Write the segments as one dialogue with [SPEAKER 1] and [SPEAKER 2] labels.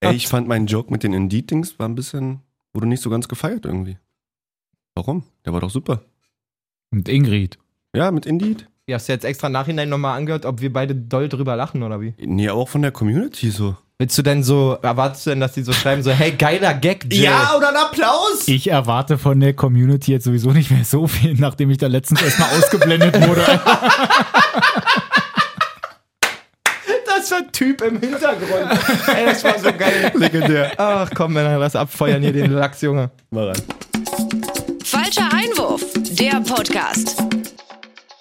[SPEAKER 1] Ey, ich fand meinen Joke mit den Indeed-Dings war ein bisschen, wurde nicht so ganz gefeiert irgendwie. Warum? Der war doch super.
[SPEAKER 2] Und Ingrid.
[SPEAKER 1] Ja, mit Indeed.
[SPEAKER 3] Ja, hast du jetzt extra im Nachhinein nochmal angehört, ob wir beide doll drüber lachen oder wie?
[SPEAKER 1] Nee, aber auch von der Community so.
[SPEAKER 3] Willst du denn so, erwartest du denn, dass die so schreiben, so, hey, geiler Gag, Jill?
[SPEAKER 1] oder ein Applaus!
[SPEAKER 2] Ich erwarte von der Community jetzt sowieso nicht mehr so viel, nachdem ich da letztens erstmal ausgeblendet wurde.
[SPEAKER 3] das ist ein Typ im Hintergrund. Ey, das war so geil.
[SPEAKER 1] Legendär.
[SPEAKER 3] Ach komm, Männer, lass abfeuern hier den Lachs, Junge.
[SPEAKER 1] Mal rein.
[SPEAKER 4] Falscher Einwurf, der Podcast.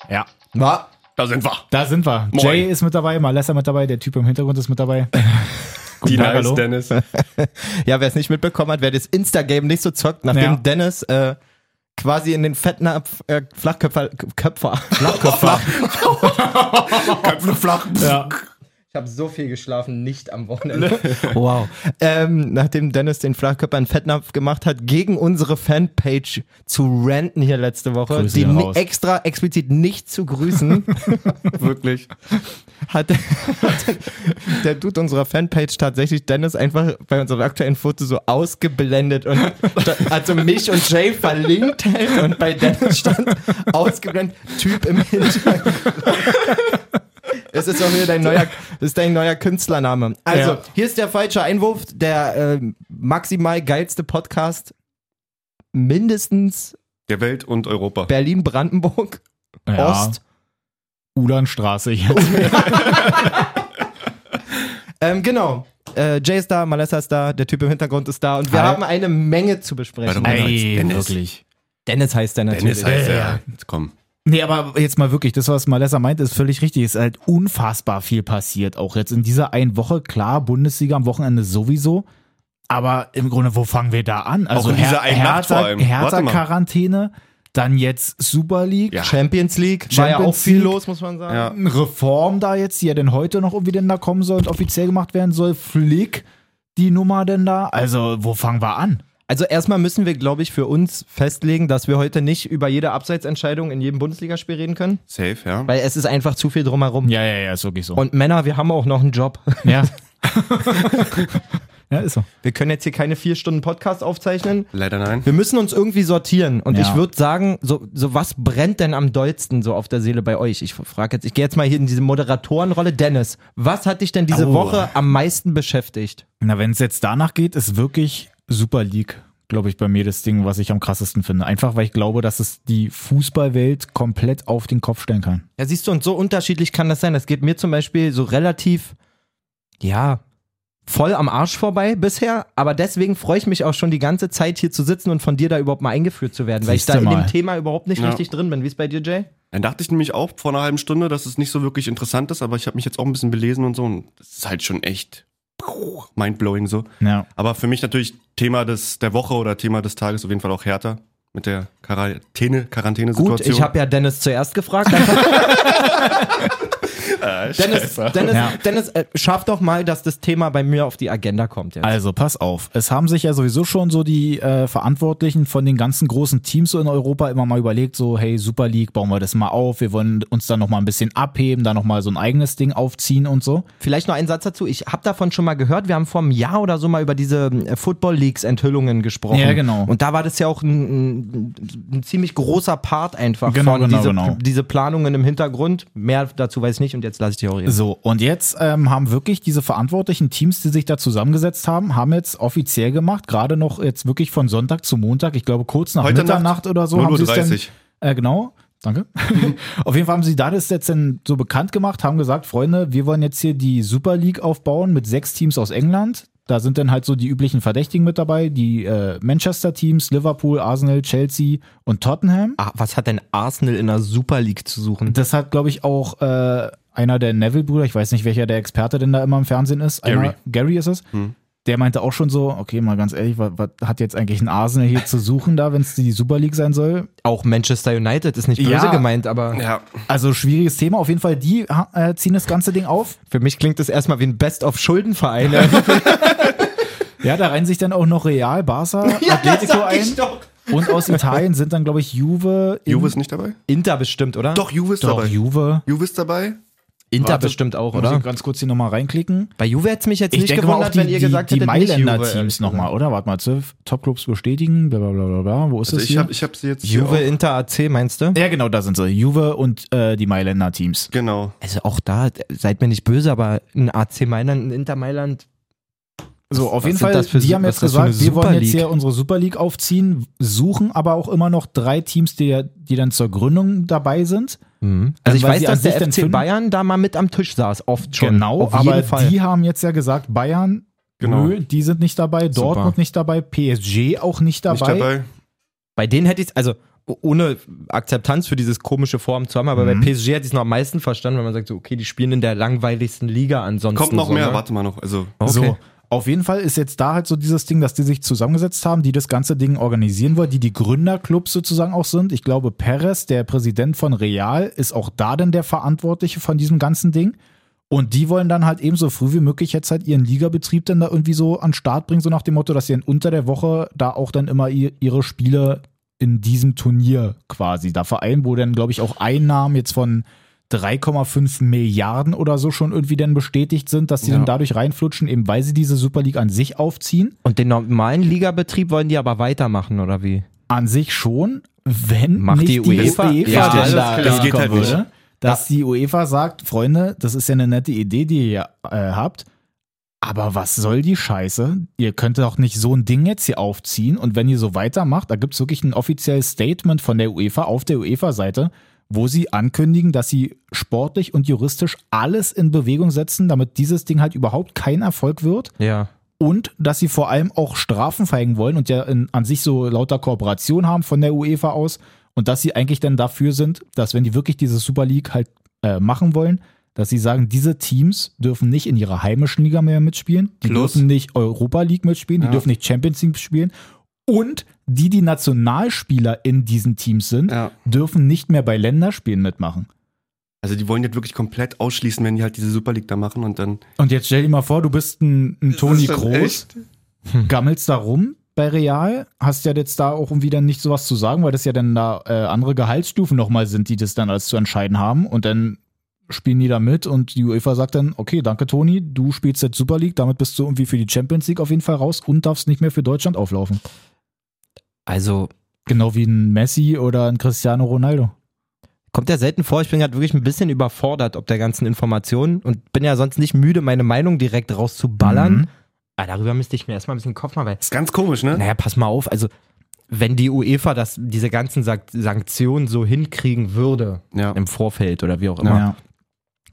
[SPEAKER 2] ja,
[SPEAKER 3] War.
[SPEAKER 1] Da sind wir.
[SPEAKER 2] da sind wir.
[SPEAKER 1] Moin.
[SPEAKER 2] Jay ist mit dabei, Malessa mit dabei, der Typ im Hintergrund ist mit dabei. Guten
[SPEAKER 1] Die
[SPEAKER 2] Tag,
[SPEAKER 1] nice
[SPEAKER 2] hallo.
[SPEAKER 1] Dennis.
[SPEAKER 3] Ja, wer es nicht mitbekommen hat, wer das Insta-Game nicht so zockt, nachdem
[SPEAKER 2] Ja.
[SPEAKER 3] Dennis äh, quasi in den Fettnapf, äh, Flachköpfer, Köpfer, Flachköpfer.
[SPEAKER 1] Köpfe flach.
[SPEAKER 2] Ja.
[SPEAKER 3] ich habe so viel geschlafen, nicht am Wochenende. wow. Ähm, nachdem Dennis den Flachköpfer in Fettnapf gemacht hat, gegen unsere Fanpage zu ranten hier letzte Woche,
[SPEAKER 2] Grüße
[SPEAKER 3] die
[SPEAKER 2] gehen
[SPEAKER 3] ni-
[SPEAKER 2] raus.
[SPEAKER 3] extra explizit nicht zu grüßen,
[SPEAKER 1] Wirklich.
[SPEAKER 3] hat, hat der Dude unserer Fanpage tatsächlich Dennis einfach bei unserem aktuellen Foto so ausgeblendet und da- also mich und Jay verlinkt halt und bei Dennis stand ausgeblendet Typ im Hintergrund. Das ist auch wieder dein neuer, das ist dein neuer Künstlername. Also,
[SPEAKER 2] Ja.
[SPEAKER 3] hier ist der falsche Einwurf, der äh, maximal geilste Podcast mindestens
[SPEAKER 1] Der Welt und Europa.
[SPEAKER 3] Berlin-Brandenburg,
[SPEAKER 2] Ja.
[SPEAKER 3] Ost.
[SPEAKER 2] Ulanstraße jetzt.
[SPEAKER 3] Ähm, genau. Äh, Jay ist da, Malessa ist da, der Typ im Hintergrund ist da und wir
[SPEAKER 2] Hi.
[SPEAKER 3] haben eine Menge zu besprechen.
[SPEAKER 1] Warte mal. Ey, Dennis.
[SPEAKER 2] wirklich.
[SPEAKER 3] Dennis heißt der natürlich.
[SPEAKER 1] Dennis heißt
[SPEAKER 2] Ja, ja.
[SPEAKER 1] er. Jetzt komm.
[SPEAKER 2] Nee, aber jetzt mal wirklich, das, was Malessa meint, ist völlig richtig. Es ist halt unfassbar viel passiert, auch jetzt in dieser einen Woche. Klar, Bundesliga am Wochenende sowieso. Aber im Grunde, wo fangen wir da an? Also
[SPEAKER 1] in dieser
[SPEAKER 2] Her-
[SPEAKER 1] einen Nacht vor
[SPEAKER 2] Hertha-
[SPEAKER 1] allem.
[SPEAKER 2] Hertha
[SPEAKER 1] Warte mal.
[SPEAKER 2] Quarantäne, dann jetzt Super League,
[SPEAKER 1] Ja.
[SPEAKER 3] Champions League, war ja auch
[SPEAKER 2] Champions
[SPEAKER 3] viel
[SPEAKER 2] League.
[SPEAKER 3] los, muss man sagen.
[SPEAKER 1] Ja.
[SPEAKER 2] eine Reform da jetzt, die ja denn heute noch irgendwie denn da kommen soll und offiziell gemacht werden soll. Flick, die Nummer denn da. Also, wo fangen wir an?
[SPEAKER 3] Also erstmal müssen wir, glaube ich, für uns festlegen, dass wir heute nicht über jede Abseitsentscheidung in jedem Bundesligaspiel reden können,
[SPEAKER 1] Safe, ja.
[SPEAKER 3] weil es ist einfach zu viel drumherum.
[SPEAKER 2] Ja, ja, ja, ist wirklich so.
[SPEAKER 3] Und Männer, wir haben auch noch einen Job.
[SPEAKER 2] ja. ja, ist so.
[SPEAKER 3] Wir können jetzt hier keine vier Stunden Podcast aufzeichnen.
[SPEAKER 1] Leider nein.
[SPEAKER 3] Wir müssen uns irgendwie sortieren. Und
[SPEAKER 2] Ja.
[SPEAKER 3] ich würde sagen, so, so was brennt denn am dollsten so auf der Seele bei euch? Ich frage jetzt, ich gehe jetzt mal hier in diese Moderatorenrolle. Dennis, was hat dich denn diese
[SPEAKER 2] Aua.
[SPEAKER 3] Woche am meisten beschäftigt?
[SPEAKER 2] Na, wenn es jetzt danach geht, ist wirklich Super League, glaube ich, bei mir das Ding, was ich am krassesten finde. Einfach, weil ich glaube, dass es die Fußballwelt komplett auf den Kopf stellen kann.
[SPEAKER 3] Ja, siehst du, und so unterschiedlich kann das sein. Das geht mir zum Beispiel so relativ, ja, voll am Arsch vorbei bisher. Aber deswegen freue ich mich auch schon die ganze Zeit hier zu sitzen und von dir da überhaupt mal eingeführt zu werden, weil ich
[SPEAKER 2] Siehste
[SPEAKER 3] da in
[SPEAKER 2] mal.
[SPEAKER 3] dem Thema überhaupt nicht
[SPEAKER 1] Ja.
[SPEAKER 3] richtig drin bin. Wie ist bei dir, Jay?
[SPEAKER 1] Dann dachte ich nämlich auch vor einer halben Stunde, dass es nicht so wirklich interessant ist, aber ich habe mich jetzt auch ein bisschen belesen und so und es ist halt schon echt mindblowing so.
[SPEAKER 2] Ja.
[SPEAKER 1] Aber für mich natürlich Thema des, der Woche oder Thema des Tages auf jeden Fall auch härter mit der Quarantäne, Quarantänesituation.
[SPEAKER 3] Gut, ich habe ja Dennis zuerst gefragt. Dennis, Dennis,
[SPEAKER 2] Ja.
[SPEAKER 3] Dennis äh, schaff doch mal, dass das Thema bei mir auf die Agenda kommt jetzt.
[SPEAKER 2] Also, pass auf. Es haben sich ja sowieso schon so die äh, Verantwortlichen von den ganzen großen Teams so in Europa immer mal überlegt, so, hey, Super League, bauen wir das mal auf. Wir wollen uns da nochmal ein bisschen abheben, da nochmal so ein eigenes Ding aufziehen und so.
[SPEAKER 3] Vielleicht noch ein Satz dazu. Ich habe davon schon mal gehört. Wir haben vor einem Jahr oder so mal über diese äh, Football Leagues Enthüllungen gesprochen.
[SPEAKER 2] Ja, genau.
[SPEAKER 3] Und da war das ja auch ein, ein, ein ziemlich großer Part einfach
[SPEAKER 2] Genau,
[SPEAKER 3] von
[SPEAKER 2] genau,
[SPEAKER 3] diese,
[SPEAKER 2] genau.
[SPEAKER 3] diese Planungen im Hintergrund. Mehr dazu weiß ich nicht und jetzt lasse ich die auch reden.
[SPEAKER 2] So, und jetzt ähm, haben wirklich diese verantwortlichen Teams, die sich da zusammengesetzt haben, haben jetzt offiziell gemacht, gerade noch jetzt wirklich von Sonntag zu Montag, ich glaube kurz nach
[SPEAKER 1] Heute
[SPEAKER 2] Mitternacht
[SPEAKER 1] Nacht,
[SPEAKER 2] oder so. haben sie es
[SPEAKER 1] 0:30.
[SPEAKER 2] Dann, äh, genau, danke. Auf jeden Fall haben sie da das jetzt dann so bekannt gemacht, haben gesagt, Freunde, wir wollen jetzt hier die Super League aufbauen mit sechs Teams aus England. Da sind dann halt so die üblichen Verdächtigen mit dabei, die äh, Manchester-Teams, Liverpool, Arsenal, Chelsea und Tottenham.
[SPEAKER 3] Ah, was hat denn Arsenal in der Super League zu suchen?
[SPEAKER 2] Das hat, glaube ich, auch äh, einer der Neville-Brüder, ich weiß nicht, welcher der Experte denn da immer im Fernsehen ist.
[SPEAKER 1] Gary.
[SPEAKER 2] Einer, Gary ist es. Der meinte auch schon so, okay, mal ganz ehrlich, was, was hat jetzt eigentlich ein Arsenal hier zu suchen da, wenn es die Super League sein soll?
[SPEAKER 3] Auch Manchester United ist nicht böse
[SPEAKER 2] Ja.
[SPEAKER 3] gemeint, aber
[SPEAKER 1] Ja,
[SPEAKER 2] Also schwieriges Thema. Auf jeden Fall, die ha- äh, ziehen das ganze Ding auf.
[SPEAKER 3] für mich klingt das erstmal wie ein Best-of-Schuldenverein.
[SPEAKER 2] Ja, da reihen sich dann auch noch Real, Barca, Atletico ein.
[SPEAKER 3] doch.
[SPEAKER 2] Und aus Italien sind dann, glaube ich, Juve. in-
[SPEAKER 1] Juve ist nicht dabei?
[SPEAKER 3] Inter bestimmt, oder?
[SPEAKER 1] Doch, Juve ist
[SPEAKER 2] Doch,
[SPEAKER 1] dabei.
[SPEAKER 2] Juve.
[SPEAKER 1] Juve ist dabei.
[SPEAKER 3] Inter
[SPEAKER 2] Warte,
[SPEAKER 3] bestimmt auch,
[SPEAKER 2] Muss
[SPEAKER 3] oder?
[SPEAKER 2] ich ganz kurz hier nochmal reinklicken.
[SPEAKER 3] Bei Juve hätte es mich jetzt
[SPEAKER 2] Ich
[SPEAKER 3] nicht
[SPEAKER 2] denke mal
[SPEAKER 3] gewundert,
[SPEAKER 2] auch die,
[SPEAKER 3] wenn ihr gesagt
[SPEAKER 2] die, die
[SPEAKER 3] hättet, nicht Juve, äh, ehrlich
[SPEAKER 2] Mailänder-Teams nochmal, oder? Warte mal, zwölf Top-Clubs bestätigen, bla bla bla bla bla. Wo ist
[SPEAKER 1] Also
[SPEAKER 2] das
[SPEAKER 1] ich
[SPEAKER 2] hier?
[SPEAKER 1] habe ich hab sie jetzt. hier
[SPEAKER 3] Juve,
[SPEAKER 1] auch-
[SPEAKER 3] Inter, AC, meinst du?
[SPEAKER 2] ja, genau, da sind sie. Juve und äh, die Mailänder-Teams.
[SPEAKER 1] Genau.
[SPEAKER 3] Also auch da, seid mir nicht böse, aber ein AC Mailand, ein Inter Mailand.
[SPEAKER 2] So, auf
[SPEAKER 3] was
[SPEAKER 2] jeden
[SPEAKER 3] sind
[SPEAKER 2] Fall,
[SPEAKER 3] das für
[SPEAKER 2] die
[SPEAKER 3] Su-
[SPEAKER 2] haben
[SPEAKER 3] was
[SPEAKER 2] jetzt
[SPEAKER 3] ist das für eine
[SPEAKER 2] gesagt, wir wollen
[SPEAKER 3] Super
[SPEAKER 2] jetzt hier
[SPEAKER 3] League?
[SPEAKER 2] unsere Super League aufziehen, suchen aber auch immer noch drei Teams, die, die dann zur Gründung dabei sind.
[SPEAKER 3] Also
[SPEAKER 2] Ähm,
[SPEAKER 3] ich
[SPEAKER 2] weil
[SPEAKER 3] weiß,
[SPEAKER 2] sie an
[SPEAKER 3] dass
[SPEAKER 2] sich
[SPEAKER 3] der
[SPEAKER 2] dann
[SPEAKER 3] FC
[SPEAKER 2] finden-
[SPEAKER 3] Bayern da mal mit am Tisch saß, oft schon.
[SPEAKER 2] Genau,
[SPEAKER 3] auf jeden
[SPEAKER 2] aber
[SPEAKER 3] Fall.
[SPEAKER 2] die haben jetzt ja gesagt, Bayern,
[SPEAKER 1] Genau.
[SPEAKER 2] nö, die sind nicht dabei,
[SPEAKER 3] Super.
[SPEAKER 2] Dortmund nicht dabei, PSG auch nicht dabei.
[SPEAKER 1] Nicht dabei.
[SPEAKER 3] Bei denen hätte ich also o- ohne Akzeptanz für dieses komische Form zu haben, aber bei PSG hätte ich es noch am meisten verstanden, wenn man sagt, so, okay, die spielen in der langweiligsten Liga ansonsten.
[SPEAKER 1] Kommt noch
[SPEAKER 3] so,
[SPEAKER 1] mehr,
[SPEAKER 3] ne?
[SPEAKER 1] warte mal noch. Also,
[SPEAKER 3] Okay.
[SPEAKER 2] So. Auf jeden Fall ist jetzt da halt so dieses Ding, dass die sich zusammengesetzt haben, die das ganze Ding organisieren wollen, die die Gründerclubs sozusagen auch sind. Ich glaube, Perez, der Präsident von Real, ist auch da denn der Verantwortliche von diesem ganzen Ding. Und die wollen dann halt eben so früh wie möglich jetzt halt ihren Ligabetrieb dann da irgendwie so an den Start bringen, so nach dem Motto, dass sie dann unter der Woche da auch dann immer i- ihre Spiele in diesem Turnier quasi da vereinen, wo dann, glaube ich, auch Einnahmen jetzt von 3,5 Milliarden oder so schon irgendwie dann bestätigt sind, dass die dann dadurch reinflutschen, eben weil sie diese Super League an sich aufziehen.
[SPEAKER 3] Und den normalen Ligabetrieb wollen die aber weitermachen, oder wie?
[SPEAKER 2] An sich schon, wenn
[SPEAKER 3] Macht
[SPEAKER 2] nicht
[SPEAKER 3] die UEFA?
[SPEAKER 2] die UEFA
[SPEAKER 3] Ja,
[SPEAKER 2] dann
[SPEAKER 3] das-
[SPEAKER 2] da
[SPEAKER 1] das geht
[SPEAKER 2] hinkommen
[SPEAKER 1] halt nicht.
[SPEAKER 2] würde, dass die UEFA sagt, Freunde, das ist ja eine nette Idee, die ihr äh, habt, aber was soll die Scheiße? Ihr könnt doch nicht so ein Ding jetzt hier aufziehen und wenn ihr so weitermacht, da gibt es wirklich ein offizielles Statement von der UEFA auf der UEFA-Seite, wo sie ankündigen, dass sie sportlich und juristisch alles in Bewegung setzen, damit dieses Ding halt überhaupt kein Erfolg wird
[SPEAKER 3] Ja.
[SPEAKER 2] und dass sie vor allem auch Strafen verhängen wollen und ja in, an sich so lauter Kooperation haben von der UEFA aus und dass sie eigentlich dann dafür sind, dass wenn die wirklich diese Super League halt äh, machen wollen, dass sie sagen, diese Teams dürfen nicht in ihrer heimischen Liga mehr mitspielen, die
[SPEAKER 1] Plus.
[SPEAKER 2] dürfen nicht Europa League mitspielen, die dürfen nicht Champions League spielen und die, die Nationalspieler in diesen Teams sind,
[SPEAKER 1] ja.
[SPEAKER 2] dürfen nicht mehr bei Länderspielen mitmachen.
[SPEAKER 1] also die wollen jetzt wirklich komplett ausschließen, wenn die halt diese Super League da machen und dann.
[SPEAKER 2] Und jetzt stell dir mal vor, du bist ein, ein Toni
[SPEAKER 1] Das ist
[SPEAKER 2] Kroos,
[SPEAKER 1] dann echt-
[SPEAKER 2] gammelst da rum bei Real, hast ja jetzt da auch irgendwie dann nicht sowas zu sagen, weil das ja dann da äh, andere Gehaltsstufen nochmal sind, die das dann alles zu entscheiden haben und dann spielen die da mit und die UEFA sagt dann, okay, danke Toni, du spielst jetzt Super League, damit bist du irgendwie für die Champions League auf jeden Fall raus und darfst nicht mehr für Deutschland auflaufen.
[SPEAKER 3] Also
[SPEAKER 2] Genau wie ein Messi oder ein Cristiano Ronaldo.
[SPEAKER 3] kommt ja selten vor, ich bin gerade wirklich ein bisschen überfordert ob der ganzen Informationen und bin ja sonst nicht müde, meine Meinung direkt rauszuballern.
[SPEAKER 2] Mhm.
[SPEAKER 3] Aber darüber müsste ich mir erstmal ein bisschen Kopf machen, weil
[SPEAKER 1] Ist ganz komisch, ne?
[SPEAKER 3] Naja, pass mal auf, also wenn die UEFA das, diese ganzen Sank- Sanktionen so hinkriegen würde
[SPEAKER 1] Ja.
[SPEAKER 3] im Vorfeld oder wie auch immer,
[SPEAKER 2] Mhm. Ja.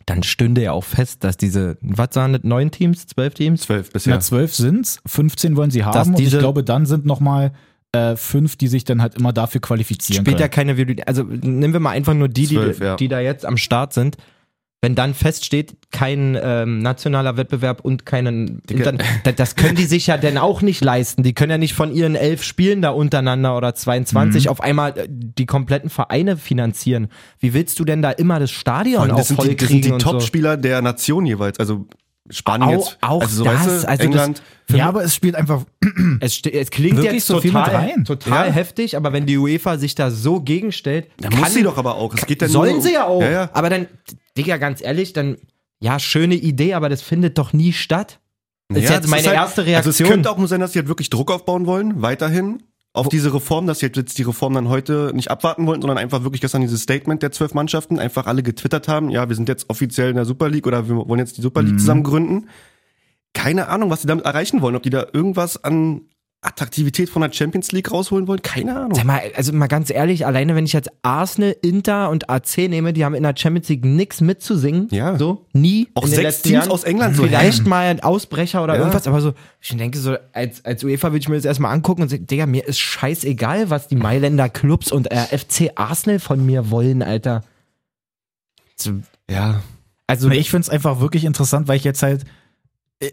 [SPEAKER 3] dann stünde ja auch fest, dass diese, was sagen das, neun Teams, zwölf Teams?
[SPEAKER 1] Zwölf bisher.
[SPEAKER 2] Na, zwölf sind's, 15 wollen sie haben und ich
[SPEAKER 3] diese-
[SPEAKER 2] glaube, dann sind nochmal äh, fünf, die sich dann halt immer dafür qualifizieren
[SPEAKER 3] Spielt ja
[SPEAKER 2] können.
[SPEAKER 3] keine Violinette. Also nehmen wir mal einfach nur die,
[SPEAKER 1] Zwölf,
[SPEAKER 3] die,
[SPEAKER 1] ja.
[SPEAKER 3] die da jetzt am Start sind. Wenn dann feststeht, kein ähm, nationaler Wettbewerb und keinen. Dann, da- das können die sich ja dann auch nicht leisten. Die können ja nicht von ihren elf Spielen da untereinander oder
[SPEAKER 2] Mhm.
[SPEAKER 3] 22 auf einmal äh, die kompletten Vereine finanzieren. Wie willst du denn da immer das Stadion
[SPEAKER 1] Und
[SPEAKER 3] auch
[SPEAKER 1] das sind
[SPEAKER 3] voll
[SPEAKER 1] die, das
[SPEAKER 3] kriegen
[SPEAKER 1] sind die
[SPEAKER 3] und so?
[SPEAKER 1] Top-Spieler der Nation jeweils. Also Spanien
[SPEAKER 3] Au-
[SPEAKER 1] jetzt.
[SPEAKER 3] auch
[SPEAKER 1] also, so
[SPEAKER 3] das,
[SPEAKER 1] weißt du,
[SPEAKER 3] also das-
[SPEAKER 1] England.
[SPEAKER 2] Ja, aber es spielt einfach
[SPEAKER 3] Es, ste- es klingt
[SPEAKER 2] Wirklich
[SPEAKER 3] jetzt
[SPEAKER 2] so viel
[SPEAKER 3] total,
[SPEAKER 2] mit rein?
[SPEAKER 3] total
[SPEAKER 1] Ja.
[SPEAKER 3] heftig, aber wenn die UEFA sich da so gegenstellt,
[SPEAKER 1] Da muss sie doch aber auch. Es geht dann
[SPEAKER 3] Sollen
[SPEAKER 1] nur- um-
[SPEAKER 3] sie ja auch.
[SPEAKER 1] Ja, ja.
[SPEAKER 3] Aber dann, Digga, ganz ehrlich, dann, ja, schöne Idee, aber das findet doch nie statt. Das ist
[SPEAKER 1] Ja,
[SPEAKER 3] jetzt
[SPEAKER 1] das
[SPEAKER 3] meine
[SPEAKER 1] ist halt-
[SPEAKER 3] erste
[SPEAKER 1] Also es
[SPEAKER 3] Reaktion.
[SPEAKER 1] könnte auch nur sein, dass sie halt wirklich Druck aufbauen wollen, weiterhin. Auf diese Reform, dass sie halt jetzt die Reform dann heute nicht abwarten wollten, sondern einfach wirklich gestern dieses Statement der zwölf Mannschaften einfach alle getwittert haben, ja, wir sind jetzt offiziell in der Super League oder wir wollen jetzt die Super League
[SPEAKER 3] Mhm.
[SPEAKER 1] zusammen gründen. Keine Ahnung, was sie damit erreichen wollen, ob die da irgendwas an Attraktivität von der Champions League rausholen wollen, keine Ahnung.
[SPEAKER 3] Sag mal, also mal ganz ehrlich, alleine wenn ich jetzt Arsenal, Inter und AC nehme, die haben in der Champions League nichts mitzusingen.
[SPEAKER 1] Ja.
[SPEAKER 3] So, nie.
[SPEAKER 1] Auch
[SPEAKER 3] in den
[SPEAKER 1] sechs
[SPEAKER 3] letzten
[SPEAKER 1] Teams
[SPEAKER 3] Jahren.
[SPEAKER 1] aus England, so,
[SPEAKER 3] Vielleicht mal ein Ausbrecher oder
[SPEAKER 1] Ja.
[SPEAKER 3] irgendwas, aber so, ich denke so, als, als UEFA würde ich mir das erstmal angucken und sagen, Digga, mir ist scheißegal, was die Mailänder Clubs und äh, FC Arsenal von mir wollen, Alter. So,
[SPEAKER 1] Ja.
[SPEAKER 3] Also,
[SPEAKER 2] Nee, ich finde es einfach wirklich interessant, weil ich jetzt halt,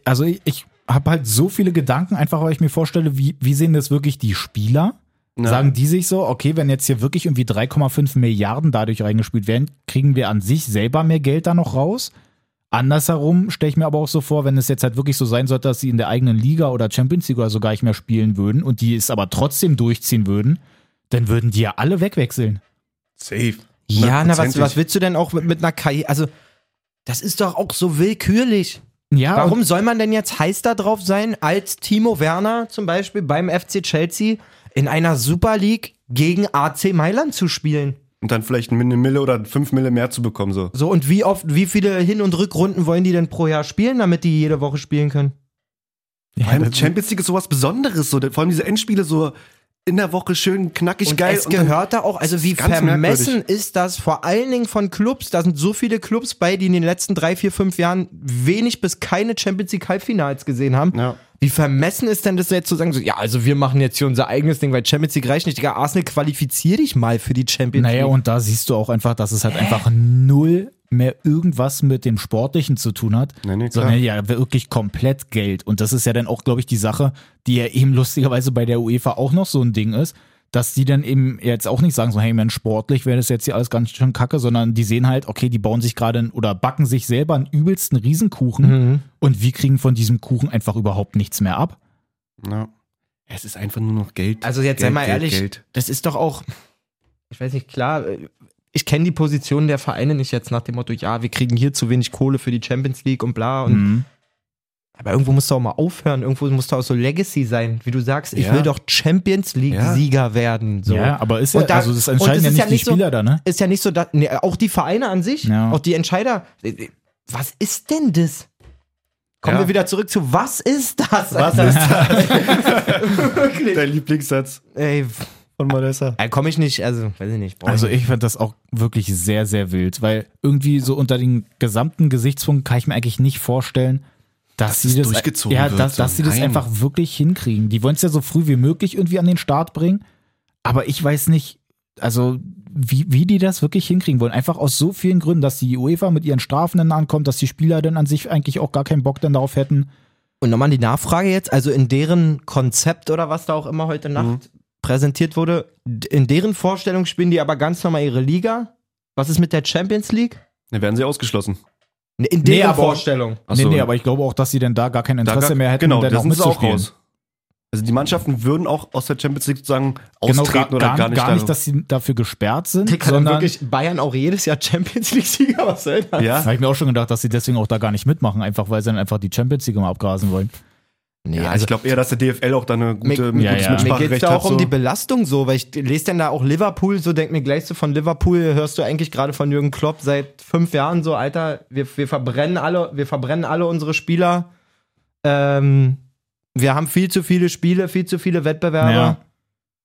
[SPEAKER 2] also ich, ich habe halt so viele Gedanken, einfach weil ich mir vorstelle, wie, wie sehen das wirklich die Spieler?
[SPEAKER 1] Na.
[SPEAKER 2] Sagen die sich so, okay, wenn jetzt hier wirklich irgendwie 3,5 Milliarden dadurch reingespielt werden, kriegen wir an sich selber mehr Geld da noch raus? Andersherum stelle ich mir aber auch so vor, wenn es jetzt halt wirklich so sein sollte, dass sie in der eigenen Liga oder Champions League oder so gar nicht mehr spielen würden und die es aber trotzdem durchziehen würden, dann würden die ja alle wegwechseln.
[SPEAKER 1] Safe.
[SPEAKER 3] Ja, na, was,
[SPEAKER 1] Hundertprozentig.
[SPEAKER 3] was willst du denn auch mit, mit einer Karriere? Also, Das ist doch auch so willkürlich.
[SPEAKER 2] Ja,
[SPEAKER 3] Warum soll man denn jetzt heiß da drauf sein, als Timo Werner zum Beispiel beim FC Chelsea in einer Super League gegen AC Mailand zu spielen?
[SPEAKER 1] Und dann vielleicht eine Mille oder fünf Mille mehr zu bekommen, so.
[SPEAKER 3] So, und wie oft, wie viele Hin- und Rückrunden wollen die denn pro Jahr spielen, damit die jede Woche spielen können?
[SPEAKER 2] Und, ja,
[SPEAKER 1] Vor allem
[SPEAKER 2] das,
[SPEAKER 1] Champions League ist sowas Besonderes, so. Vor allem diese Endspiele so in der Woche schön knackig
[SPEAKER 3] Und
[SPEAKER 1] geil.
[SPEAKER 3] es
[SPEAKER 1] und dann-
[SPEAKER 3] gehört da auch, also wie
[SPEAKER 1] ganz
[SPEAKER 3] vermessen
[SPEAKER 1] merkwürdig.
[SPEAKER 3] ist das vor allen Dingen von Clubs, da sind so viele Clubs bei, die in den letzten drei, vier, fünf Jahren wenig bis keine Champions League Halbfinals gesehen haben.
[SPEAKER 1] Ja.
[SPEAKER 3] Wie vermessen ist denn das jetzt zu sagen, so, ja, also wir machen jetzt hier unser eigenes Ding, weil Champions League reicht nicht. Digga, Arsenal, qualifizier dich mal für die Champions
[SPEAKER 2] naja,
[SPEAKER 3] League.
[SPEAKER 2] und da siehst du auch einfach, dass es halt einfach null mehr irgendwas mit dem Sportlichen zu tun hat,
[SPEAKER 1] Nee, nee, klar.
[SPEAKER 2] sondern ja wirklich komplett Geld. Und das ist ja dann auch, glaube ich, die Sache, die ja eben lustigerweise bei der UEFA auch noch so ein Ding ist, dass die dann eben jetzt auch nicht sagen so, hey, Mensch, sportlich wäre das jetzt hier alles ganz schön kacke, sondern die sehen halt, okay, die bauen sich gerade einen- oder backen sich selber einen übelsten
[SPEAKER 1] Mhm.
[SPEAKER 2] Riesenkuchen und wir kriegen von diesem Kuchen einfach überhaupt nichts mehr ab.
[SPEAKER 1] Ja. Es ist einfach nur noch Geld.
[SPEAKER 3] Also jetzt
[SPEAKER 1] Geld,
[SPEAKER 3] sei mal
[SPEAKER 1] Geld,
[SPEAKER 3] ehrlich,
[SPEAKER 1] Geld.
[SPEAKER 3] das ist doch auch, ich weiß nicht, klar, äh, ich kenne die Position der Vereine nicht jetzt nach dem Motto, ja, wir kriegen hier zu wenig Kohle für die Champions League und bla und
[SPEAKER 2] Mhm.
[SPEAKER 3] Aber irgendwo musst du auch mal aufhören, irgendwo musst du auch so Legacy sein, wie du sagst, ich
[SPEAKER 1] Ja.
[SPEAKER 3] will doch Champions
[SPEAKER 1] Ja.
[SPEAKER 3] League-Sieger werden. So.
[SPEAKER 2] Ja, aber ist
[SPEAKER 3] Und
[SPEAKER 2] ja,
[SPEAKER 3] da-
[SPEAKER 2] also das
[SPEAKER 3] und
[SPEAKER 2] entscheiden
[SPEAKER 3] das
[SPEAKER 2] ja
[SPEAKER 3] ist
[SPEAKER 2] nicht
[SPEAKER 3] ja
[SPEAKER 2] die
[SPEAKER 3] nicht so-
[SPEAKER 2] Spieler da, ne?
[SPEAKER 3] Ist ja nicht so, dass, nee, auch die Vereine an sich,
[SPEAKER 2] Ja.
[SPEAKER 3] auch die Entscheider. äh, Was ist denn das? Kommen
[SPEAKER 1] Ja.
[SPEAKER 3] wir wieder zurück zu, was ist das? Was ist das? Wirklich.
[SPEAKER 1] Dein Lieblingssatz
[SPEAKER 3] Ey,
[SPEAKER 1] von Malessa.
[SPEAKER 3] komme ich nicht, also, weiß ich nicht. brauch
[SPEAKER 2] Also
[SPEAKER 3] ich
[SPEAKER 2] ich fand das auch wirklich sehr, sehr wild, weil irgendwie so unter den gesamten Gesichtspunkten kann ich mir eigentlich nicht vorstellen, dass,
[SPEAKER 1] Dass es
[SPEAKER 2] sie das
[SPEAKER 1] durchgezogen
[SPEAKER 2] ja,
[SPEAKER 1] wird,
[SPEAKER 2] dass,
[SPEAKER 1] so.
[SPEAKER 2] dass sie das
[SPEAKER 1] Nein.
[SPEAKER 2] einfach wirklich hinkriegen. Die wollen es ja so früh wie möglich irgendwie an den Start bringen, aber ich weiß nicht, also wie, wie die das wirklich hinkriegen wollen. Einfach aus so vielen Gründen, dass die UEFA mit ihren Strafen dann ankommt, dass die Spieler dann an sich eigentlich auch gar keinen Bock dann darauf hätten.
[SPEAKER 3] Und nochmal die Nachfrage jetzt, also in deren Konzept oder was da auch immer heute Nacht präsentiert wurde, d- in deren Vorstellung spielen die aber ganz normal ihre Liga. Was ist mit der Champions League?
[SPEAKER 1] Dann werden sie ausgeschlossen.
[SPEAKER 3] Ne, In
[SPEAKER 2] Nee,
[SPEAKER 3] deren
[SPEAKER 2] aber-
[SPEAKER 3] Vorstellung.
[SPEAKER 1] Ach so.
[SPEAKER 2] Nee, nee, aber ich glaube auch, dass sie dann da gar kein
[SPEAKER 1] Da
[SPEAKER 2] Interesse
[SPEAKER 1] gar-
[SPEAKER 2] mehr hätten,
[SPEAKER 1] Genau,
[SPEAKER 2] dann
[SPEAKER 1] da
[SPEAKER 2] auch
[SPEAKER 1] sind sie auch
[SPEAKER 2] mitzuspielen.
[SPEAKER 1] raus. Also die Mannschaften würden auch aus der Champions League sozusagen
[SPEAKER 2] Genau,
[SPEAKER 1] austreten
[SPEAKER 2] gar,
[SPEAKER 1] oder
[SPEAKER 2] gar,
[SPEAKER 1] gar nicht. da-
[SPEAKER 2] nicht, dass sie dafür gesperrt sind,
[SPEAKER 3] Dick, hat dann
[SPEAKER 2] sondern
[SPEAKER 3] wirklich Bayern auch jedes Jahr Champions League-Sieger, was soll das?
[SPEAKER 2] Da
[SPEAKER 1] ja,
[SPEAKER 2] habe ich mir auch schon gedacht, dass sie deswegen auch da gar nicht mitmachen, einfach weil sie dann einfach die Champions League immer abgrasen wollen.
[SPEAKER 3] Nee, also
[SPEAKER 1] ja, ich glaube eher, dass der DFL auch da eine gute, ein gutes
[SPEAKER 2] also
[SPEAKER 3] mir,
[SPEAKER 2] ja, ja.
[SPEAKER 3] mir geht's
[SPEAKER 1] Mitspracherecht
[SPEAKER 3] da
[SPEAKER 1] hat.
[SPEAKER 3] auch um
[SPEAKER 1] so.
[SPEAKER 3] die Belastung so, weil ich lese dann da auch Liverpool, so denk mir gleich so von Liverpool hörst du eigentlich gerade von Jürgen Klopp seit fünf Jahren so, Alter, wir, wir verbrennen alle, wir verbrennen alle unsere Spieler. Ähm, wir haben viel zu viele Spiele, viel zu viele Wettbewerbe.
[SPEAKER 2] Naja,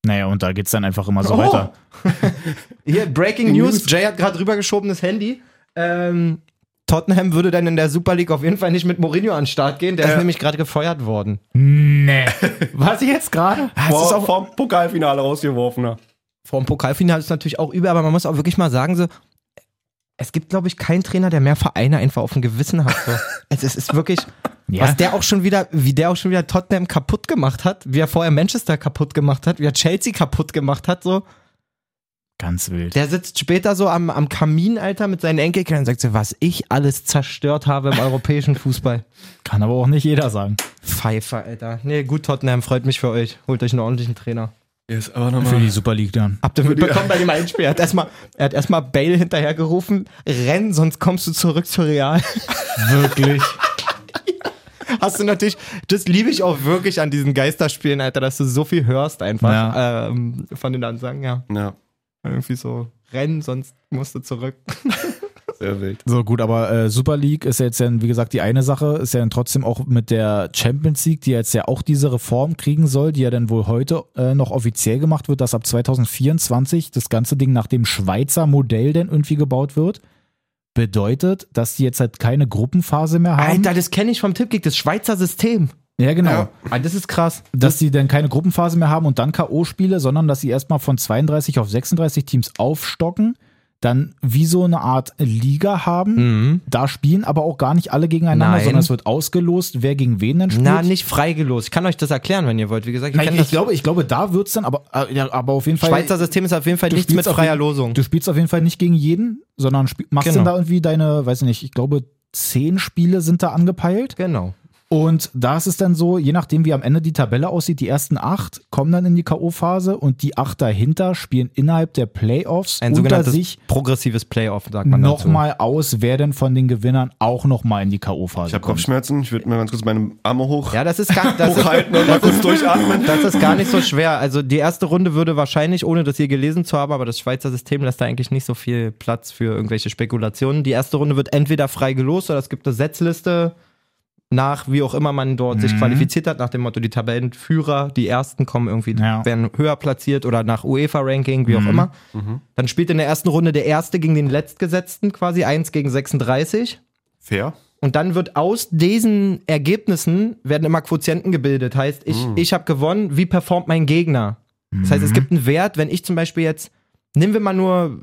[SPEAKER 2] naja und da geht's dann einfach immer so
[SPEAKER 3] Oh.
[SPEAKER 2] weiter.
[SPEAKER 3] Hier, Breaking News. Jay hat gerade rübergeschoben das Handy. Ähm, Tottenham würde dann in der Super League auf jeden Fall nicht mit Mourinho an den Start gehen.
[SPEAKER 1] Äh.
[SPEAKER 3] Der ist nämlich gerade gefeuert worden.
[SPEAKER 2] Nee. Was jetzt gerade?
[SPEAKER 1] Vor, vom Pokalfinale rausgeworfen. ja.
[SPEAKER 3] Vor dem Pokalfinale ist natürlich auch übel, aber man muss auch wirklich mal sagen, so, es gibt, glaube ich, keinen Trainer, der mehr Vereine einfach auf dem Gewissen hat. So. es, es ist wirklich,
[SPEAKER 2] Ja.
[SPEAKER 3] was der auch schon wieder, wie der auch schon wieder Tottenham kaputt gemacht hat, wie er vorher Manchester kaputt gemacht hat, wie er Chelsea kaputt gemacht hat, so.
[SPEAKER 2] Ganz wild.
[SPEAKER 3] Der sitzt später so am, am Kamin, Alter, mit seinen Enkelkindern und sagt so, was ich alles zerstört habe im europäischen Fußball.
[SPEAKER 2] Kann aber auch nicht jeder sagen.
[SPEAKER 3] Pfeifer, Alter. Nee, gut, Tottenham, freut mich für euch. Holt euch einen ordentlichen Trainer.
[SPEAKER 2] Für die Super League dann.
[SPEAKER 3] Habt ihr mitbekommen bei dem Einspiel? Er hat erstmal er hat erstmal Bale hinterhergerufen, renn, sonst kommst du zurück zu Real.
[SPEAKER 2] Wirklich.
[SPEAKER 3] Hast du natürlich, das liebe ich auch wirklich an diesen Geisterspielen, Alter, dass du so viel hörst einfach ähm, von den Ansagen, ja.
[SPEAKER 1] Ja,
[SPEAKER 3] Irgendwie so, renn, sonst musst du zurück.
[SPEAKER 1] sehr wild.
[SPEAKER 2] So gut, aber äh, Super League ist ja jetzt dann, wie gesagt, die eine Sache, ist ja dann trotzdem auch mit der Champions League, die jetzt ja auch diese Reform kriegen soll, die ja dann wohl heute äh, noch offiziell gemacht wird, dass ab 2024 das ganze Ding nach dem Schweizer Modell dann irgendwie gebaut wird. Bedeutet, dass die jetzt halt keine Gruppenphase mehr haben.
[SPEAKER 3] Alter, das kenne ich vom Tippkick, das Schweizer System.
[SPEAKER 2] Ja, genau.
[SPEAKER 3] Ah, das ist krass.
[SPEAKER 2] Dass die dann keine Gruppenphase mehr haben und dann K.O.-Spiele, sondern dass sie erstmal von 32 auf 36 Teams aufstocken, dann wie so eine Art Liga haben.
[SPEAKER 3] Mhm.
[SPEAKER 2] Da spielen aber auch gar nicht alle gegeneinander,
[SPEAKER 3] Nein.
[SPEAKER 2] sondern es wird ausgelost, wer gegen wen dann spielt.
[SPEAKER 3] Na, nicht freigelost. Ich kann euch das erklären, wenn ihr wollt. Wie gesagt, ich
[SPEAKER 2] Nein,
[SPEAKER 3] kenne
[SPEAKER 2] ich,
[SPEAKER 3] das
[SPEAKER 2] glaube, ich glaube, da wird's dann, aber, äh, ja, aber auf jeden Fall.
[SPEAKER 3] Schweizer System ist auf jeden Fall
[SPEAKER 2] Du
[SPEAKER 3] nichts mit
[SPEAKER 2] spielst auf
[SPEAKER 3] freier
[SPEAKER 2] jeden-
[SPEAKER 3] Losung.
[SPEAKER 2] Du spielst auf jeden Fall nicht gegen jeden, sondern spiel, machst
[SPEAKER 3] Genau.
[SPEAKER 2] dann da irgendwie deine, weiß ich nicht, ich glaube, zehn Spiele sind da angepeilt.
[SPEAKER 3] Genau.
[SPEAKER 2] Und da ist es dann so, je nachdem, wie am Ende die Tabelle aussieht, die ersten acht kommen dann in die K.O.-Phase und die acht dahinter spielen innerhalb der Playoffs
[SPEAKER 3] Ein
[SPEAKER 2] unter
[SPEAKER 3] sogenanntes
[SPEAKER 2] sich
[SPEAKER 3] progressives Playoff, sagt man dazu.
[SPEAKER 2] nochmal aus, wer denn von den Gewinnern auch nochmal in die K.O.-Phase
[SPEAKER 1] Ich habe
[SPEAKER 2] kommt.
[SPEAKER 1] Kopfschmerzen. Ich würde mir ganz kurz meine Arme hoch
[SPEAKER 3] Ja, das ist gar, das ist,
[SPEAKER 1] hochhalten und mal kurz durchatmen.
[SPEAKER 3] Das ist gar nicht so schwer. Also die erste Runde würde wahrscheinlich, ohne das hier gelesen zu haben, aber das Schweizer System lässt da eigentlich nicht so viel Platz für irgendwelche Spekulationen. Die erste Runde wird entweder frei gelost oder es gibt eine Setzliste nach, wie auch immer man dort
[SPEAKER 2] Mhm.
[SPEAKER 3] sich qualifiziert hat, nach dem Motto, die Tabellenführer, die ersten kommen irgendwie,
[SPEAKER 2] Ja. Mhm.
[SPEAKER 3] werden höher platziert oder nach UEFA-Ranking, wie auch immer. Dann spielt in der ersten Runde der Erste gegen den Letztgesetzten quasi, 1 gegen 36.
[SPEAKER 1] Fair.
[SPEAKER 3] Und dann wird aus diesen Ergebnissen werden immer Quotienten gebildet. Heißt, ich, ich habe gewonnen, wie performt mein Gegner? Das
[SPEAKER 1] Mhm.
[SPEAKER 3] heißt, es gibt einen Wert, wenn ich zum Beispiel jetzt, nehmen wir mal nur,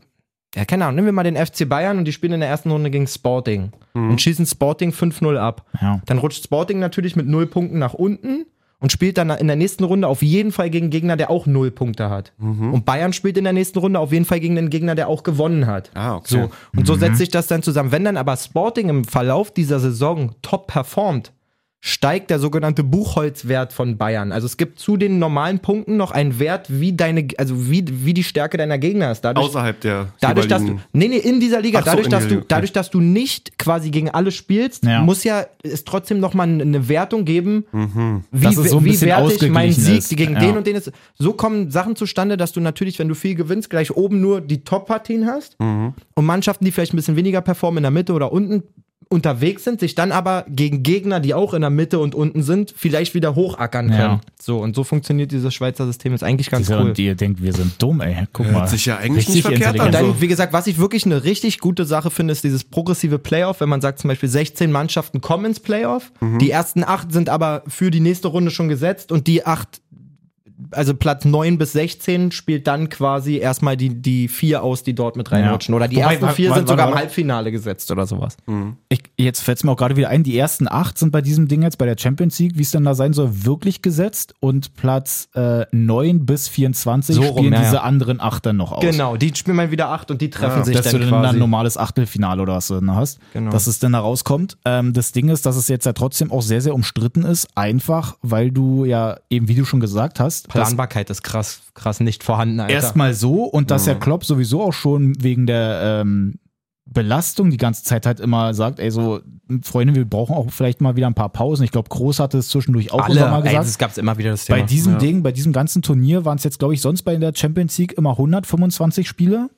[SPEAKER 3] ja, keine Ahnung, nehmen wir mal den FC Bayern und die spielen in der ersten Runde gegen Sporting
[SPEAKER 1] Mhm.
[SPEAKER 3] und schießen Sporting 5-0 ab.
[SPEAKER 2] Ja.
[SPEAKER 3] Dann rutscht Sporting natürlich mit 0 Punkten nach unten und spielt dann in der nächsten Runde auf jeden Fall gegen einen Gegner, der auch 0 Punkte hat.
[SPEAKER 1] Mhm.
[SPEAKER 3] Und Bayern spielt in der nächsten Runde auf jeden Fall gegen einen Gegner, der auch gewonnen hat.
[SPEAKER 1] Ah, okay.
[SPEAKER 3] So. Und so setzt sich das dann zusammen. Wenn dann aber Sporting im Verlauf dieser Saison top performt, steigt der sogenannte Buchholzwert von Bayern. Also es gibt zu den normalen Punkten noch einen Wert, wie deine, also wie, wie die Stärke deiner Gegner ist. Dadurch,
[SPEAKER 1] Außerhalb der
[SPEAKER 3] dadurch dass du,
[SPEAKER 1] jeweiligen-
[SPEAKER 3] nee, nee, in dieser Liga,
[SPEAKER 1] Ach so,
[SPEAKER 3] dadurch,
[SPEAKER 1] in
[SPEAKER 3] dass
[SPEAKER 1] der
[SPEAKER 3] du,
[SPEAKER 1] Liga, okay.
[SPEAKER 3] dadurch, dass du nicht quasi gegen alle spielst,
[SPEAKER 2] Ja.
[SPEAKER 3] muss ja es trotzdem nochmal eine Wertung geben,
[SPEAKER 1] Mhm.
[SPEAKER 3] wie,
[SPEAKER 2] Dass es so ein
[SPEAKER 3] wie
[SPEAKER 2] bisschen
[SPEAKER 3] wertig mein
[SPEAKER 2] ausgeglichen
[SPEAKER 3] Sieg
[SPEAKER 2] ist.
[SPEAKER 3] gegen
[SPEAKER 2] Ja.
[SPEAKER 3] den und den ist. So kommen Sachen zustande, dass du natürlich, wenn du viel gewinnst, gleich oben nur die Top-Partien hast
[SPEAKER 1] Mhm.
[SPEAKER 3] und Mannschaften, die vielleicht ein bisschen weniger performen in der Mitte oder unten unterwegs sind, sich dann aber gegen Gegner, die auch in der Mitte und unten sind, vielleicht wieder hochackern
[SPEAKER 2] Ja.
[SPEAKER 3] können. So, und so funktioniert dieses Schweizer System, ist eigentlich ganz
[SPEAKER 2] Diese-
[SPEAKER 3] cool.
[SPEAKER 2] Und ihr denkt, wir sind dumm, ey. Guck mal.
[SPEAKER 1] sich ja eigentlich
[SPEAKER 2] Richtig
[SPEAKER 1] nicht verkehrt an.
[SPEAKER 2] intelligent.
[SPEAKER 3] Und dann,
[SPEAKER 1] Also-
[SPEAKER 3] wie gesagt, was ich wirklich eine richtig gute Sache finde, ist dieses progressive Playoff, wenn man sagt zum Beispiel 16 Mannschaften kommen ins Playoff,
[SPEAKER 2] Mhm.
[SPEAKER 3] die ersten acht sind aber für die nächste Runde schon gesetzt und die acht, also Platz 9 bis 16 spielt dann quasi erstmal die, die vier aus, die dort mit reinrutschen. Oder die
[SPEAKER 2] Wobei,
[SPEAKER 3] ersten
[SPEAKER 2] wa-
[SPEAKER 3] vier
[SPEAKER 2] wa-
[SPEAKER 3] sind
[SPEAKER 2] wa-
[SPEAKER 3] sogar
[SPEAKER 2] wa- Mhm.
[SPEAKER 3] im Halbfinale gesetzt oder sowas.
[SPEAKER 2] Ich, jetzt fällt es mir auch gerade wieder ein, die ersten acht sind bei diesem Ding jetzt bei der Champions League, wie es denn da sein soll, wirklich gesetzt und Platz äh, 9 bis 24
[SPEAKER 3] So rum,
[SPEAKER 2] spielen
[SPEAKER 3] ja, ja.
[SPEAKER 2] diese anderen acht dann noch aus.
[SPEAKER 3] Genau, die spielen mal wieder acht und die treffen sich
[SPEAKER 2] Dass
[SPEAKER 3] dann
[SPEAKER 2] du dann
[SPEAKER 3] quasi.
[SPEAKER 2] ein normales Achtelfinale oder was du dann hast,
[SPEAKER 3] Genau.
[SPEAKER 2] dass es dann da rauskommt. Ähm, das Ding ist, dass es jetzt ja trotzdem auch sehr, sehr umstritten ist, einfach weil du ja eben, wie du schon gesagt hast, dass
[SPEAKER 3] Planbarkeit ist krass, krass nicht vorhanden. Alter.
[SPEAKER 2] Erstmal so und dass
[SPEAKER 3] Mhm.
[SPEAKER 2] ja Klopp sowieso auch schon wegen der ähm, Belastung die ganze Zeit halt immer sagt, ey, so, Freunde, wir brauchen auch vielleicht mal wieder ein paar Pausen. Ich glaube, Groß hatte es zwischendurch auch
[SPEAKER 3] alle,
[SPEAKER 2] immer mal
[SPEAKER 3] ey,
[SPEAKER 2] gesagt.
[SPEAKER 3] das gab's immer wieder das Thema.
[SPEAKER 2] bei diesem Ding, bei diesem ganzen Turnier waren es jetzt, glaube ich, sonst bei der Champions League immer 125 Spiele,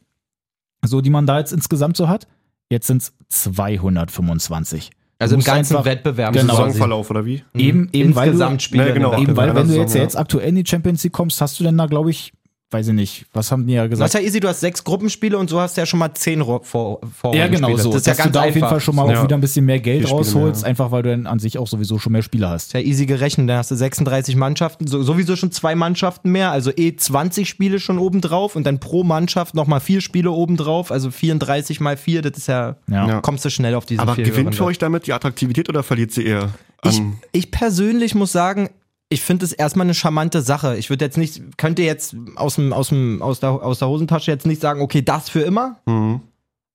[SPEAKER 2] so die man da jetzt insgesamt so hat. Jetzt sind es 225.
[SPEAKER 3] also im
[SPEAKER 2] musst
[SPEAKER 3] ganzen
[SPEAKER 2] einfach-
[SPEAKER 3] Wettbewerb.
[SPEAKER 2] Genau.
[SPEAKER 3] quasi.
[SPEAKER 1] Saisonverlauf oder wie?
[SPEAKER 3] Mhm.
[SPEAKER 2] Eben, eben weil du,
[SPEAKER 3] insgesamt Spiele.
[SPEAKER 1] Ja, genau.
[SPEAKER 3] in der
[SPEAKER 2] eben weil wenn
[SPEAKER 1] Wettbewerb,
[SPEAKER 2] du jetzt, ja
[SPEAKER 1] ja.
[SPEAKER 2] jetzt aktuell in die Champions League kommst, hast du denn da, glaube ich, weiß ich nicht, was haben die ja gesagt?
[SPEAKER 3] Das ist ja easy, du hast sechs Gruppenspiele und so hast du ja schon mal zehn Ro- vor Vorrundenspiele.
[SPEAKER 2] Ja, genau so.
[SPEAKER 3] Das ist ja
[SPEAKER 2] dass
[SPEAKER 3] ganz
[SPEAKER 2] du da
[SPEAKER 3] einfach.
[SPEAKER 2] auf jeden Fall schon mal
[SPEAKER 1] Ja.
[SPEAKER 2] auch wieder ein bisschen mehr Geld
[SPEAKER 1] Vier Spiele
[SPEAKER 2] rausholst,
[SPEAKER 1] mehr.
[SPEAKER 2] einfach weil du dann an sich auch sowieso schon mehr Spieler hast.
[SPEAKER 3] Das ist ja easy gerechnet, dann hast du 36 Mannschaften, so, sowieso schon zwei Mannschaften mehr, also eh 20 Spiele schon obendrauf und dann pro Mannschaft nochmal vier Spiele obendrauf, also 34 mal vier, das ist ja,
[SPEAKER 2] Ja.
[SPEAKER 1] Ja.
[SPEAKER 3] kommst du schnell auf diese
[SPEAKER 1] Aber
[SPEAKER 3] vier
[SPEAKER 1] gewinnt
[SPEAKER 3] Runde.
[SPEAKER 1] für euch damit die Attraktivität oder verliert sie eher
[SPEAKER 3] Ich,
[SPEAKER 1] an?
[SPEAKER 3] ich persönlich muss sagen, ich finde es erstmal eine charmante Sache. Ich würde jetzt nicht, könnte jetzt aus, dem, aus, dem, aus, der, aus der Hosentasche jetzt nicht sagen, okay, das für immer.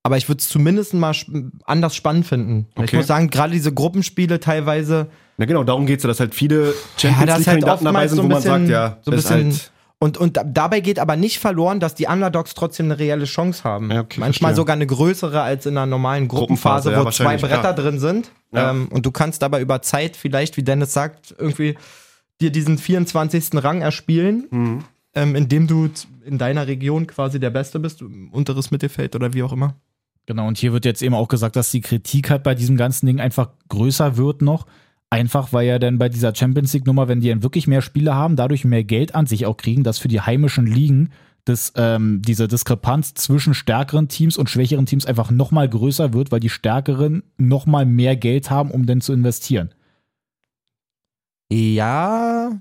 [SPEAKER 3] Aber ich würde es zumindest mal sp- anders spannend finden. Weil Ich
[SPEAKER 1] Okay.
[SPEAKER 3] muss sagen, gerade diese Gruppenspiele teilweise,
[SPEAKER 1] Na genau, darum geht's ja, dass halt viele
[SPEAKER 3] ja,
[SPEAKER 1] Champions
[SPEAKER 3] das ist halt
[SPEAKER 1] League-Kandidaten dabei
[SPEAKER 3] oftmals
[SPEAKER 1] sind,
[SPEAKER 3] so
[SPEAKER 1] wo
[SPEAKER 3] ein
[SPEAKER 1] man
[SPEAKER 3] bisschen,
[SPEAKER 1] sagt, ja,
[SPEAKER 3] so ein
[SPEAKER 1] das ist
[SPEAKER 3] bisschen
[SPEAKER 1] halt
[SPEAKER 3] und, und da- dabei geht aber nicht verloren, dass die Underdogs trotzdem eine reelle Chance haben.
[SPEAKER 1] Ja, okay,
[SPEAKER 3] Manchmal
[SPEAKER 1] verstehe.
[SPEAKER 3] sogar eine größere als in einer normalen Gruppenphase,
[SPEAKER 1] Gruppenphase, ja,
[SPEAKER 3] wo zwei
[SPEAKER 1] wahrscheinlich,
[SPEAKER 3] Bretter
[SPEAKER 1] ja.
[SPEAKER 3] drin sind.
[SPEAKER 1] Ja.
[SPEAKER 3] Ähm, und du kannst aber über Zeit vielleicht, wie Dennis sagt, irgendwie dir diesen 24. Rang erspielen,
[SPEAKER 1] Mhm.
[SPEAKER 3] ähm, indem du z- in deiner Region quasi der Beste bist, unteres Mittelfeld oder wie auch immer.
[SPEAKER 2] Genau, und hier wird jetzt eben auch gesagt, dass die Kritik halt bei diesem ganzen Ding einfach größer wird noch. Einfach, weil ja dann bei dieser Champions League-Nummer, wenn die dann wirklich mehr Spiele haben, dadurch mehr Geld an sich auch kriegen, dass für die heimischen Ligen das, ähm, diese Diskrepanz zwischen stärkeren Teams und schwächeren Teams einfach nochmal größer wird, weil die Stärkeren nochmal mehr Geld haben, um dann zu investieren.
[SPEAKER 3] Ja,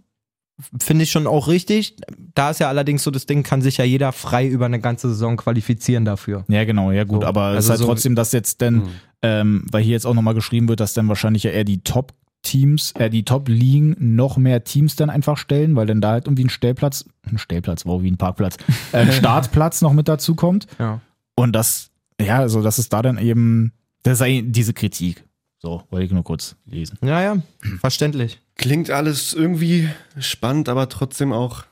[SPEAKER 3] finde ich schon auch richtig. Da ist ja allerdings so das Ding, kann sich ja jeder frei über eine ganze Saison qualifizieren dafür.
[SPEAKER 2] Ja, genau, ja gut,
[SPEAKER 3] So,
[SPEAKER 2] aber es ist
[SPEAKER 3] also
[SPEAKER 2] halt
[SPEAKER 3] so- Hm.
[SPEAKER 2] trotzdem, dass jetzt dann, ähm, weil hier jetzt auch nochmal geschrieben wird, dass dann wahrscheinlich ja eher die Top-Teams, äh, die Top-Ligen noch mehr Teams dann einfach stellen, weil dann da halt irgendwie ein Stellplatz, ein Stellplatz, wow, wie ein Parkplatz, äh, ein Startplatz noch mit dazu kommt.
[SPEAKER 3] Ja.
[SPEAKER 2] Und das, ja, also das ist da dann eben, das ist eigentlich diese Kritik. So, wollte ich nur kurz lesen.
[SPEAKER 3] Ja, ja, verständlich.
[SPEAKER 1] Klingt alles irgendwie spannend, aber trotzdem auch.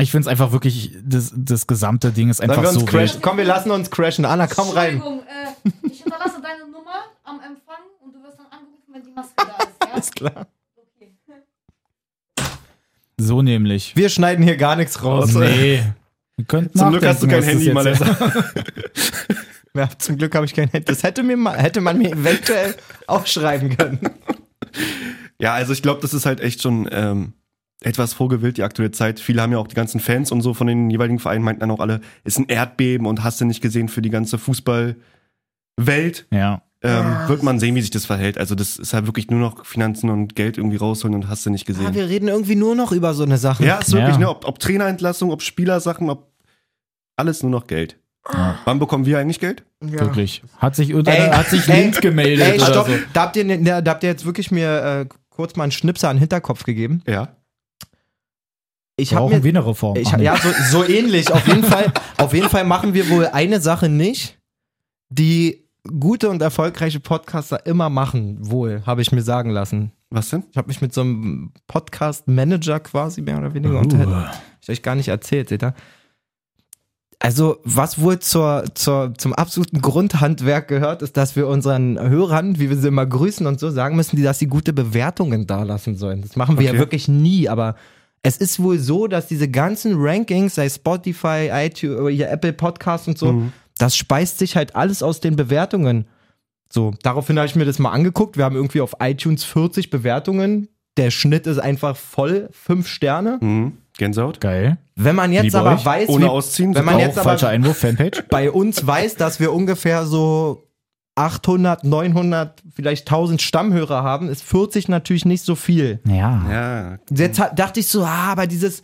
[SPEAKER 2] Ich finde es einfach wirklich, das, das gesamte Ding ist
[SPEAKER 3] Sollen
[SPEAKER 2] einfach
[SPEAKER 3] wir uns
[SPEAKER 2] so wild.
[SPEAKER 3] crashen? Komm, wir lassen uns crashen. Anna, komm rein.
[SPEAKER 5] Entschuldigung, äh, ich hinterlasse deine Nummer am Empfang und du wirst dann angerufen, wenn die Maske da ist. Ja?
[SPEAKER 3] Ist klar.
[SPEAKER 5] Okay.
[SPEAKER 2] So nämlich.
[SPEAKER 3] Wir schneiden hier gar nichts raus.
[SPEAKER 2] nee. Wir könnten
[SPEAKER 1] Zum Glück hast du
[SPEAKER 2] nachdenken,
[SPEAKER 1] kein
[SPEAKER 2] was das
[SPEAKER 1] Handy,
[SPEAKER 2] jetzt-
[SPEAKER 1] Malessa.
[SPEAKER 3] Ja, zum Glück habe ich kein Handy. Das hätte, mir mal, hätte man mir eventuell aufschreiben können.
[SPEAKER 1] Ja, also ich glaube, das ist halt echt schon ähm, etwas vorgewillt, die aktuelle Zeit. Viele haben ja auch die ganzen Fans und so von den jeweiligen Vereinen meinten dann auch alle, ist ein Erdbeben und hast du nicht gesehen für die ganze Fußballwelt.
[SPEAKER 2] Ja.
[SPEAKER 1] Ähm, wird man sehen, wie sich das verhält. Also das ist halt wirklich nur noch Finanzen und Geld irgendwie rausholen und hast du nicht gesehen.
[SPEAKER 3] Ah, wir reden irgendwie nur noch über so eine Sache.
[SPEAKER 1] Ja, ist wirklich,
[SPEAKER 2] Ja.
[SPEAKER 1] ne? Ob, ob Trainerentlassung, ob Spielersachen, ob alles nur noch Geld.
[SPEAKER 2] Ja.
[SPEAKER 1] Wann bekommen wir eigentlich Geld?
[SPEAKER 2] Wirklich. Hat sich, unter,
[SPEAKER 3] Ey,
[SPEAKER 2] hat sich
[SPEAKER 3] ey,
[SPEAKER 2] Lind gemeldet
[SPEAKER 3] Ey,
[SPEAKER 2] oder
[SPEAKER 3] stopp.
[SPEAKER 2] so.
[SPEAKER 3] Da, habt ihr, ne, da habt ihr jetzt wirklich mir äh, kurz mal einen Schnipsel an den Hinterkopf gegeben.
[SPEAKER 1] Ja.
[SPEAKER 3] Ich hab
[SPEAKER 2] Brauchen
[SPEAKER 3] mir,
[SPEAKER 2] wir eine Reform?
[SPEAKER 3] Ich,
[SPEAKER 2] Ach, nee.
[SPEAKER 3] ja, so, so ähnlich. Auf jeden, Fall, auf jeden Fall machen wir wohl eine Sache nicht, die gute und erfolgreiche Podcaster immer machen, wohl, habe ich mir sagen lassen.
[SPEAKER 1] Was denn?
[SPEAKER 3] Ich habe mich mit so einem Podcast-Manager quasi mehr oder weniger unterhalten. Hab Ich euch gar nicht erzählt, seht ihr? Also, was wohl zur, zur, zum absoluten Grundhandwerk gehört, ist, dass wir unseren Hörern, wie wir sie immer grüßen und so, sagen müssen, die, dass sie gute Bewertungen dalassen sollen. Das machen wir
[SPEAKER 1] Okay.
[SPEAKER 3] ja wirklich nie, aber es ist wohl so, dass diese ganzen Rankings, sei Spotify, iTunes, oder hier Apple Podcasts und so, das speist sich halt alles aus den Bewertungen. So, daraufhin habe ich mir das mal angeguckt. Wir haben irgendwie auf iTunes 40 Bewertungen. Der Schnitt ist einfach voll, fünf Sterne.
[SPEAKER 1] Mhm. Gänsehaut?
[SPEAKER 2] Geil.
[SPEAKER 3] Wenn man jetzt
[SPEAKER 2] Liebe
[SPEAKER 3] aber
[SPEAKER 2] euch.
[SPEAKER 3] weiß,
[SPEAKER 1] Ohne
[SPEAKER 3] wie,
[SPEAKER 1] ausziehen?
[SPEAKER 3] wenn man
[SPEAKER 1] Auch-
[SPEAKER 3] jetzt
[SPEAKER 2] Auch
[SPEAKER 3] aber-
[SPEAKER 2] falscher Einwurf, Fanpage.
[SPEAKER 3] bei uns weiß, dass wir ungefähr so 800, 900, vielleicht 1000 Stammhörer haben, ist 40 natürlich nicht so viel.
[SPEAKER 2] Ja.
[SPEAKER 1] ja,
[SPEAKER 3] Jetzt hat, dachte ich so, ah, aber dieses,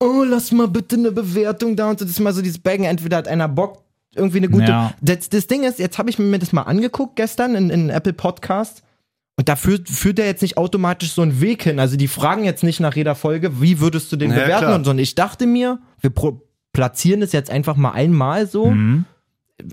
[SPEAKER 3] oh, lass mal bitte eine Bewertung da und so, das ist mal so dieses Baggen, entweder hat einer Bock, irgendwie eine gute.
[SPEAKER 2] Ja.
[SPEAKER 3] Das, das Ding ist, jetzt habe ich mir das mal angeguckt gestern in, in Apple Podcast und da führt, führt der jetzt nicht automatisch so einen Weg hin. Also die fragen jetzt nicht nach jeder Folge, wie würdest du den
[SPEAKER 1] Ja,
[SPEAKER 3] bewerten
[SPEAKER 1] klar.
[SPEAKER 3] und so. Und ich dachte mir, wir pro platzieren das jetzt einfach mal einmal so
[SPEAKER 2] Mhm.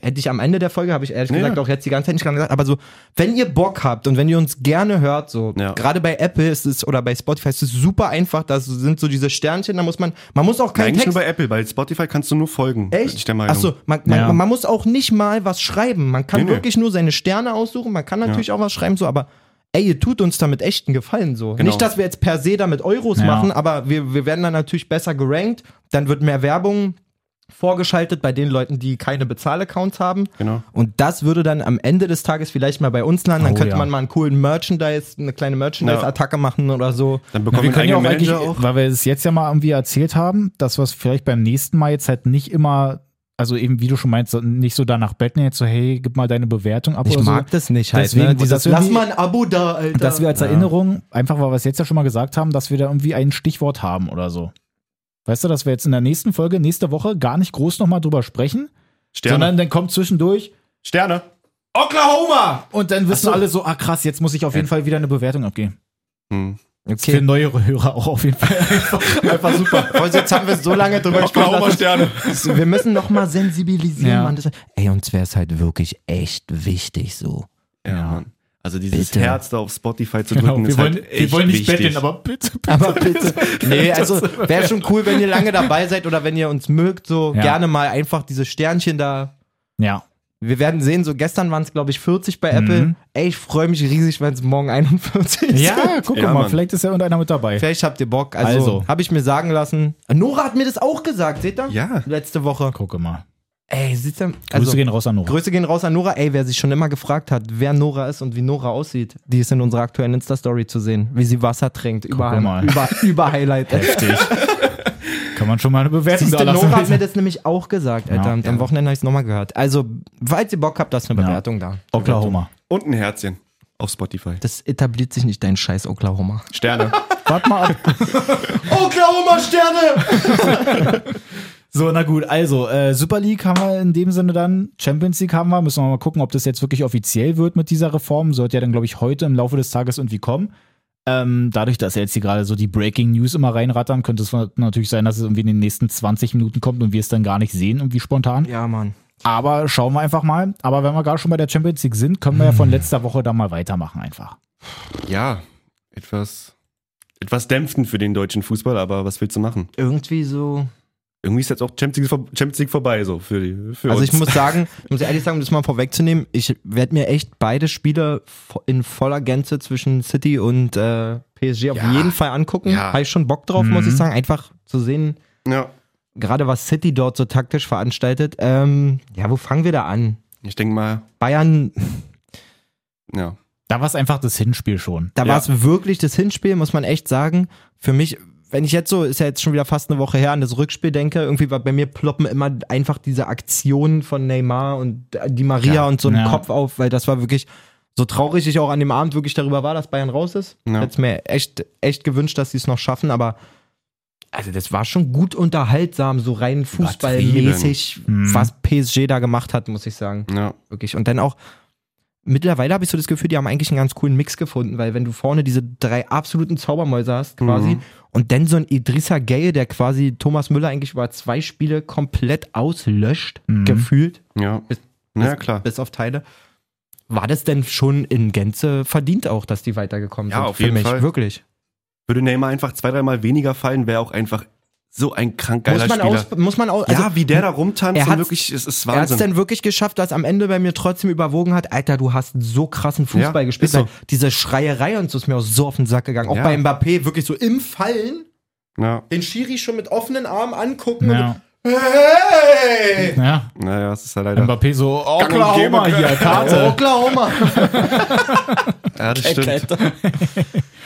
[SPEAKER 3] hätte ich am Ende der Folge, habe ich ehrlich
[SPEAKER 1] Ja.
[SPEAKER 3] gesagt auch jetzt die ganze Zeit nicht dran gesagt, aber so, wenn ihr Bock habt und wenn ihr uns gerne hört, so,
[SPEAKER 1] Ja.
[SPEAKER 3] gerade bei Apple ist es oder bei Spotify ist es super einfach, da sind so diese Sternchen, da muss man, man muss auch keinen
[SPEAKER 1] eigentlich nur bei
[SPEAKER 3] Text.
[SPEAKER 1] Apple, weil Spotify kannst du nur folgen. bin Ich
[SPEAKER 3] Echt?
[SPEAKER 1] der Meinung.
[SPEAKER 3] Achso, man, man,
[SPEAKER 2] Ja.
[SPEAKER 3] man muss auch nicht mal was schreiben. Man kann
[SPEAKER 1] Nee, nee.
[SPEAKER 3] wirklich nur seine Sterne aussuchen, man kann natürlich auch was schreiben, so, aber ey, ihr tut uns damit echten Gefallen so.
[SPEAKER 1] Genau.
[SPEAKER 3] Nicht, dass wir jetzt per se damit Euros
[SPEAKER 2] Ja.
[SPEAKER 3] machen, aber wir, wir werden dann natürlich besser gerankt, dann wird mehr Werbung vorgeschaltet bei den Leuten, die keine Bezahlaccounts haben.
[SPEAKER 1] Genau.
[SPEAKER 3] Und das würde dann am Ende des Tages vielleicht mal bei uns landen. Dann
[SPEAKER 2] Oh,
[SPEAKER 3] könnte
[SPEAKER 2] ja.
[SPEAKER 3] man mal einen coolen Merchandise, eine kleine Merchandise-Attacke machen oder so.
[SPEAKER 1] Dann
[SPEAKER 2] Na,
[SPEAKER 1] bekommen
[SPEAKER 2] wir
[SPEAKER 1] wir einen
[SPEAKER 2] können ja auch
[SPEAKER 1] eigenen
[SPEAKER 2] eigentlich,
[SPEAKER 1] Manager auch.
[SPEAKER 2] weil wir es jetzt ja mal irgendwie erzählt haben, dass wir es vielleicht beim nächsten Mal jetzt halt nicht immer, also eben wie du schon meinst, so- nicht so danach betten, jetzt so, hey, gib mal deine Bewertung ab
[SPEAKER 3] Ich
[SPEAKER 2] oder
[SPEAKER 3] mag das nicht halt.
[SPEAKER 2] Deswegen,
[SPEAKER 3] ne?
[SPEAKER 2] das
[SPEAKER 3] Dieses,
[SPEAKER 2] wir
[SPEAKER 3] lass
[SPEAKER 2] die-
[SPEAKER 3] mal ein Abo da, Alter.
[SPEAKER 2] so. Dass wir als Erinnerung, einfach weil wir es jetzt ja schon mal gesagt haben, dass wir da irgendwie ein Stichwort haben oder so. Weißt du, dass wir jetzt in der nächsten Folge, nächste Woche gar nicht groß nochmal drüber sprechen,
[SPEAKER 1] Sterne.
[SPEAKER 2] sondern dann kommt zwischendurch
[SPEAKER 1] Sterne.
[SPEAKER 3] Oklahoma!
[SPEAKER 2] und dann wissen
[SPEAKER 3] so.
[SPEAKER 2] alle so, ah krass, jetzt muss ich auf jeden Fall wieder eine Bewertung abgeben.
[SPEAKER 1] Hm.
[SPEAKER 2] Für
[SPEAKER 3] Okay.
[SPEAKER 2] neuere Hörer auch auf jeden Fall.
[SPEAKER 3] Einfach super. Also jetzt haben wir so lange drüber gesprochen. dass
[SPEAKER 1] Sterne.
[SPEAKER 3] es- Wir müssen noch mal sensibilisieren,
[SPEAKER 2] Ja.
[SPEAKER 3] Mann. Das, ey, uns wäre es halt wirklich echt wichtig so.
[SPEAKER 1] Ja, Mann. Also dieses
[SPEAKER 3] Bitte.
[SPEAKER 1] Herz da auf Spotify zu drücken
[SPEAKER 2] Genau, wir
[SPEAKER 1] ist
[SPEAKER 2] wollen,
[SPEAKER 1] halt echt
[SPEAKER 2] wir wollen nicht
[SPEAKER 1] wichtig.
[SPEAKER 2] betteln, aber bitte, bitte.
[SPEAKER 3] Aber bitte. Nee, also wäre schon cool, wenn ihr lange dabei seid oder wenn ihr uns mögt, so
[SPEAKER 2] Ja.
[SPEAKER 3] gerne mal einfach diese Sternchen da
[SPEAKER 2] Ja.
[SPEAKER 3] Wir werden sehen, so gestern waren es, glaube ich, 40 bei Apple.
[SPEAKER 2] Mhm.
[SPEAKER 3] Ey, ich freue mich riesig, wenn es morgen 41 ist.
[SPEAKER 2] Ja, guck
[SPEAKER 1] Ja,
[SPEAKER 2] mal,
[SPEAKER 1] Mann.
[SPEAKER 2] vielleicht ist ja irgendeiner mit dabei.
[SPEAKER 3] Vielleicht habt ihr Bock. Also,
[SPEAKER 2] Also.
[SPEAKER 3] habe ich mir sagen lassen. Nora hat mir das auch gesagt, seht ihr?
[SPEAKER 1] Ja.
[SPEAKER 3] Letzte Woche.
[SPEAKER 2] Gucke mal.
[SPEAKER 3] Ey, seht ihr?
[SPEAKER 2] Grüße
[SPEAKER 3] Also,
[SPEAKER 2] gehen raus an Nora.
[SPEAKER 3] Grüße gehen raus an Nora. Ey, wer sich schon immer gefragt hat, wer Nora ist und wie Nora aussieht, die ist in unserer aktuellen Insta-Story zu sehen. Wie sie Wasser trinkt. Überall.
[SPEAKER 2] mal.
[SPEAKER 3] Über, über Highlight.
[SPEAKER 2] Heftig. Kann man schon mal eine Bewertung
[SPEAKER 3] Siehste,
[SPEAKER 2] da lassen.
[SPEAKER 3] Nora hat mir das nämlich auch gesagt, Alter.
[SPEAKER 2] Ja.
[SPEAKER 3] und am Wochenende habe ich es nochmal gehört. Also, falls ihr Bock habt, da ist eine
[SPEAKER 2] Ja.
[SPEAKER 3] Bewertung da.
[SPEAKER 2] Oklahoma.
[SPEAKER 1] Und ein Herzchen auf Spotify.
[SPEAKER 3] Das etabliert sich nicht, dein scheiß Oklahoma.
[SPEAKER 1] Sterne.
[SPEAKER 2] Warte mal ab.
[SPEAKER 3] Oklahoma Sterne!
[SPEAKER 2] So, na gut, also äh, Super League haben wir in dem Sinne dann, Champions League haben wir, müssen wir mal gucken, ob das jetzt wirklich offiziell wird mit dieser Reform. Sollte ja dann, glaube ich, heute im Laufe des Tages irgendwie kommen. Ähm, dadurch, dass jetzt hier gerade so die Breaking News immer reinrattern, könnte es natürlich sein, dass es irgendwie in den nächsten 20 Minuten kommt und wir es dann gar nicht sehen, irgendwie spontan.
[SPEAKER 3] Ja, Mann.
[SPEAKER 2] Aber schauen wir einfach mal. Aber wenn wir gerade schon bei der Champions League sind, können wir ja von letzter Woche da mal weitermachen einfach.
[SPEAKER 1] Ja, etwas, etwas dämpfend für den deutschen Fußball, aber was willst du machen?
[SPEAKER 3] Irgendwie so.
[SPEAKER 1] Irgendwie ist jetzt auch Champions League, vor- Champions League vorbei, so für, die, für
[SPEAKER 3] Also
[SPEAKER 1] uns.
[SPEAKER 3] ich muss sagen, ich muss ehrlich sagen, um das mal vorwegzunehmen, ich werde mir echt beide Spiele vo- in voller Gänze zwischen City und äh, PSG auf
[SPEAKER 1] Ja.
[SPEAKER 3] jeden Fall angucken.
[SPEAKER 1] Ja. Mhm.
[SPEAKER 3] Habe ich schon Bock drauf, muss ich sagen. Einfach zu sehen,
[SPEAKER 1] Ja.
[SPEAKER 3] gerade was City dort so taktisch veranstaltet. Ähm, ja, wo fangen wir da an?
[SPEAKER 1] Ich denke mal,
[SPEAKER 3] Bayern,
[SPEAKER 1] ja.
[SPEAKER 2] Da war es einfach das Hinspiel schon.
[SPEAKER 3] da
[SPEAKER 1] Ja.
[SPEAKER 3] war es wirklich das Hinspiel, muss man echt sagen. Für mich, wenn ich jetzt so, ist ja jetzt schon wieder fast eine Woche her, an das Rückspiel denke, irgendwie war bei mir ploppen immer einfach diese Aktionen von Neymar und die Maria
[SPEAKER 1] Ja.
[SPEAKER 3] und so ein
[SPEAKER 2] Ja.
[SPEAKER 3] Kopf auf, weil das war wirklich, so traurig ich auch an dem Abend wirklich darüber war, dass Bayern raus ist.
[SPEAKER 1] Ja.
[SPEAKER 3] Hätte mir echt, echt gewünscht, dass sie es noch schaffen, aber also das war schon gut unterhaltsam, so rein fußballmäßig,
[SPEAKER 2] Mhm.
[SPEAKER 3] was PSG da gemacht hat, muss ich sagen
[SPEAKER 1] Ja.
[SPEAKER 3] wirklich. Und dann auch, mittlerweile habe ich so das Gefühl, die haben eigentlich einen ganz coolen Mix gefunden, weil wenn du vorne diese drei absoluten Zaubermäuse hast, quasi,
[SPEAKER 1] Mhm.
[SPEAKER 3] und dann so ein Idrissa Gay, der quasi Thomas Müller eigentlich über zwei Spiele komplett auslöscht,
[SPEAKER 2] Mhm.
[SPEAKER 3] gefühlt,
[SPEAKER 1] Ja.
[SPEAKER 3] Bis-
[SPEAKER 1] Na ja,
[SPEAKER 3] bis-
[SPEAKER 1] klar.
[SPEAKER 3] bis auf Teile. War das denn schon in Gänze verdient auch, dass die weitergekommen
[SPEAKER 1] Ja,
[SPEAKER 3] sind?
[SPEAKER 1] auf jeden
[SPEAKER 3] Für mich,
[SPEAKER 1] Fall.
[SPEAKER 3] wirklich.
[SPEAKER 1] Würde Neymar einfach zwei, dreimal weniger fallen, wäre auch einfach so ein krank geiler
[SPEAKER 3] Muss man,
[SPEAKER 1] Spieler.
[SPEAKER 3] aus, muss man aus, also
[SPEAKER 1] ja, wie der da rumtanzt
[SPEAKER 3] er
[SPEAKER 1] und
[SPEAKER 3] hat's-
[SPEAKER 1] wirklich, es ist
[SPEAKER 3] Er hat es
[SPEAKER 1] Wahnsinn.
[SPEAKER 3] dann wirklich geschafft, dass am Ende bei mir trotzdem überwogen hat, Alter, du hast so krassen Fußball
[SPEAKER 1] Ja,
[SPEAKER 3] gespielt.
[SPEAKER 1] ist so.
[SPEAKER 3] weil Diese Schreierei und so ist mir auch so auf den Sack gegangen. Auch
[SPEAKER 1] Ja.
[SPEAKER 3] bei Mbappé wirklich so im Fallen,
[SPEAKER 1] Ja,
[SPEAKER 3] den Schiri schon mit offenen Armen angucken.
[SPEAKER 2] Ja.
[SPEAKER 3] Und, hey!
[SPEAKER 2] Ja.
[SPEAKER 1] naja, es ist ja leider.
[SPEAKER 2] Mbappé so,
[SPEAKER 1] und gäbe
[SPEAKER 2] Oklahoma hier, Karte.
[SPEAKER 3] Oklahoma!
[SPEAKER 1] Ja, das stimmt.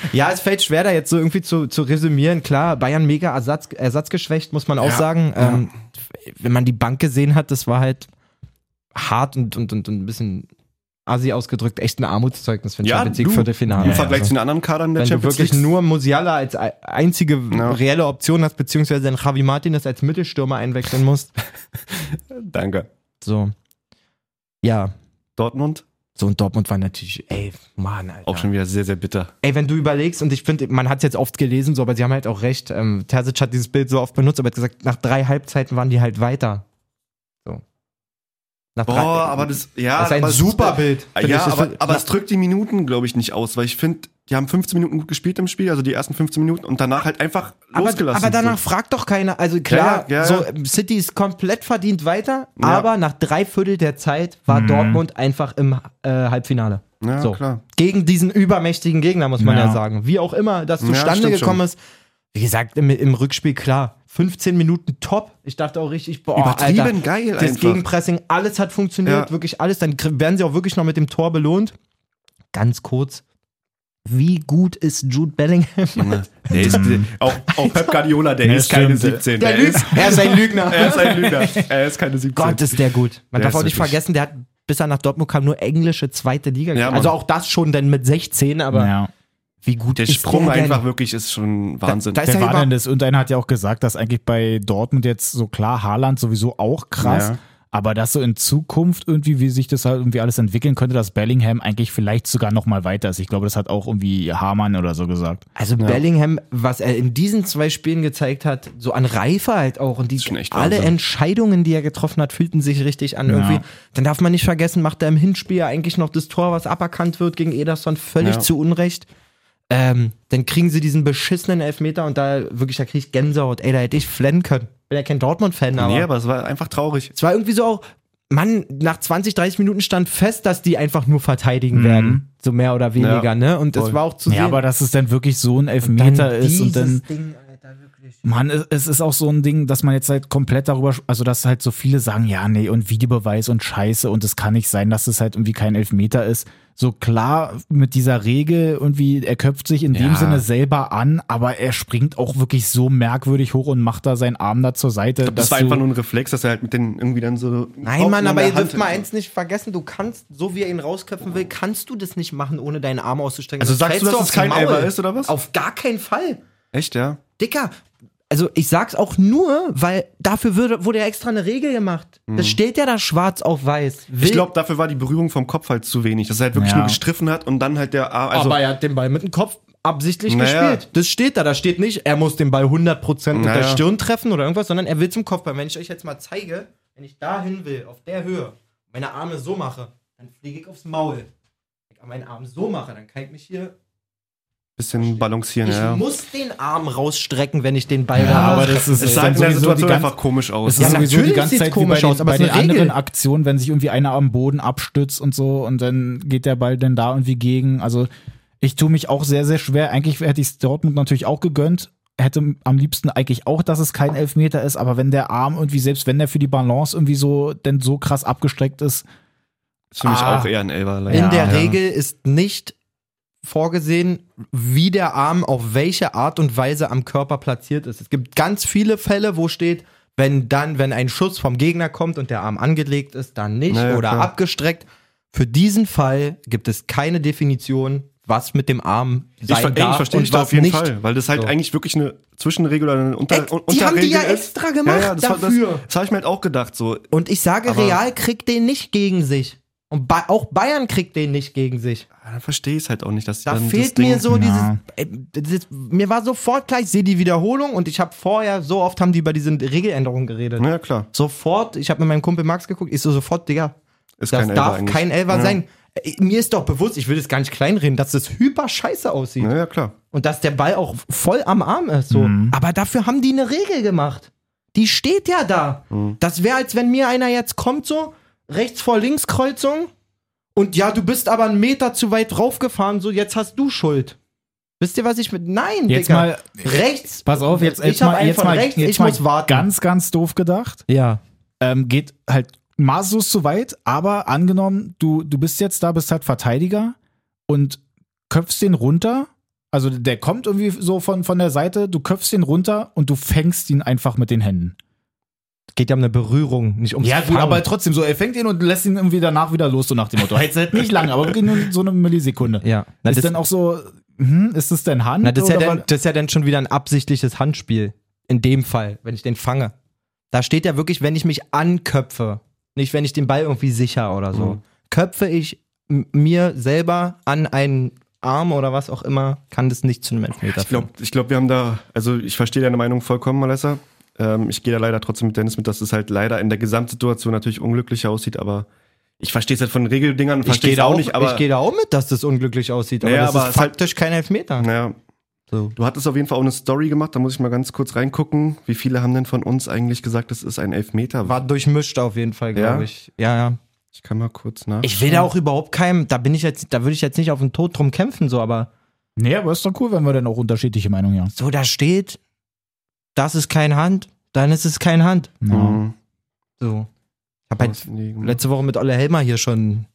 [SPEAKER 3] ja, es fällt schwer, da jetzt so irgendwie zu, zu resümieren. Klar, Bayern mega Ersatz, ersatzgeschwächt, muss man auch
[SPEAKER 1] Ja,
[SPEAKER 3] sagen. Ähm, Wenn man die Bank gesehen hat, das war halt hart und, und, und, und ein bisschen assi ausgedrückt, echt ein Armutszeugnis für ein
[SPEAKER 1] Ja,
[SPEAKER 3] Champions League
[SPEAKER 1] du,
[SPEAKER 3] Viertelfinale.
[SPEAKER 1] Im
[SPEAKER 3] Ja,
[SPEAKER 1] Vergleich
[SPEAKER 3] also.
[SPEAKER 1] zu den anderen Kadern der
[SPEAKER 3] wenn du
[SPEAKER 1] Champions
[SPEAKER 3] wirklich
[SPEAKER 1] League.
[SPEAKER 3] nur Musiala als ei- einzige
[SPEAKER 1] Ja.
[SPEAKER 3] reelle Option hast, beziehungsweise dann Javi Martinez als Mittelstürmer einwechseln musst.
[SPEAKER 1] Danke.
[SPEAKER 3] So. Ja.
[SPEAKER 1] Dortmund
[SPEAKER 3] So, und Dortmund war natürlich, ey, Mann, Alter.
[SPEAKER 1] auch schon wieder sehr, sehr bitter.
[SPEAKER 3] Ey, wenn du überlegst, und ich finde, man hat es jetzt oft gelesen, so, aber sie haben halt auch recht. Ähm, Terzic hat dieses Bild so oft benutzt, aber er hat gesagt, nach drei Halbzeiten waren die halt weiter. So. Nach drei-
[SPEAKER 1] Boah, aber das, ja,
[SPEAKER 3] das ist ein
[SPEAKER 1] aber es-
[SPEAKER 3] super Bild.
[SPEAKER 1] Ja,
[SPEAKER 3] finde ich. Das
[SPEAKER 1] aber,
[SPEAKER 3] wird-
[SPEAKER 1] aber es drückt die Minuten, glaube ich, nicht aus, weil ich finde, die haben 15 Minuten gut gespielt im Spiel, also die ersten 15 Minuten und danach halt einfach
[SPEAKER 3] aber,
[SPEAKER 1] losgelassen.
[SPEAKER 3] aber danach fragt doch keiner. Also klar,
[SPEAKER 1] Ja, ja, ja,
[SPEAKER 3] so
[SPEAKER 1] ja.
[SPEAKER 3] ähm, City ist komplett verdient weiter,
[SPEAKER 1] Ja. Mhm.
[SPEAKER 3] aber nach drei Viertel der Zeit war Dortmund einfach im äh, Halbfinale.
[SPEAKER 1] Ja,
[SPEAKER 3] so.
[SPEAKER 1] klar.
[SPEAKER 3] Gegen diesen übermächtigen Gegner, muss man ja,
[SPEAKER 2] Ja.
[SPEAKER 3] sagen. Wie auch immer das
[SPEAKER 1] Ja,
[SPEAKER 3] zustande
[SPEAKER 1] stimmt
[SPEAKER 3] gekommen ist. Wie gesagt, im, im Rückspiel klar. 15 Minuten top. Ich dachte auch richtig, boah,
[SPEAKER 1] Übertrieben
[SPEAKER 3] Alter,
[SPEAKER 1] geil
[SPEAKER 3] das
[SPEAKER 1] einfach.
[SPEAKER 3] Gegenpressing, alles hat funktioniert,
[SPEAKER 1] Ja.
[SPEAKER 3] wirklich alles. Dann krie- werden sie auch wirklich noch mit dem Tor belohnt. Ganz kurz, wie gut ist Jude Bellingham?
[SPEAKER 1] Junge, der ist, der, auch, auch Pep Guardiola, der
[SPEAKER 2] Ja,
[SPEAKER 1] ist keine
[SPEAKER 2] stimmt.
[SPEAKER 1] 17.
[SPEAKER 3] Der lügt.
[SPEAKER 1] ist,
[SPEAKER 3] Er ist ein Lügner.
[SPEAKER 1] er ist ein Lügner. Er ist keine 17.
[SPEAKER 3] Gott, ist der gut. Man
[SPEAKER 1] Der
[SPEAKER 3] darf auch
[SPEAKER 1] ist
[SPEAKER 3] nicht
[SPEAKER 1] wirklich-
[SPEAKER 3] vergessen, der hat bis er nach Dortmund kam nur englische zweite Liga.
[SPEAKER 1] Ja,
[SPEAKER 3] gespielt. also
[SPEAKER 1] Mann.
[SPEAKER 3] auch das schon denn mit 16, aber
[SPEAKER 2] Ja.
[SPEAKER 3] wie gut
[SPEAKER 1] der
[SPEAKER 3] ist
[SPEAKER 1] Sprung
[SPEAKER 3] der denn?
[SPEAKER 1] einfach wirklich ist schon Wahnsinn.
[SPEAKER 3] Da, da ist
[SPEAKER 2] Wer
[SPEAKER 3] ja
[SPEAKER 2] war
[SPEAKER 3] über,
[SPEAKER 2] denn das? Und einer hat ja auch gesagt, dass eigentlich bei Dortmund jetzt so klar Haaland sowieso auch krass.
[SPEAKER 1] Ja.
[SPEAKER 2] Aber dass so in Zukunft irgendwie, wie sich das halt irgendwie alles entwickeln könnte, dass Bellingham eigentlich vielleicht sogar noch mal weiter ist. Ich glaube, das hat auch irgendwie Hamann oder so gesagt.
[SPEAKER 3] also Bellingham, was er in diesen zwei Spielen gezeigt hat, so an Reife halt auch und die
[SPEAKER 1] schon echt
[SPEAKER 3] alle
[SPEAKER 1] Wahnsinn.
[SPEAKER 3] Entscheidungen, die er getroffen hat, fühlten sich richtig an
[SPEAKER 2] Ja.
[SPEAKER 3] irgendwie. Dann darf man nicht vergessen, macht er im Hinspiel ja eigentlich noch das Tor, was aberkannt wird gegen Ederson, völlig
[SPEAKER 1] Ja.
[SPEAKER 3] zu Unrecht. Ähm, dann kriegen sie diesen beschissenen Elfmeter und da wirklich, da kriege ich Gänsehaut. Ey, da hätte ich flennen können. Bin ja kein Dortmund-Fan, aber.
[SPEAKER 1] nee, aber es war einfach traurig.
[SPEAKER 3] Es war irgendwie so auch, Mann, nach 20, 30 Minuten stand fest, dass die einfach nur verteidigen werden. So mehr oder weniger,
[SPEAKER 1] Mhm. Ja,
[SPEAKER 3] ne? Und es
[SPEAKER 1] voll.
[SPEAKER 3] war auch zu
[SPEAKER 2] Ja,
[SPEAKER 3] sehen.
[SPEAKER 2] aber dass es dann wirklich so ein
[SPEAKER 3] Dann
[SPEAKER 2] Elfmeter ist und
[SPEAKER 3] dieses
[SPEAKER 2] dann,
[SPEAKER 3] Ding, Alter, wirklich.
[SPEAKER 2] Mann, es- es ist auch so ein Ding, dass man jetzt halt komplett darüber, sch- also dass halt so viele sagen, ja, nee, und Videobeweis und Scheiße und es kann nicht sein, dass es halt irgendwie kein Elfmeter ist. So klar mit dieser Regel irgendwie, er köpft sich in dem
[SPEAKER 1] Ja.
[SPEAKER 2] Sinne selber an, aber er springt auch wirklich so merkwürdig hoch und macht da seinen Arm da zur Seite.
[SPEAKER 1] Das, war
[SPEAKER 2] du-
[SPEAKER 1] einfach nur ein Reflex, dass er halt mit den irgendwie dann so.
[SPEAKER 3] Nein, Mann, aber ihr dürft mal
[SPEAKER 1] eins.
[SPEAKER 3] eins nicht vergessen, du kannst, so wie er ihn rausköpfen will, kannst du das nicht machen, ohne deinen Arm auszustrecken.
[SPEAKER 1] Also
[SPEAKER 3] Sonst
[SPEAKER 1] sagst du,
[SPEAKER 3] fällst
[SPEAKER 1] dass es
[SPEAKER 3] aufs
[SPEAKER 1] kein
[SPEAKER 3] Maul.
[SPEAKER 1] Elfer ist, oder was?
[SPEAKER 3] Auf gar keinen Fall.
[SPEAKER 1] Echt, ja?
[SPEAKER 3] Dicker, also ich sag's auch nur, weil dafür würde, wurde ja extra eine Regel gemacht. Das steht ja da schwarz auf weiß.
[SPEAKER 1] Hm. Ich glaube, dafür war die Berührung vom Kopf halt zu wenig, dass er halt wirklich
[SPEAKER 2] Ja.
[SPEAKER 1] nur gestriffen hat und dann halt der Arm. Also,
[SPEAKER 3] aber er hat den Ball mit dem Kopf absichtlich
[SPEAKER 1] Naja.
[SPEAKER 3] gespielt. Das steht da. Da steht nicht, er muss den Ball 100% mit der
[SPEAKER 1] Naja.
[SPEAKER 3] Stirn treffen oder irgendwas, sondern er will zum Kopfball. Wenn ich euch jetzt mal zeige, wenn ich dahin will, auf der Höhe, meine Arme so mache, dann fliege ich aufs Maul. Wenn ich meinen Arm so mache, dann kann ich mich hier.
[SPEAKER 1] Bisschen balancieren,
[SPEAKER 3] Ich
[SPEAKER 1] ja.
[SPEAKER 3] muss den Arm rausstrecken, wenn ich den Ball
[SPEAKER 2] Ja,
[SPEAKER 3] da
[SPEAKER 2] aber
[SPEAKER 3] mache.
[SPEAKER 2] das ist-
[SPEAKER 1] Es
[SPEAKER 2] Es
[SPEAKER 1] sah in
[SPEAKER 2] ist
[SPEAKER 1] der
[SPEAKER 2] sowieso
[SPEAKER 1] Situation
[SPEAKER 2] die ganz-
[SPEAKER 1] einfach komisch aus.
[SPEAKER 2] Es ist
[SPEAKER 3] Ja,
[SPEAKER 2] sowieso die
[SPEAKER 3] natürlich
[SPEAKER 2] ganze
[SPEAKER 3] sieht's
[SPEAKER 2] Zeit wie bei
[SPEAKER 3] komisch
[SPEAKER 2] den,
[SPEAKER 3] aus, aber
[SPEAKER 2] bei
[SPEAKER 3] es ist
[SPEAKER 2] den
[SPEAKER 3] eine
[SPEAKER 2] anderen
[SPEAKER 3] Regel.
[SPEAKER 2] Aktionen, wenn sich irgendwie einer am Boden abstützt und so und dann geht der Ball denn da irgendwie gegen. Also ich tue mich auch sehr, sehr schwer. Eigentlich hätte ich es Dortmund natürlich auch gegönnt. Hätte am liebsten eigentlich auch, dass es kein Elfmeter ist, aber wenn der Arm irgendwie, selbst wenn der für die Balance irgendwie so, denn so krass abgestreckt ist,
[SPEAKER 1] Ist für mich
[SPEAKER 2] Ah.
[SPEAKER 1] auch eher ein Elber. leider.
[SPEAKER 3] In
[SPEAKER 2] Ja,
[SPEAKER 3] der
[SPEAKER 1] ja.
[SPEAKER 3] Regel ist nicht vorgesehen, wie der Arm auf welche Art und Weise am Körper platziert ist. Es gibt ganz viele Fälle, wo steht, wenn dann, wenn ein Schuss vom Gegner kommt und der Arm angelegt ist, dann nicht
[SPEAKER 1] Naja,
[SPEAKER 3] oder
[SPEAKER 1] klar.
[SPEAKER 3] abgestreckt. Für diesen Fall gibt es keine Definition, was mit dem Arm
[SPEAKER 1] Ich, ver
[SPEAKER 3] sein
[SPEAKER 1] ey, ich
[SPEAKER 3] darf
[SPEAKER 1] verstehe
[SPEAKER 3] und
[SPEAKER 1] dich da
[SPEAKER 3] was
[SPEAKER 1] auf jeden
[SPEAKER 3] nicht.
[SPEAKER 1] Fall, weil das halt
[SPEAKER 3] So.
[SPEAKER 1] eigentlich wirklich eine Zwischenregel oder eine Unter
[SPEAKER 3] Ex-
[SPEAKER 1] Un-
[SPEAKER 3] die haben
[SPEAKER 1] Unterregel
[SPEAKER 3] die ja
[SPEAKER 1] ist.
[SPEAKER 3] extra gemacht
[SPEAKER 1] das, war-
[SPEAKER 3] dafür.
[SPEAKER 1] Das, das habe ich mir halt auch gedacht. So.
[SPEAKER 3] Und ich sage,
[SPEAKER 1] Aber-
[SPEAKER 3] Real kriegt den nicht gegen sich. Und ba auch Bayern kriegt den nicht gegen sich.
[SPEAKER 1] Ah, Dann verstehe ich es halt auch nicht, dass die
[SPEAKER 3] Da
[SPEAKER 1] dann das
[SPEAKER 3] fehlt
[SPEAKER 1] Ding,
[SPEAKER 3] mir so
[SPEAKER 2] Ja.
[SPEAKER 3] dieses, äh, dieses. Mir war sofort gleich, sehe die Wiederholung und ich habe vorher, so oft haben die über diese Regeländerung geredet.
[SPEAKER 1] Ja klar,
[SPEAKER 3] Sofort, ich habe mit meinem Kumpel Max geguckt, ich so sofort, Digga,
[SPEAKER 1] ist
[SPEAKER 3] das
[SPEAKER 1] kein Elber
[SPEAKER 3] darf
[SPEAKER 1] eigentlich.
[SPEAKER 3] kein Elfer
[SPEAKER 1] ja.
[SPEAKER 3] sein. Äh, Mir ist doch bewusst, ich will das gar nicht kleinreden, dass das hyper scheiße aussieht
[SPEAKER 1] Ja, ja klar.
[SPEAKER 3] und dass der Ball auch voll am Arm ist. So.
[SPEAKER 2] Mhm.
[SPEAKER 3] Aber dafür haben die eine Regel gemacht. Die steht ja da.
[SPEAKER 1] Mhm.
[SPEAKER 3] Das wäre, als wenn mir einer jetzt kommt, so rechts vor links Kreuzung und ja, du bist aber einen Meter zu weit raufgefahren, so jetzt hast du Schuld. Wisst ihr, was ich mit. Nein,
[SPEAKER 2] Jetzt
[SPEAKER 3] Digga.
[SPEAKER 2] mal-
[SPEAKER 3] Rechts.
[SPEAKER 2] pass auf, jetzt, jetzt
[SPEAKER 3] ich hab
[SPEAKER 2] mal,
[SPEAKER 3] einen
[SPEAKER 2] jetzt
[SPEAKER 3] von
[SPEAKER 2] mal,
[SPEAKER 3] rechts,
[SPEAKER 2] jetzt
[SPEAKER 3] ich
[SPEAKER 2] mal
[SPEAKER 3] muss warten.
[SPEAKER 2] ganz, ganz doof gedacht.
[SPEAKER 3] ja.
[SPEAKER 2] ähm, geht halt maßlos zu weit, aber angenommen, du, du bist jetzt da, bist halt Verteidiger und köpfst den runter. Also der kommt irgendwie so von, von der Seite, du köpfst ihn runter und du fängst ihn einfach mit den Händen.
[SPEAKER 3] Geht ja um eine Berührung, nicht ums
[SPEAKER 2] Ja, gut,
[SPEAKER 3] Fangen.
[SPEAKER 2] aber trotzdem so, er fängt ihn und lässt ihn irgendwie danach wieder los, so nach dem Motto. Jetzt halt nicht lange, aber wirklich nur so eine Millisekunde.
[SPEAKER 3] Ja. Na,
[SPEAKER 2] ist
[SPEAKER 3] das-
[SPEAKER 2] dann auch so, hm, ist das denn Hand?
[SPEAKER 3] Na, das ist, ja
[SPEAKER 2] oder
[SPEAKER 3] dann,
[SPEAKER 2] was?
[SPEAKER 3] das ist ja dann schon wieder ein absichtliches Handspiel. In dem Fall, wenn ich den fange. Da steht ja wirklich, wenn ich mich anköpfe. Nicht, wenn ich den Ball irgendwie sicher oder so. Köpfe ich m- mir selber an einen Arm oder was auch immer, kann das nicht zu einem Elfmeter
[SPEAKER 1] Ich glaube, ich glaub, wir haben da, also ich verstehe deine Meinung vollkommen, Malessa. Ähm, ich gehe da leider trotzdem mit Dennis mit, dass es halt leider in der Gesamtsituation natürlich unglücklicher aussieht, aber ich verstehe es halt von Regeldingern,
[SPEAKER 3] ich
[SPEAKER 1] verstehe
[SPEAKER 3] gehe
[SPEAKER 1] es
[SPEAKER 3] da,
[SPEAKER 1] auch
[SPEAKER 3] auch-
[SPEAKER 1] nicht, aber
[SPEAKER 3] ich gehe da auch mit, dass das unglücklich aussieht. Aber
[SPEAKER 1] Naja,
[SPEAKER 3] das
[SPEAKER 1] aber
[SPEAKER 3] ist
[SPEAKER 1] es hat-
[SPEAKER 3] faktisch kein Elfmeter.
[SPEAKER 1] naja.
[SPEAKER 3] So.
[SPEAKER 1] Du hattest auf jeden Fall auch eine Story gemacht, da muss ich mal ganz kurz reingucken. Wie viele haben denn von uns eigentlich gesagt, das ist ein Elfmeter?
[SPEAKER 3] War durchmischt auf jeden Fall, glaube
[SPEAKER 1] Ja?
[SPEAKER 3] ich. Ja, ja.
[SPEAKER 1] Ich kann mal kurz nach.
[SPEAKER 3] Ich will da auch überhaupt keinem, da bin ich jetzt, da würde ich jetzt nicht auf den Tod drum kämpfen, so, aber
[SPEAKER 2] Nee, aber ist doch cool, wenn wir dann auch unterschiedliche Meinungen haben.
[SPEAKER 3] so da steht, das ist kein Hand, dann ist es kein Hand.
[SPEAKER 2] Ja.
[SPEAKER 1] Mhm.
[SPEAKER 3] So. Ich habe halt
[SPEAKER 1] Nee, genau. gemacht.
[SPEAKER 3] letzte Woche mit Olle Helmer hier schon,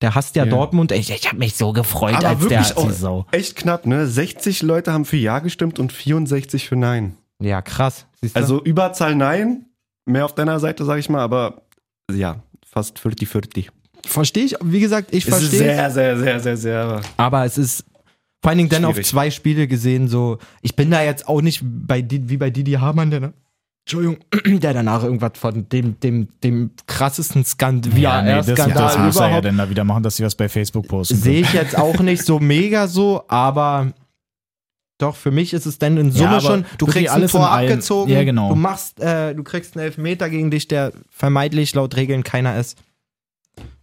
[SPEAKER 3] der hasst ja,
[SPEAKER 1] Ja.
[SPEAKER 3] Dortmund. Ich, ich habe mich so gefreut,
[SPEAKER 1] Aber
[SPEAKER 3] als
[SPEAKER 1] wirklich
[SPEAKER 3] der.
[SPEAKER 1] auch-
[SPEAKER 2] Die Sau.
[SPEAKER 1] Echt knapp, ne? 60 Leute haben für Ja gestimmt und 64 für Nein.
[SPEAKER 3] Ja, krass. Siehst du?
[SPEAKER 1] Also Überzahl Nein, mehr auf deiner Seite, sag ich mal, aber ja, fast 40-40.
[SPEAKER 3] verstehe ich, wie gesagt, ich
[SPEAKER 1] Es ist
[SPEAKER 3] verstehe.
[SPEAKER 1] sehr, sehr, sehr, sehr, sehr.
[SPEAKER 3] Aber es ist vor allen Dingen dann auf
[SPEAKER 1] Schwierig.
[SPEAKER 3] zwei Spiele gesehen, so. Ich bin da jetzt auch nicht bei, Di- wie bei Didi Hamann, der. Entschuldigung, der danach irgendwas von dem, dem, dem krassesten Skandal,
[SPEAKER 2] Ja, nee, das, das
[SPEAKER 3] VR-Skandal
[SPEAKER 2] muss er ja
[SPEAKER 3] überhaupt
[SPEAKER 2] dann da wieder machen, dass sie was bei Facebook posten.
[SPEAKER 3] Sehe ich jetzt auch nicht so mega so, aber doch, für mich ist es dann in Summe
[SPEAKER 2] Ja, aber
[SPEAKER 3] schon, du
[SPEAKER 2] wirklich
[SPEAKER 3] kriegst
[SPEAKER 2] alles
[SPEAKER 3] ein Tor
[SPEAKER 2] in allem.
[SPEAKER 3] abgezogen,
[SPEAKER 2] Ja, genau.
[SPEAKER 3] du machst, äh, du kriegst einen Elfmeter gegen dich, der vermeidlich laut Regeln keiner ist.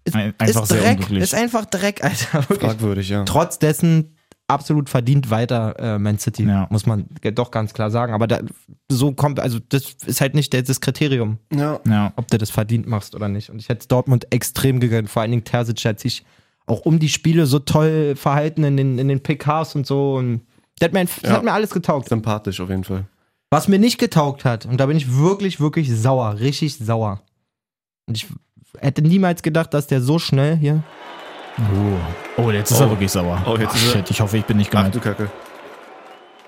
[SPEAKER 3] Ist,
[SPEAKER 2] Ein- einfach
[SPEAKER 3] ist
[SPEAKER 2] sehr
[SPEAKER 3] Dreck,
[SPEAKER 2] unglücklich.
[SPEAKER 3] ist einfach Dreck, Alter. Wirklich.
[SPEAKER 1] Fragwürdig, ja.
[SPEAKER 3] Trotz dessen absolut verdient weiter äh, Man City,
[SPEAKER 2] Ja.
[SPEAKER 3] muss man ge- doch ganz klar sagen. Aber da, so kommt, also das ist halt nicht der- das Kriterium,
[SPEAKER 1] Ja.
[SPEAKER 2] Ja.
[SPEAKER 3] ob du das verdient machst oder nicht. Und ich hätte es Dortmund extrem gegönnt. Vor allen Dingen Terzic hat sich auch um die Spiele so toll verhalten in den, in den PKs und so. Und das hat, mir, das
[SPEAKER 1] Ja.
[SPEAKER 3] hat mir alles getaugt.
[SPEAKER 1] Sympathisch auf jeden Fall.
[SPEAKER 3] Was mir nicht getaugt hat, und da bin ich wirklich, wirklich sauer, richtig sauer. Und ich hätte niemals gedacht, dass der so schnell hier.
[SPEAKER 2] Oh. oh, jetzt ist er wirklich sauer.
[SPEAKER 1] Oh, jetzt
[SPEAKER 2] Ach,
[SPEAKER 1] ist er-
[SPEAKER 2] shit, ich hoffe, ich bin nicht gemeint.
[SPEAKER 1] Kacke.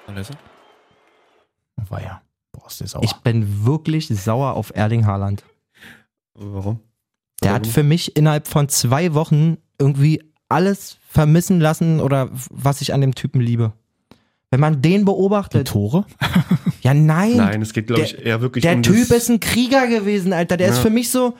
[SPEAKER 2] Oh, weia. Boah, ist der sauer.
[SPEAKER 3] Ich bin wirklich sauer auf Erling Haaland.
[SPEAKER 1] Warum?
[SPEAKER 3] Der hat für mich innerhalb von zwei Wochen irgendwie alles vermissen lassen oder was ich an dem Typen liebe. Wenn man den
[SPEAKER 2] Die
[SPEAKER 3] beobachtet,
[SPEAKER 2] Tore?
[SPEAKER 3] ja nein,
[SPEAKER 1] Nein, es geht, glaube
[SPEAKER 3] Der-
[SPEAKER 1] ich, eher wirklich
[SPEAKER 3] der
[SPEAKER 1] um
[SPEAKER 3] Typ
[SPEAKER 1] das,
[SPEAKER 3] ist ein Krieger gewesen, Alter. Der ist
[SPEAKER 1] Ja.
[SPEAKER 3] für mich so,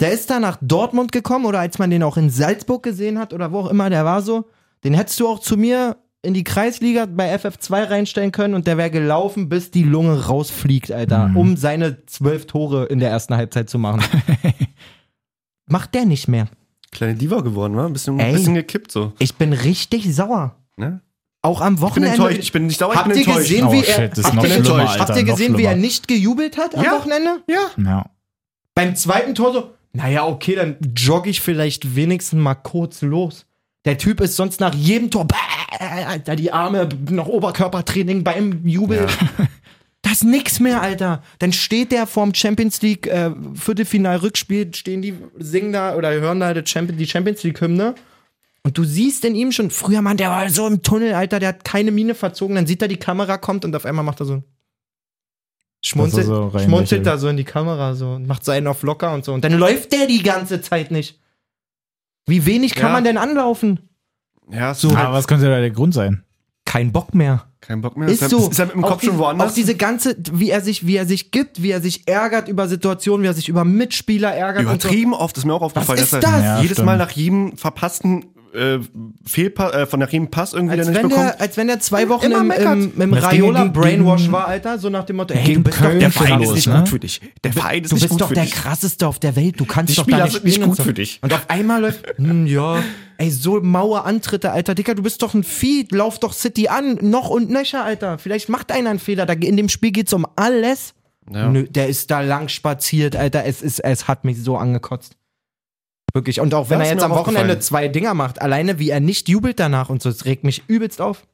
[SPEAKER 3] der ist da nach Dortmund gekommen oder als man den auch in Salzburg gesehen hat oder wo auch immer der war so, den hättest du auch zu mir in die Kreisliga bei FF2 reinstellen können und der wäre gelaufen, bis die Lunge rausfliegt, Alter, um seine zwölf Tore in der ersten Halbzeit zu machen. Macht der nicht mehr.
[SPEAKER 1] Kleine Diva geworden, war? Ein bisschen,
[SPEAKER 3] Ey.
[SPEAKER 1] bisschen gekippt so.
[SPEAKER 3] Ich bin richtig sauer.
[SPEAKER 1] Ne?
[SPEAKER 3] Auch am
[SPEAKER 1] Ich bin
[SPEAKER 3] Wochenende.
[SPEAKER 1] enttäuscht. Ich bin nicht sauer, ich
[SPEAKER 3] habt
[SPEAKER 1] bin
[SPEAKER 3] ihr
[SPEAKER 1] enttäuscht.
[SPEAKER 3] gesehen, wie
[SPEAKER 2] Oh,
[SPEAKER 3] er,
[SPEAKER 2] shit, das ist
[SPEAKER 3] habt
[SPEAKER 2] noch
[SPEAKER 3] ihr
[SPEAKER 2] schlimmer,
[SPEAKER 3] enttäuscht?
[SPEAKER 2] Alter,
[SPEAKER 3] habt ihr
[SPEAKER 2] noch
[SPEAKER 3] gesehen, wie
[SPEAKER 2] schlimmer.
[SPEAKER 3] er nicht gejubelt hat am
[SPEAKER 1] Ja.
[SPEAKER 3] Wochenende?
[SPEAKER 1] Ja.
[SPEAKER 2] Ja.
[SPEAKER 3] Beim zweiten Tor so, naja, okay, dann jogge ich vielleicht wenigstens mal kurz los. Der Typ ist sonst nach jedem Tor, bäh, Alter, die Arme, noch Oberkörpertraining beim Jubel. Das ist nix mehr, Alter. Dann steht der vorm Champions League äh, Viertelfinal-Rückspiel, stehen die, singen da oder hören da die Champions, die Champions League-Hymne. Und du siehst in ihm schon, früher Mann, der war so im Tunnel, Alter, der hat keine Miene verzogen. Dann sieht er, die Kamera kommt und auf einmal macht er so ein schmunzelt,
[SPEAKER 2] Dass er so reinlächelt.
[SPEAKER 3] schmunzelt da so in die Kamera so und macht so einen auf locker und so. Und dann läuft der die ganze Zeit nicht. Wie wenig kann
[SPEAKER 1] Ja.
[SPEAKER 3] man denn anlaufen?
[SPEAKER 1] Ja, so.
[SPEAKER 2] Aber Ah, was könnte da der Grund sein?
[SPEAKER 3] Kein Bock mehr.
[SPEAKER 1] Kein Bock mehr.
[SPEAKER 3] Ist
[SPEAKER 1] er-
[SPEAKER 3] so.
[SPEAKER 1] Ist er mit dem
[SPEAKER 3] Auch
[SPEAKER 1] Kopf schon
[SPEAKER 3] diese-
[SPEAKER 1] woanders?
[SPEAKER 3] Auch diese ganze, wie er sich, wie er sich gibt, wie er sich ärgert über Situationen, wie er sich über Mitspieler ärgert.
[SPEAKER 1] Übertrieben oft, ist mir auch aufgefallen.
[SPEAKER 3] Was ist
[SPEAKER 1] dass er
[SPEAKER 3] das?
[SPEAKER 2] Ja,
[SPEAKER 1] jedes
[SPEAKER 2] stimmt.
[SPEAKER 1] Mal nach jedem verpassten äh, Fehlpass, äh, von nach jedem Pass irgendwie,
[SPEAKER 3] Und so.
[SPEAKER 1] der nicht
[SPEAKER 3] als, wenn
[SPEAKER 1] bekommt.
[SPEAKER 3] der, als wenn der zwei Wochen
[SPEAKER 1] Immer
[SPEAKER 3] im,
[SPEAKER 1] meckert.
[SPEAKER 3] im, im
[SPEAKER 2] Das ging
[SPEAKER 3] Raiola
[SPEAKER 2] gegen-
[SPEAKER 3] Brainwash
[SPEAKER 2] gegen-
[SPEAKER 3] war, Alter, so nach dem Motto, hey, du
[SPEAKER 2] gegen
[SPEAKER 3] bist
[SPEAKER 2] Köln
[SPEAKER 3] doch der
[SPEAKER 2] schon los, ne?
[SPEAKER 1] dich. Der Verein ist
[SPEAKER 3] Du bist doch
[SPEAKER 1] für
[SPEAKER 3] der
[SPEAKER 1] dich.
[SPEAKER 3] krasseste auf der Welt. Du kannst
[SPEAKER 1] Die
[SPEAKER 3] doch
[SPEAKER 1] Spieler
[SPEAKER 3] da nicht
[SPEAKER 1] sind nicht
[SPEAKER 3] spielen und
[SPEAKER 1] gut
[SPEAKER 3] so.
[SPEAKER 1] für dich.
[SPEAKER 3] Und auf einmal läuft, hm, ja, ey, so maue Antritte, Alter. Dicker, du bist doch ein Vieh. Lauf doch City an. Noch und nöcher, Alter. Vielleicht macht einer einen Fehler. Da, in dem Spiel geht's um alles.
[SPEAKER 1] Ja.
[SPEAKER 3] Nö, der ist da lang spaziert, Alter. Es, ist, es hat mich so angekotzt. Wirklich. Und auch wenn
[SPEAKER 1] Das
[SPEAKER 3] er
[SPEAKER 1] ist
[SPEAKER 3] jetzt
[SPEAKER 1] mir
[SPEAKER 3] am
[SPEAKER 1] auch
[SPEAKER 3] Wochenende
[SPEAKER 1] aufgefallen.
[SPEAKER 3] zwei Dinger macht, alleine wie er nicht jubelt danach und so, das regt mich übelst auf.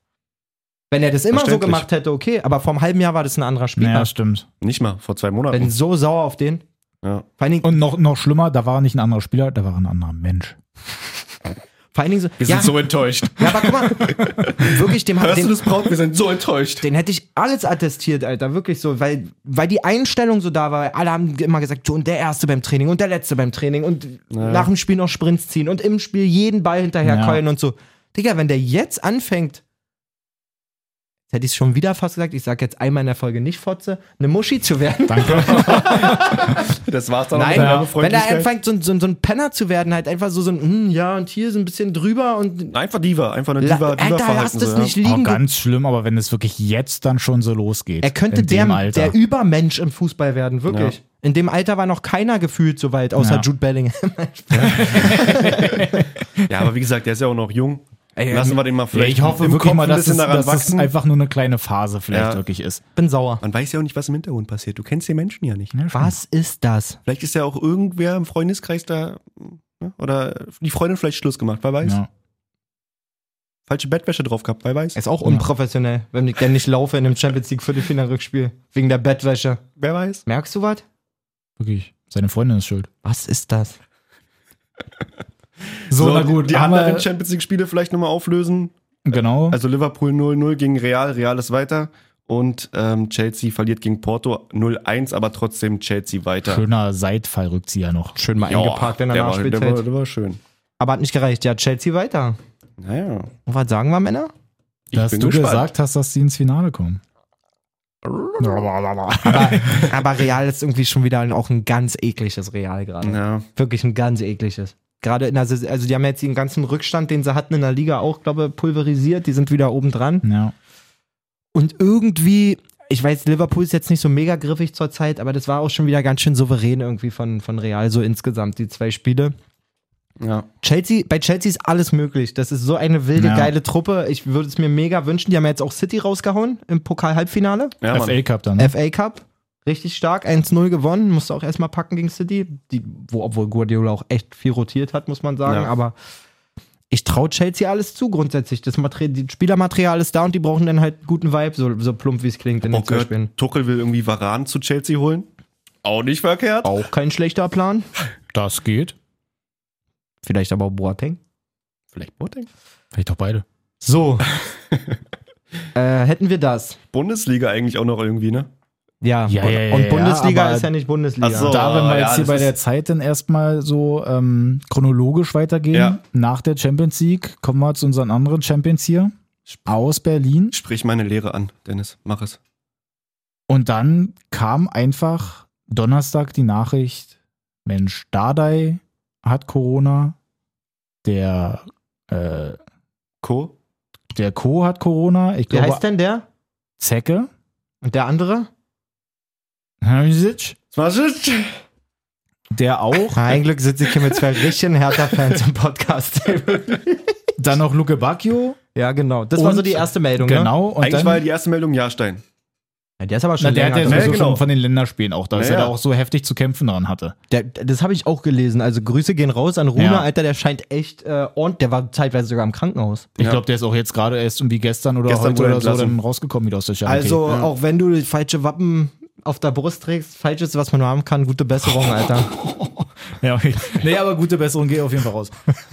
[SPEAKER 3] Wenn er das immer so
[SPEAKER 1] Verständlich.
[SPEAKER 3] gemacht hätte, okay. Aber vor einem halben Jahr war das ein anderer Spieler.
[SPEAKER 2] Naja, stimmt.
[SPEAKER 1] Nicht mal, vor zwei
[SPEAKER 3] Ich bin
[SPEAKER 1] Monaten.
[SPEAKER 3] so sauer auf den.
[SPEAKER 1] Ja.
[SPEAKER 3] Vor allen Dingen,
[SPEAKER 2] Und noch, noch schlimmer, da war nicht ein anderer Spieler, da war ein anderer Mensch.
[SPEAKER 3] vor allen Dingen so,
[SPEAKER 1] Wir
[SPEAKER 3] ja,
[SPEAKER 1] sind so enttäuscht.
[SPEAKER 3] ja, aber guck mal, wirklich, dem,
[SPEAKER 1] Hörst du
[SPEAKER 3] dem,
[SPEAKER 1] das, Braut? Wir sind so enttäuscht.
[SPEAKER 3] den hätte ich alles attestiert, Alter, wirklich so, weil, weil die Einstellung so da war, weil alle haben immer gesagt, du und der Erste beim Training und der Letzte beim Training und nach dem Spiel noch Sprints ziehen und im Spiel jeden Ball hinterher
[SPEAKER 2] Ja.
[SPEAKER 3] keulen und so. Digga, wenn der jetzt anfängt, jetzt hätte ich es schon wieder fast gesagt, ich sag jetzt einmal in der Folge nicht Fotze, eine Muschi zu werden.
[SPEAKER 1] Das war's dann
[SPEAKER 3] Nein,
[SPEAKER 1] mit deiner
[SPEAKER 3] wenn er
[SPEAKER 1] Freundlichkeit.
[SPEAKER 3] anfängt, so, ein- so, ein- so ein Penner zu werden, halt einfach so, so ein, hm, ja, und hier so ein bisschen drüber und
[SPEAKER 1] Einfach Diva, einfach eine
[SPEAKER 3] La-
[SPEAKER 1] Diva, Diva
[SPEAKER 3] Alter, lass
[SPEAKER 1] verhalten.
[SPEAKER 3] das
[SPEAKER 1] so,
[SPEAKER 3] nicht
[SPEAKER 1] ja.
[SPEAKER 2] Auch
[SPEAKER 3] liegen.
[SPEAKER 2] ganz schlimm, aber wenn es wirklich jetzt dann schon so losgeht.
[SPEAKER 3] er könnte
[SPEAKER 2] in dem
[SPEAKER 3] der,
[SPEAKER 2] Alter.
[SPEAKER 3] der Übermensch im Fußball werden, wirklich.
[SPEAKER 1] Ja.
[SPEAKER 3] In dem Alter war noch keiner gefühlt so weit, außer
[SPEAKER 2] Ja.
[SPEAKER 3] Jude Bellingham.
[SPEAKER 1] ja, aber wie gesagt, der ist ja auch noch jung.
[SPEAKER 3] Ey,
[SPEAKER 1] Lassen wir den mal
[SPEAKER 2] ja,
[SPEAKER 1] vielleicht
[SPEAKER 2] ich hoffe
[SPEAKER 1] im
[SPEAKER 2] wirklich
[SPEAKER 1] Kopf
[SPEAKER 2] mal,
[SPEAKER 1] ein
[SPEAKER 2] dass,
[SPEAKER 1] bisschen
[SPEAKER 2] es,
[SPEAKER 1] daran
[SPEAKER 2] dass es
[SPEAKER 1] wachsen.
[SPEAKER 2] einfach nur eine kleine Phase vielleicht
[SPEAKER 1] Ja.
[SPEAKER 2] wirklich ist.
[SPEAKER 3] Bin sauer.
[SPEAKER 1] Man weiß ja auch nicht, was im Hintergrund passiert. Du kennst den Menschen ja nicht.
[SPEAKER 3] Was ist das?
[SPEAKER 1] Vielleicht ist ja auch irgendwer im Freundeskreis da ne? oder die Freundin vielleicht Schluss gemacht, wer weiß.
[SPEAKER 2] Ja.
[SPEAKER 1] Falsche Bettwäsche drauf gehabt, wer weiß.
[SPEAKER 3] Ist auch unprofessionell, wenn ich denn nicht laufe in einem Champions League Viertelfinalrückspiel wegen der Bettwäsche.
[SPEAKER 1] Wer weiß.
[SPEAKER 3] Merkst du was?
[SPEAKER 2] Wirklich. Seine Freundin ist schuld.
[SPEAKER 3] Was ist das?
[SPEAKER 2] So, na gut.
[SPEAKER 1] Die
[SPEAKER 2] haben wir-
[SPEAKER 1] anderen Champions League Spiele vielleicht nochmal auflösen.
[SPEAKER 2] genau.
[SPEAKER 1] Also Liverpool 0-0 gegen Real, Real ist weiter. Und ähm, Chelsea verliert gegen Porto 0-1, aber trotzdem Chelsea weiter.
[SPEAKER 2] Schöner Seitfallrückzieher noch.
[SPEAKER 3] Schön mal eingeparkt in der
[SPEAKER 1] der, war, der, war,
[SPEAKER 3] Nachspielzeit.
[SPEAKER 1] der war schön.
[SPEAKER 3] Aber hat nicht gereicht. Ja, Chelsea weiter.
[SPEAKER 1] Naja.
[SPEAKER 3] Und was sagen wir, Männer?
[SPEAKER 2] Dass du
[SPEAKER 1] bin gespannt.
[SPEAKER 2] gesagt hast, dass sie ins Finale kommen.
[SPEAKER 3] Aber Real ist irgendwie schon wieder ein- auch ein ganz ekliges Real gerade.
[SPEAKER 1] Ja.
[SPEAKER 3] Wirklich ein ganz ekliges. Gerade in der Saison, also die haben jetzt den ganzen Rückstand, den sie hatten in der Liga auch, glaube ich, pulverisiert. Die sind wieder oben dran.
[SPEAKER 2] Ja.
[SPEAKER 3] Und irgendwie, ich weiß, Liverpool ist jetzt nicht so mega griffig zur Zeit, aber das war auch schon wieder ganz schön souverän irgendwie von, von Real, so insgesamt, die zwei Spiele.
[SPEAKER 1] ja.
[SPEAKER 3] Chelsea, bei Chelsea ist alles möglich. Das ist so eine wilde,
[SPEAKER 2] Ja.
[SPEAKER 3] geile Truppe. Ich würde es mir mega wünschen. Die haben ja jetzt auch City rausgehauen im Pokal-Halbfinale.
[SPEAKER 1] Ja, Mann.
[SPEAKER 2] FA Cup dann. Ne?
[SPEAKER 3] FA Cup. Richtig stark, 1-0 gewonnen, musste auch erstmal packen gegen City, die, wo, obwohl Guardiola auch echt viel rotiert hat, muss man sagen,
[SPEAKER 1] Ja.
[SPEAKER 3] aber ich traue Chelsea alles zu grundsätzlich. Das Mater die Spielermaterial ist da und die brauchen dann halt guten Vibe, so, so plump wie es klingt in den
[SPEAKER 1] Oh,
[SPEAKER 3] zwei
[SPEAKER 1] gehört,
[SPEAKER 3] Spielen.
[SPEAKER 1] Tuchel will irgendwie Varan zu Chelsea holen. Auch nicht verkehrt.
[SPEAKER 3] Auch kein schlechter Plan.
[SPEAKER 2] Das geht.
[SPEAKER 3] Vielleicht aber auch Boateng.
[SPEAKER 1] Vielleicht Boateng.
[SPEAKER 2] Vielleicht doch beide.
[SPEAKER 3] So. äh, hätten wir das.
[SPEAKER 1] Bundesliga eigentlich auch noch irgendwie, ne?
[SPEAKER 3] Ja.
[SPEAKER 2] Ja,
[SPEAKER 3] und
[SPEAKER 2] ja, ja,
[SPEAKER 3] und
[SPEAKER 2] ja,
[SPEAKER 3] Bundesliga
[SPEAKER 2] aber-
[SPEAKER 3] ist ja nicht Bundesliga.
[SPEAKER 1] Ach so.
[SPEAKER 2] Da, wenn wir
[SPEAKER 1] ja,
[SPEAKER 2] jetzt hier
[SPEAKER 1] das
[SPEAKER 2] bei
[SPEAKER 1] ist-
[SPEAKER 2] der Zeit dann erstmal so ähm, chronologisch weitergehen,
[SPEAKER 1] Ja.
[SPEAKER 2] nach der Champions League kommen wir zu unseren anderen Champions hier aus Berlin.
[SPEAKER 1] Sprich meine Lehre an, Dennis. Mach es.
[SPEAKER 2] Und dann kam einfach Donnerstag die Nachricht, Mensch, Dardai hat Corona, der äh,
[SPEAKER 1] Co.
[SPEAKER 2] Der Co. hat Corona. Ich
[SPEAKER 3] Wie
[SPEAKER 2] glaube,
[SPEAKER 3] heißt denn der?
[SPEAKER 2] Zecke.
[SPEAKER 3] Und der andere?
[SPEAKER 2] Hamzic.
[SPEAKER 1] Was ist?
[SPEAKER 2] Der auch.
[SPEAKER 3] Ein Glück sitze ich hier mit zwei richtigen Hertha-Fans im Podcast.
[SPEAKER 2] Dann noch Luke Bacchio.
[SPEAKER 3] ja, genau. Das war
[SPEAKER 2] Und-
[SPEAKER 3] so die erste Meldung, ne?
[SPEAKER 2] Genau. Und
[SPEAKER 1] Eigentlich
[SPEAKER 2] dann,
[SPEAKER 1] war ja die erste Meldung Jahrstein.
[SPEAKER 3] Ja, der ist aber schon
[SPEAKER 2] na, der hat ja
[SPEAKER 3] länger Also
[SPEAKER 1] ne? Ja,
[SPEAKER 2] sowieso
[SPEAKER 1] genau.
[SPEAKER 2] schon von den Länderspielen auch, da ist
[SPEAKER 1] Ja,
[SPEAKER 2] er da
[SPEAKER 1] ja.
[SPEAKER 2] auch so heftig zu kämpfen dran hatte.
[SPEAKER 3] Der, das habe ich auch gelesen. Also Grüße gehen raus an Rune,
[SPEAKER 2] Ja.
[SPEAKER 3] Alter, der scheint echt äh, und der war zeitweise sogar im Krankenhaus.
[SPEAKER 2] Ich
[SPEAKER 1] Ja.
[SPEAKER 2] glaube, der ist auch jetzt gerade erst irgendwie gestern oder
[SPEAKER 1] Gestern
[SPEAKER 2] heute
[SPEAKER 1] wurde
[SPEAKER 2] oder so
[SPEAKER 1] entlassen.
[SPEAKER 2] dann rausgekommen wieder aus der Charité.
[SPEAKER 3] Also auch wenn du das falsche Wappen auf der Brust trägst, falsches, was man nur haben kann, gute Besserung, Alter.
[SPEAKER 2] Ja, okay. Nee, aber gute Besserung geht auf jeden Fall raus.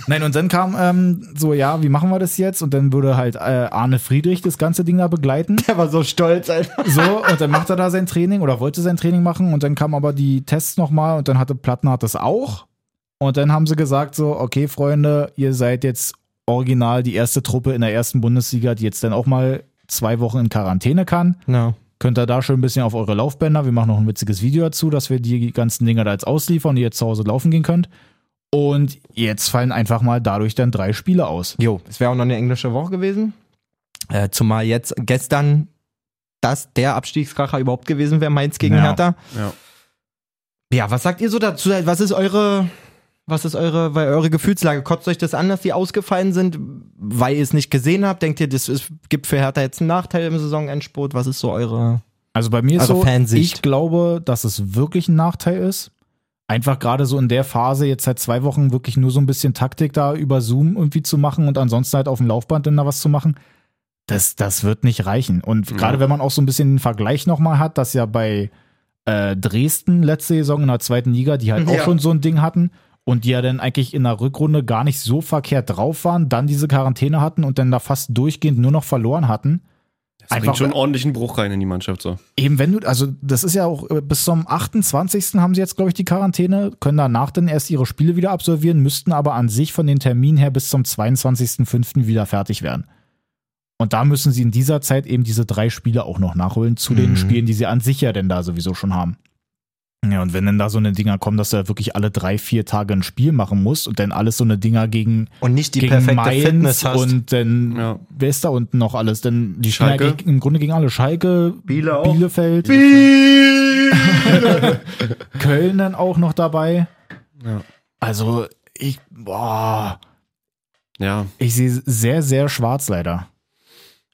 [SPEAKER 2] Nein, und dann kam ähm, so, ja, wie machen wir das jetzt? Und dann würde halt äh, Arne Friedrich das ganze Ding da begleiten.
[SPEAKER 3] Der war so stolz, Alter.
[SPEAKER 2] So, und dann macht er da sein Training oder wollte sein Training machen und dann kamen aber die Tests nochmal und dann hatte Plattner das auch. Und dann haben sie gesagt so, okay, Freunde, ihr seid jetzt original die erste Truppe in der ersten Bundesliga, die jetzt dann auch mal zwei Wochen in Quarantäne kann.
[SPEAKER 3] No.
[SPEAKER 2] Könnt ihr da schön ein bisschen auf eure Laufbänder, wir machen noch ein witziges Video dazu, dass wir die ganzen Dinger da jetzt ausliefern und ihr jetzt zu Hause laufen gehen könnt. Und jetzt fallen einfach mal dadurch dann drei Spiele aus.
[SPEAKER 3] Jo, es wäre auch noch eine englische Woche gewesen. Äh, zumal jetzt gestern das der Abstiegskracher überhaupt gewesen wäre, Mainz gegen
[SPEAKER 2] Ja.
[SPEAKER 3] Hertha.
[SPEAKER 1] Ja.
[SPEAKER 3] Ja, was sagt ihr so dazu? Was ist eure, was ist eure, weil eure Gefühlslage? Kotzt euch das an, dass die ausgefallen sind, weil ihr es nicht gesehen habt? Denkt ihr, das ist, gibt für Hertha jetzt einen Nachteil im Saisonendspurt? Was ist so eure?
[SPEAKER 2] Also bei mir ist
[SPEAKER 3] Also
[SPEAKER 2] so,
[SPEAKER 3] Fansicht.
[SPEAKER 2] ich glaube, dass es wirklich ein Nachteil ist. Einfach gerade so in der Phase jetzt seit zwei Wochen wirklich nur so ein bisschen Taktik da über Zoom irgendwie zu machen und ansonsten halt auf dem Laufband dann da was zu machen. Das, das wird nicht reichen. Und gerade wenn man auch so ein bisschen den Vergleich nochmal hat, dass ja bei äh, Dresden letzte Saison in der zweiten Liga, die halt auch
[SPEAKER 3] Mhm. Ja.
[SPEAKER 2] schon so ein Ding hatten und die ja dann eigentlich in der Rückrunde gar nicht so verkehrt drauf waren, dann diese Quarantäne hatten und dann da fast durchgehend nur noch verloren hatten.
[SPEAKER 1] Das bringt schon einen ordentlichen Bruch rein in die Mannschaft so.
[SPEAKER 2] Eben wenn du, also das ist ja auch äh, bis zum 28. haben sie jetzt, glaube ich, die Quarantäne, können danach dann erst ihre Spiele wieder absolvieren, müssten aber an sich von den Terminen her bis zum 22.05. wieder fertig werden. Und da müssen sie in dieser Zeit eben diese drei Spiele auch noch nachholen, zu den
[SPEAKER 3] Mhm.
[SPEAKER 2] Spielen, die sie an sich ja denn da sowieso schon haben. Ja, und wenn dann da so eine Dinger kommen, dass du halt wirklich alle drei, vier Tage ein Spiel machen musst und dann alles so eine Dinger gegen,
[SPEAKER 3] Und nicht die
[SPEAKER 2] gegen
[SPEAKER 3] perfekte
[SPEAKER 2] Mainz
[SPEAKER 3] Fitness hast.
[SPEAKER 2] und dann
[SPEAKER 1] Ja.
[SPEAKER 2] wer ist da unten noch alles? Denn die spielen
[SPEAKER 1] Schalke.
[SPEAKER 2] ja gegen- im Grunde gegen alle. Schalke,
[SPEAKER 1] Biele auch.
[SPEAKER 2] Bielefeld, Köln dann auch noch dabei.
[SPEAKER 1] Ja.
[SPEAKER 2] Also ich, boah,
[SPEAKER 1] Ja.
[SPEAKER 2] ich sehe sehr, sehr schwarz leider.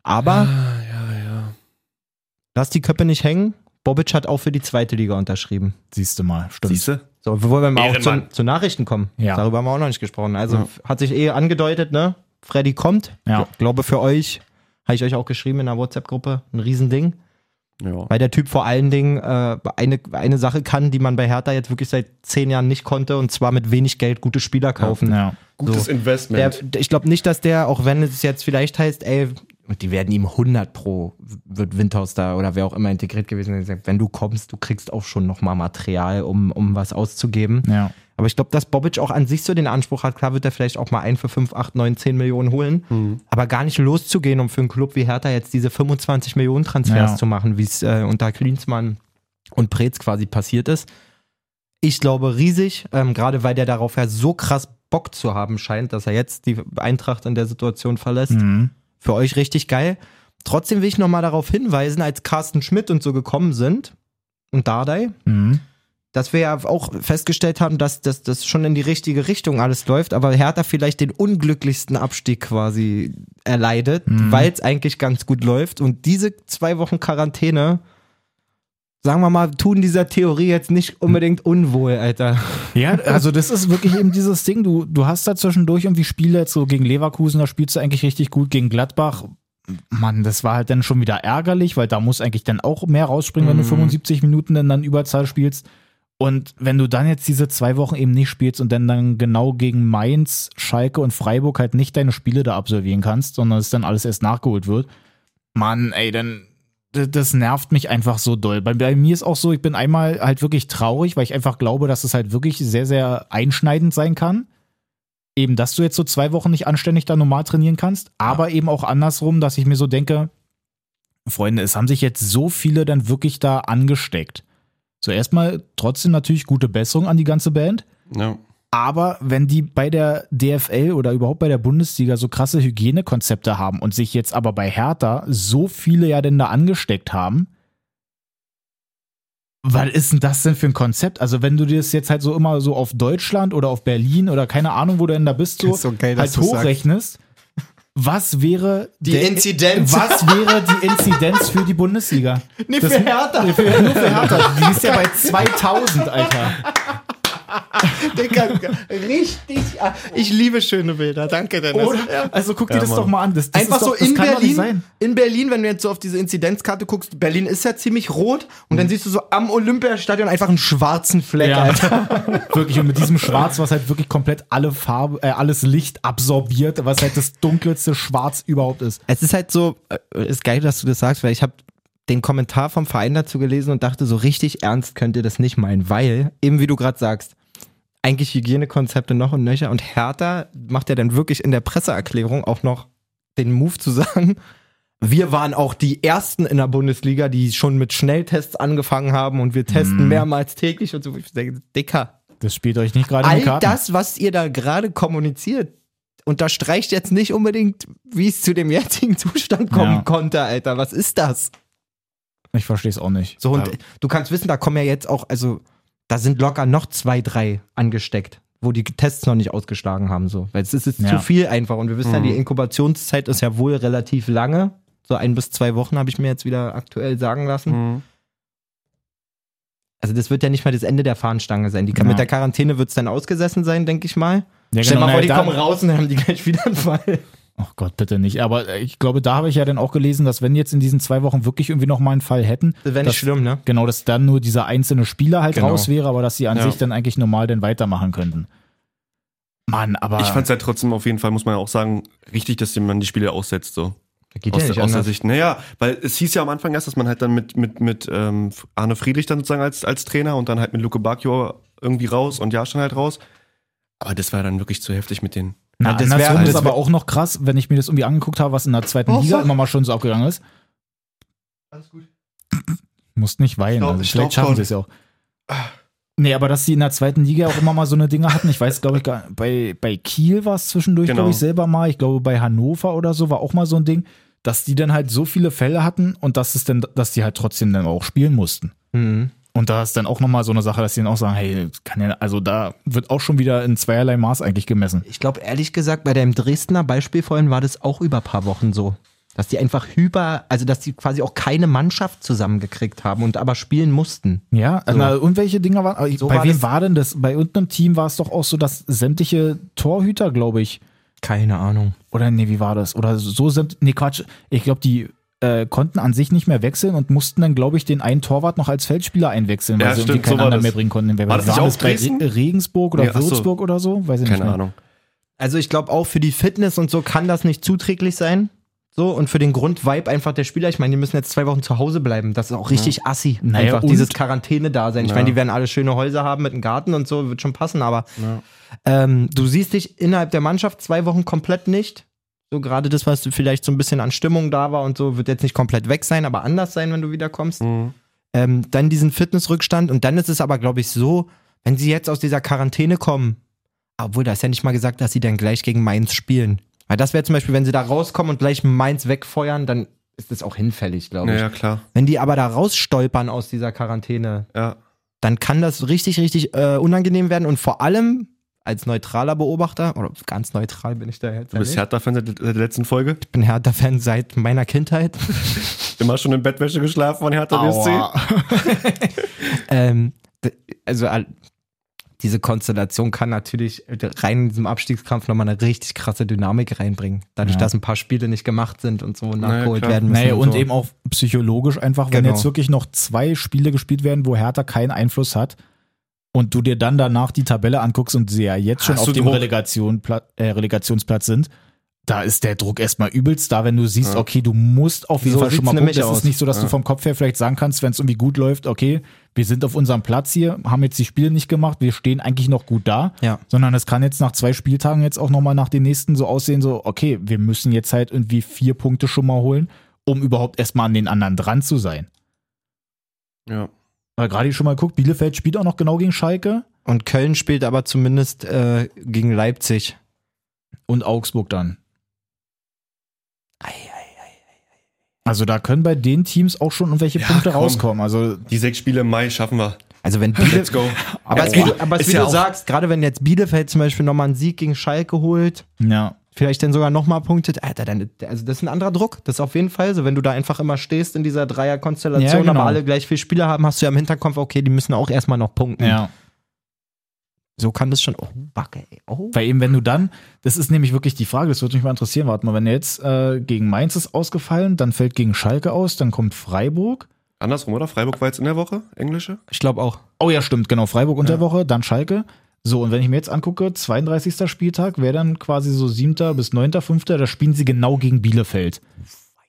[SPEAKER 3] Aber
[SPEAKER 1] Ah, Ja, ja.
[SPEAKER 3] lasst die Köpfe nicht hängen. Bobic hat auch für die zweite Liga unterschrieben.
[SPEAKER 2] Siehst du mal, stimmt.
[SPEAKER 1] Siehst du?
[SPEAKER 3] So, wir wollen mal auch
[SPEAKER 1] Ehrenmann.
[SPEAKER 3] zu, zu Nachrichten kommen.
[SPEAKER 2] Ja.
[SPEAKER 3] Darüber haben wir auch noch nicht gesprochen. Also
[SPEAKER 1] Ja.
[SPEAKER 3] f- hat sich eh angedeutet, ne? Freddy kommt.
[SPEAKER 2] Ja.
[SPEAKER 3] Ich glaube für euch, habe ich euch auch geschrieben in der WhatsApp-Gruppe, ein Riesending.
[SPEAKER 1] Ja.
[SPEAKER 3] Weil der Typ vor allen Dingen äh, eine, eine Sache kann, die man bei Hertha jetzt wirklich seit zehn Jahren nicht konnte, und zwar mit wenig Geld gute Spieler kaufen.
[SPEAKER 2] Ja.
[SPEAKER 1] Gutes
[SPEAKER 3] So. Der,
[SPEAKER 1] Investment.
[SPEAKER 3] ich glaube nicht, dass der, auch wenn es jetzt vielleicht heißt, ey, und die werden ihm 100 pro, wird Windhaus da oder wer auch immer integriert gewesen sein, gesagt, wenn du kommst, du kriegst auch schon nochmal Material, um, um was auszugeben.
[SPEAKER 2] Ja.
[SPEAKER 3] Aber ich glaube, dass Bobic auch an sich so den Anspruch hat, klar wird er vielleicht auch mal ein für 5, 8, 9, 10 Millionen holen,
[SPEAKER 2] Mhm.
[SPEAKER 3] aber gar nicht loszugehen, um für einen Club wie Hertha jetzt diese 25 Millionen Transfers
[SPEAKER 2] Ja.
[SPEAKER 3] zu machen, wie es äh, unter Klinsmann und Preetz quasi passiert ist. Ich glaube riesig, ähm, gerade weil der darauf ja so krass Bock zu haben scheint, dass er jetzt die Eintracht in der Situation verlässt
[SPEAKER 2] Mhm.
[SPEAKER 3] für euch richtig geil. Trotzdem will ich nochmal darauf hinweisen, als Carsten Schmidt und so gekommen sind und Dardai,
[SPEAKER 2] Mhm.
[SPEAKER 3] dass wir ja auch festgestellt haben, dass das dass schon in die richtige Richtung alles läuft, aber Hertha vielleicht den unglücklichsten Abstieg quasi erleidet,
[SPEAKER 2] Mhm.
[SPEAKER 3] weil es eigentlich ganz gut läuft. Und diese zwei Wochen Quarantäne, sagen wir mal, tun dieser Theorie jetzt nicht unbedingt unwohl, Alter.
[SPEAKER 2] Ja, also das ist wirklich eben dieses Ding. Du, du hast da zwischendurch irgendwie Spiele jetzt so gegen Leverkusen, da spielst du eigentlich richtig gut gegen Gladbach. Mann, das war halt dann schon wieder ärgerlich, weil da muss eigentlich dann auch mehr rausspringen, wenn du 75 Minuten dann, dann Überzahl spielst. Und wenn du dann jetzt diese zwei Wochen eben nicht spielst und dann, dann genau gegen Mainz, Schalke und Freiburg halt nicht deine Spiele da absolvieren kannst, sondern es dann alles erst nachgeholt wird, Mann, ey, dann d- das nervt mich einfach so doll. Bei, bei mir ist auch so, ich bin einmal halt wirklich traurig, weil ich einfach glaube, dass es halt wirklich sehr, sehr einschneidend sein kann. Eben, dass du jetzt so zwei Wochen nicht anständig da normal trainieren kannst, aber eben auch andersrum, dass ich mir so denke, Freunde, es haben sich jetzt so viele dann wirklich da angesteckt. So erstmal trotzdem natürlich gute Besserung an die ganze Band.
[SPEAKER 1] Ja.
[SPEAKER 2] Aber wenn die bei der DFL oder überhaupt bei der Bundesliga so krasse Hygienekonzepte haben und sich jetzt aber bei Hertha so viele ja denn da angesteckt haben, was ist denn das denn für ein Konzept? Also wenn du dir das jetzt halt so immer so auf Deutschland oder auf Berlin oder keine Ahnung, wo du denn da bist, so,
[SPEAKER 3] Ist so geil, dass
[SPEAKER 2] halt
[SPEAKER 3] du's sagst.
[SPEAKER 2] hochrechnest, was wäre
[SPEAKER 3] Die Inzidenz.
[SPEAKER 2] Was wäre die Inzidenz für die Bundesliga?
[SPEAKER 3] Nee, für Hertha.
[SPEAKER 2] Für, nur für Hertha. Die ist ja bei 2000, Alter.
[SPEAKER 3] Digga, richtig. ah, Ich liebe schöne Bilder. Danke, Dennis. Ja.
[SPEAKER 2] Also guck dir das doch mal an. Das, das
[SPEAKER 3] Einfach
[SPEAKER 2] ist doch,
[SPEAKER 3] so
[SPEAKER 2] das
[SPEAKER 3] in
[SPEAKER 2] kann doch nicht
[SPEAKER 3] Berlin,
[SPEAKER 2] sein.
[SPEAKER 3] in Berlin, wenn du jetzt so auf diese Inzidenzkarte guckst, Berlin ist ja ziemlich rot und dann siehst du so am Olympiastadion einfach einen schwarzen Fleck,
[SPEAKER 2] Mhm. Ja.
[SPEAKER 3] Alter.
[SPEAKER 2] Wirklich, und mit diesem Schwarz, was halt wirklich komplett alle Farbe, äh, alles Licht absorbiert, was halt das dunkelste Schwarz überhaupt ist.
[SPEAKER 3] Es ist halt so, äh, ist geil, dass du das sagst, weil ich habe den Kommentar vom Verein dazu gelesen und dachte, so richtig ernst könnt ihr das nicht meinen, weil, eben wie du gerade sagst, eigentlich Hygienekonzepte noch und nöcher und Hertha macht ja dann wirklich in der Presseerklärung auch noch den Move zu sagen, wir waren auch die Ersten in der Bundesliga, die schon mit Schnelltests angefangen haben und wir testen mehrmals täglich und so. Ich denke, Dicker,
[SPEAKER 2] Das spielt euch nicht gerade in die
[SPEAKER 3] all
[SPEAKER 2] Karten.
[SPEAKER 3] das, was ihr da gerade kommuniziert, unterstreicht jetzt nicht unbedingt, wie es zu dem jetzigen Zustand kommen
[SPEAKER 2] Ja.
[SPEAKER 3] konnte, Alter. Was ist das?
[SPEAKER 2] Ich verstehe es auch nicht.
[SPEAKER 3] So, und
[SPEAKER 2] Ja.
[SPEAKER 3] du kannst wissen, da kommen ja jetzt auch, also da sind locker noch zwei, drei angesteckt, wo die Tests noch nicht ausgeschlagen haben. So. Weil es ist jetzt
[SPEAKER 2] Ja. Mhm.
[SPEAKER 3] zu viel einfach. Und wir wissen ja, die Inkubationszeit ist ja wohl relativ lange. So ein bis zwei Wochen habe ich mir jetzt wieder aktuell sagen lassen.
[SPEAKER 2] Mhm.
[SPEAKER 3] Also das wird ja nicht mal das Ende der Fahnenstange sein. Die kann,
[SPEAKER 2] Ja.
[SPEAKER 3] Mit der Quarantäne wird es dann ausgesessen sein, denke ich mal.
[SPEAKER 2] Ja,
[SPEAKER 3] Stell
[SPEAKER 2] genau,
[SPEAKER 3] mal vor,
[SPEAKER 2] naja,
[SPEAKER 3] die
[SPEAKER 2] da-
[SPEAKER 3] kommen raus und dann haben die gleich wieder einen Fall.
[SPEAKER 2] Oh Gott, bitte nicht. Aber äh, ich glaube, da habe ich ja dann auch gelesen, dass wenn jetzt in diesen zwei Wochen wirklich irgendwie nochmal einen Fall hätten,
[SPEAKER 3] Das wäre
[SPEAKER 2] dass-
[SPEAKER 3] nicht schlimm, ne?
[SPEAKER 2] Genau, dass dann nur dieser einzelne Spieler halt
[SPEAKER 3] Genau.
[SPEAKER 2] raus wäre, aber dass sie an
[SPEAKER 1] Ja.
[SPEAKER 2] sich dann eigentlich normal dann weitermachen könnten. Mann, aber
[SPEAKER 1] Ich fand's ja trotzdem auf jeden Fall, muss man ja auch sagen, richtig, dass man die Spiele aussetzt, so.
[SPEAKER 3] Geht
[SPEAKER 1] aus, der, aus der Sicht. Naja, weil es hieß ja am Anfang erst, dass man halt dann mit, mit, mit ähm, Arne Friedrich dann sozusagen als, als Trainer und dann halt mit Luke Bacchio irgendwie raus und Jahrstein halt raus. Aber das war dann wirklich zu heftig mit den.
[SPEAKER 2] Na,
[SPEAKER 3] Ja, das
[SPEAKER 2] das
[SPEAKER 3] wär- halt
[SPEAKER 2] andersrum
[SPEAKER 3] das
[SPEAKER 2] ist aber
[SPEAKER 3] wär-
[SPEAKER 2] auch noch krass, wenn ich mir das irgendwie angeguckt habe, was in der zweiten
[SPEAKER 3] Oh,
[SPEAKER 2] Liga
[SPEAKER 3] fuck.
[SPEAKER 2] immer mal schon so abgegangen ist.
[SPEAKER 3] Alles gut.
[SPEAKER 2] Musst nicht weinen,
[SPEAKER 1] Staub-
[SPEAKER 2] also
[SPEAKER 1] Staubkorn.
[SPEAKER 2] vielleicht schaffen sie es ja auch. Nee, aber dass sie in der zweiten Liga auch immer mal so eine Dinge hatten, ich weiß, glaube ich, gar bei, bei Kiel war es zwischendurch,
[SPEAKER 1] Genau.
[SPEAKER 2] glaube ich, selber mal, ich glaube, bei Hannover oder so war auch mal so ein Ding, dass die dann halt so viele Fälle hatten und dass es dann, dass die halt trotzdem dann auch spielen mussten.
[SPEAKER 3] Mhm.
[SPEAKER 2] Und da ist dann auch nochmal so eine Sache, dass die dann auch sagen, hey, das kann ja, also da wird auch schon wieder in zweierlei Maß eigentlich gemessen.
[SPEAKER 3] Ich glaube, ehrlich gesagt, bei dem Dresdner Beispiel vorhin war das auch über ein paar Wochen so. Dass die einfach über, also dass die quasi auch keine Mannschaft zusammengekriegt haben und aber spielen mussten.
[SPEAKER 2] Ja, also na, irgendwelche Dinger waren, aber ich-
[SPEAKER 3] So
[SPEAKER 2] bei
[SPEAKER 3] war
[SPEAKER 2] wem
[SPEAKER 3] das-
[SPEAKER 2] war denn das? Bei irgendeinem Team war es doch auch so, dass sämtliche Torhüter, glaube ich,
[SPEAKER 3] Keine Ahnung.
[SPEAKER 2] oder nee, wie war das? Oder so sämt, nee, Quatsch, ich glaube, die äh, konnten an sich nicht mehr wechseln und mussten dann, glaube ich, den einen Torwart noch als Feldspieler einwechseln, weil
[SPEAKER 1] Ja,
[SPEAKER 2] sie
[SPEAKER 1] stimmt,
[SPEAKER 2] irgendwie
[SPEAKER 1] so
[SPEAKER 2] keinen
[SPEAKER 1] war
[SPEAKER 2] anderen
[SPEAKER 1] das.
[SPEAKER 2] mehr bringen konnten. Wer
[SPEAKER 1] War das nicht auch
[SPEAKER 2] bei
[SPEAKER 1] Dresden?
[SPEAKER 2] Re Regensburg oder
[SPEAKER 1] Nee, ach so.
[SPEAKER 2] Würzburg oder so? Weiß ich nicht
[SPEAKER 3] Mhm.
[SPEAKER 1] Keine
[SPEAKER 2] mehr.
[SPEAKER 1] Ahnung.
[SPEAKER 3] Also ich glaube auch für die Fitness und so kann das nicht zuträglich sein. So, und für den Grundvibe einfach der Spieler. Ich meine, die müssen jetzt zwei Wochen zu Hause bleiben. Das ist auch richtig assi.
[SPEAKER 2] Naja,
[SPEAKER 3] einfach
[SPEAKER 2] und-
[SPEAKER 3] dieses Quarantäne-Dasein. Ich
[SPEAKER 1] Ja.
[SPEAKER 3] meine, die werden alle schöne Häuser haben mit einem Garten und so, wird schon passen, aber ähm, du siehst dich innerhalb der Mannschaft zwei Wochen komplett nicht. So gerade das, was vielleicht so ein bisschen an Stimmung da war und so, wird jetzt nicht komplett weg sein, aber anders sein, wenn du wiederkommst
[SPEAKER 1] Mhm.
[SPEAKER 3] ähm, dann diesen Fitnessrückstand und dann ist es aber, glaube ich, so, wenn sie jetzt aus dieser Quarantäne kommen, obwohl da ist ja nicht mal gesagt, dass sie dann gleich gegen Mainz spielen. Weil das wäre zum Beispiel, wenn sie da rauskommen und gleich Mainz wegfeuern, dann ist das auch hinfällig, glaube ich.
[SPEAKER 1] Naja, klar.
[SPEAKER 3] Wenn die aber da rausstolpern aus dieser Quarantäne,
[SPEAKER 1] Ja.
[SPEAKER 3] dann kann das richtig, richtig äh, unangenehm werden und vor allem als neutraler Beobachter, oder ganz neutral bin ich da jetzt.
[SPEAKER 1] Du bist
[SPEAKER 3] ehrlich.
[SPEAKER 1] Hertha-Fan seit, seit der letzten Folge.
[SPEAKER 3] ich bin Hertha-Fan seit meiner Kindheit.
[SPEAKER 1] Immer schon in Bettwäsche geschlafen von Hertha BSC.
[SPEAKER 3] Ähm, d- also all- diese Konstellation kann natürlich rein in diesem Abstiegskampf nochmal eine richtig krasse Dynamik reinbringen. Dadurch,
[SPEAKER 2] Ja.
[SPEAKER 3] dass ein paar Spiele nicht gemacht sind und so
[SPEAKER 1] Naja,
[SPEAKER 3] nachgeholt
[SPEAKER 1] klar.
[SPEAKER 3] werden müssen.
[SPEAKER 2] Naja, und
[SPEAKER 3] so.
[SPEAKER 2] eben auch psychologisch einfach, wenn
[SPEAKER 3] Genau.
[SPEAKER 2] jetzt wirklich noch zwei Spiele gespielt werden, wo Hertha keinen Einfluss hat und du dir dann danach die Tabelle anguckst und sie ja jetzt schon
[SPEAKER 1] Hast
[SPEAKER 2] auf
[SPEAKER 1] du
[SPEAKER 2] dem
[SPEAKER 1] Druck?
[SPEAKER 2] Relegation, äh, Relegationsplatz sind, da ist der Druck erstmal übelst da, wenn du siehst,
[SPEAKER 1] Ja.
[SPEAKER 2] okay, du musst auf jeden
[SPEAKER 3] So
[SPEAKER 2] Fall schon
[SPEAKER 3] sieht's
[SPEAKER 2] mal
[SPEAKER 3] nämlich
[SPEAKER 2] punkten. Das
[SPEAKER 3] aus.
[SPEAKER 2] ist nicht so, dass du vom Kopf her vielleicht sagen kannst, wenn es irgendwie gut läuft, okay, wir sind auf unserem Platz hier, haben jetzt die Spiele nicht gemacht, wir stehen eigentlich noch gut da,
[SPEAKER 3] Ja.
[SPEAKER 2] sondern es kann jetzt nach zwei Spieltagen jetzt auch nochmal nach den nächsten so aussehen, so, okay, wir müssen jetzt halt irgendwie vier Punkte schon mal holen, um überhaupt erstmal an den anderen dran zu sein.
[SPEAKER 1] Ja.
[SPEAKER 2] Weil gerade schon mal geguckt, Bielefeld spielt auch noch genau gegen Schalke.
[SPEAKER 3] Und Köln spielt aber zumindest äh, gegen Leipzig.
[SPEAKER 2] Und Augsburg dann. Also da können bei den Teams auch schon irgendwelche Punkte
[SPEAKER 1] komm.
[SPEAKER 2] rauskommen. Also
[SPEAKER 1] Die sechs Spiele im Mai schaffen wir.
[SPEAKER 3] Also wenn Bielefeld,
[SPEAKER 1] Let's go.
[SPEAKER 3] aber,
[SPEAKER 1] Let's
[SPEAKER 3] wie,
[SPEAKER 1] go.
[SPEAKER 3] du- aber
[SPEAKER 1] Ist
[SPEAKER 3] wie
[SPEAKER 1] ja
[SPEAKER 3] du
[SPEAKER 1] auch-
[SPEAKER 3] sagst, gerade wenn jetzt Bielefeld zum Beispiel nochmal einen Sieg gegen Schalke holt,
[SPEAKER 2] ja,
[SPEAKER 3] vielleicht dann sogar nochmal punktet, Alter, dann, also das ist ein anderer Druck. Das ist auf jeden Fall so. Wenn du da einfach immer stehst in dieser Dreierkonstellation,
[SPEAKER 2] Ja, genau.
[SPEAKER 3] aber alle gleich viel Spieler haben, hast du ja im Hinterkopf, okay, die müssen auch erstmal noch punkten.
[SPEAKER 2] ja.
[SPEAKER 3] So kann das schon. Oh, Backe, ey. Oh.
[SPEAKER 2] Weil eben, wenn du dann, das ist nämlich wirklich die Frage, das würde mich mal interessieren, warte mal, wenn jetzt äh, gegen Mainz ist ausgefallen, dann fällt gegen Schalke aus, dann kommt Freiburg.
[SPEAKER 1] Andersrum, oder? Freiburg war jetzt in der Woche, englische.
[SPEAKER 3] Ich glaube auch.
[SPEAKER 2] Oh ja, stimmt, genau, Freiburg unter Woche, dann Schalke. So, und wenn ich mir jetzt angucke, 32. Spieltag wäre dann quasi so 7. bis 9., 5., da spielen sie genau gegen Bielefeld.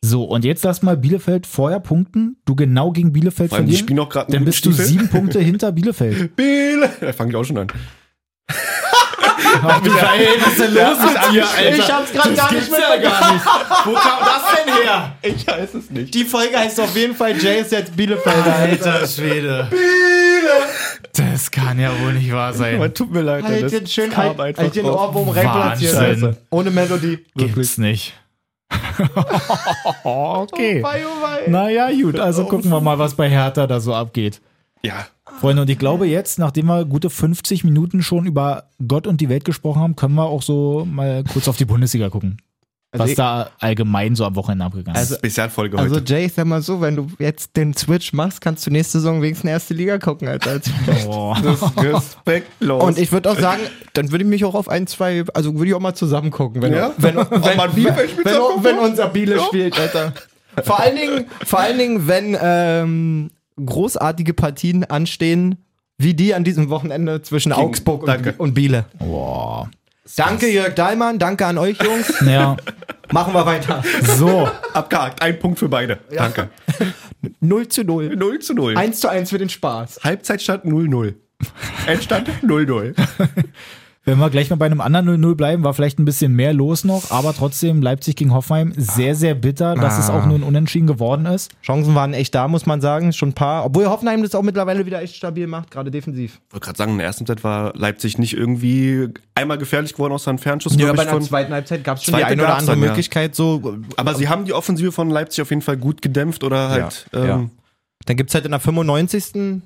[SPEAKER 2] So, und jetzt lass mal Bielefeld vorher punkten, du genau gegen Bielefeld
[SPEAKER 1] Vor allem, die
[SPEAKER 2] verlieren,
[SPEAKER 1] spielen auch gerade
[SPEAKER 2] dann bist du sieben Punkte hinter Bielefeld.
[SPEAKER 1] Spiele. Da fangen die auch schon an.
[SPEAKER 2] Ach, du Scheiße, was ist denn los mit dir,
[SPEAKER 3] Ich hab's gerade gar nicht mitbekommen. Wo kam das denn her?
[SPEAKER 1] Ich weiß es nicht.
[SPEAKER 3] Die Folge heißt auf jeden Fall Jay ist jetzt Bielefelder.
[SPEAKER 2] Alter Schwede. Das kann ja wohl nicht wahr sein.
[SPEAKER 1] tut mir leid,
[SPEAKER 3] Halt
[SPEAKER 1] Dennis.
[SPEAKER 3] den schön
[SPEAKER 1] Kam
[SPEAKER 3] halt,
[SPEAKER 1] einfach
[SPEAKER 3] halt den
[SPEAKER 1] drauf.
[SPEAKER 3] Ohrwurm reinplatziert.
[SPEAKER 2] Wahnsinn.
[SPEAKER 3] Alter. Ohne Melodie.
[SPEAKER 2] Gibt's nicht. okay.
[SPEAKER 3] Wei, oh wei. Oh.
[SPEAKER 2] Naja, gut, also gucken wir mal, was bei Hertha da so abgeht.
[SPEAKER 1] Ja.
[SPEAKER 2] Freunde, und ich glaube jetzt, nachdem wir gute 50 Minuten schon über Gott und die Welt gesprochen haben, können wir auch so mal kurz auf die Bundesliga gucken.
[SPEAKER 3] Also
[SPEAKER 2] Was
[SPEAKER 3] ich-
[SPEAKER 2] da allgemein so am Wochenende abgegangen ist.
[SPEAKER 1] Also, Spezialfolge
[SPEAKER 3] Also
[SPEAKER 1] heute.
[SPEAKER 3] Jay, sag mal so, wenn du jetzt den Switch machst, kannst du nächste Saison wenigstens erste Liga gucken, Alter.
[SPEAKER 2] Boah.
[SPEAKER 1] Das ist respektlos.
[SPEAKER 3] Und ich würde auch sagen, dann würde ich mich auch auf ein, zwei, also würde ich auch mal zusammen gucken, wenn,
[SPEAKER 1] Ja?
[SPEAKER 3] wenn, wenn,
[SPEAKER 1] Ob man Bielefeld spielt,
[SPEAKER 3] wenn,
[SPEAKER 1] dann
[SPEAKER 3] wenn,
[SPEAKER 1] gucken
[SPEAKER 3] wenn
[SPEAKER 1] wir.
[SPEAKER 3] unser Biele
[SPEAKER 1] Ja.
[SPEAKER 3] spielt, Alter. Vor allen Dingen, vor allen Dingen wenn ähm, großartige Partien anstehen, wie die an diesem Wochenende zwischen Augsburg
[SPEAKER 1] danke.
[SPEAKER 3] und, und Biele.
[SPEAKER 2] Boah.
[SPEAKER 3] Danke Jörg Dahlmann, danke an euch Jungs.
[SPEAKER 2] Ja,
[SPEAKER 3] Machen wir weiter.
[SPEAKER 2] so.
[SPEAKER 1] abgehakt. Ein Punkt für beide. Danke.
[SPEAKER 3] 0 zu 0.
[SPEAKER 1] 0 zu 0.
[SPEAKER 3] 1 zu 1 für den Spaß.
[SPEAKER 1] Halbzeitstand 0-0. Endstand 0-0.
[SPEAKER 2] Wenn wir gleich mal bei einem anderen 0-0 bleiben, war vielleicht ein bisschen mehr los noch, aber trotzdem Leipzig gegen Hoffenheim sehr, sehr bitter, dass
[SPEAKER 3] Ah.
[SPEAKER 2] es auch nur ein Unentschieden geworden ist.
[SPEAKER 3] Chancen waren echt da, muss man sagen. Schon ein paar. Obwohl Hoffenheim das auch mittlerweile wieder echt stabil macht, gerade defensiv.
[SPEAKER 1] Ich wollte gerade sagen, in der ersten Zeit war Leipzig nicht irgendwie einmal gefährlich geworden, außer ein Fernschuss. glaub ich, von-
[SPEAKER 3] zweiten Halbzeit gab es
[SPEAKER 1] schon die eine oder andere
[SPEAKER 3] Möglichkeit. So,
[SPEAKER 1] aber sie haben die Offensive von Leipzig auf jeden Fall gut gedämpft oder halt.
[SPEAKER 3] Ja,
[SPEAKER 1] ähm,
[SPEAKER 3] Dann gibt es halt in der 95.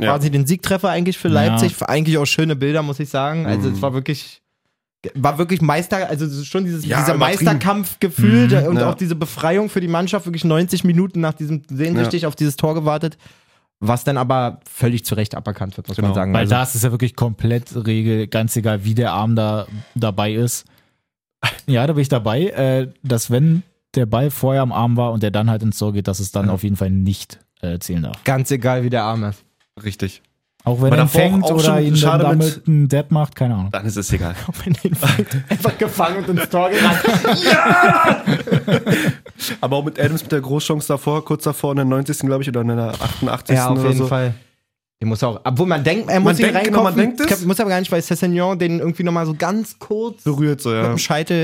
[SPEAKER 1] Ja.
[SPEAKER 3] quasi den Siegtreffer eigentlich für
[SPEAKER 2] Ja.
[SPEAKER 3] Leipzig. Eigentlich auch schöne Bilder, muss ich sagen. Also
[SPEAKER 1] Mhm.
[SPEAKER 3] es war wirklich war wirklich Meister, also es ist schon dieses,
[SPEAKER 1] Ja,
[SPEAKER 3] dieser
[SPEAKER 1] übertrieben. Mhm.
[SPEAKER 3] Meisterkampfgefühl da- und
[SPEAKER 1] Ja.
[SPEAKER 3] auch diese Befreiung für die Mannschaft, wirklich 90 Minuten nach diesem sehnsüchtig auf dieses Tor gewartet, was dann aber völlig zu Recht aberkannt wird, muss
[SPEAKER 1] Genau.
[SPEAKER 3] man sagen.
[SPEAKER 2] Weil
[SPEAKER 3] Also-
[SPEAKER 2] da ist es ja wirklich komplett Regel, ganz egal, wie der Arm da dabei ist. Ja, da bin ich dabei, äh, dass wenn der Ball vorher am Arm war und der dann halt ins Tor geht, dass es dann auf jeden Fall nicht äh, zählen darf.
[SPEAKER 3] ganz egal, wie der Arm ist.
[SPEAKER 1] Richtig.
[SPEAKER 2] Auch
[SPEAKER 1] Aber
[SPEAKER 2] wenn er ihn
[SPEAKER 1] davor
[SPEAKER 2] fängt
[SPEAKER 1] auch
[SPEAKER 2] oder
[SPEAKER 1] schon
[SPEAKER 2] ihn dann
[SPEAKER 1] schade mit-
[SPEAKER 2] damit einen Depp macht, keine Ahnung.
[SPEAKER 1] Dann ist es egal.
[SPEAKER 3] Wenn den Feind einfach gefangen und ins Tor gerannt.
[SPEAKER 1] Aber auch mit Adams mit der Großchance davor, kurz davor in der 90. glaube ich oder in der 88.
[SPEAKER 3] ja, auf
[SPEAKER 1] oder
[SPEAKER 3] jeden
[SPEAKER 1] so.
[SPEAKER 3] Fall. Den muss auch, obwohl man denkt, er muss ihn
[SPEAKER 1] denkt, genau, man
[SPEAKER 3] reinkopfen.
[SPEAKER 1] denkt es.
[SPEAKER 3] Ich glaub, muss aber gar nicht, weil Cessignon den irgendwie nochmal so ganz kurz
[SPEAKER 1] Berührt so,
[SPEAKER 3] mit
[SPEAKER 1] ja.
[SPEAKER 3] dem Scheitel,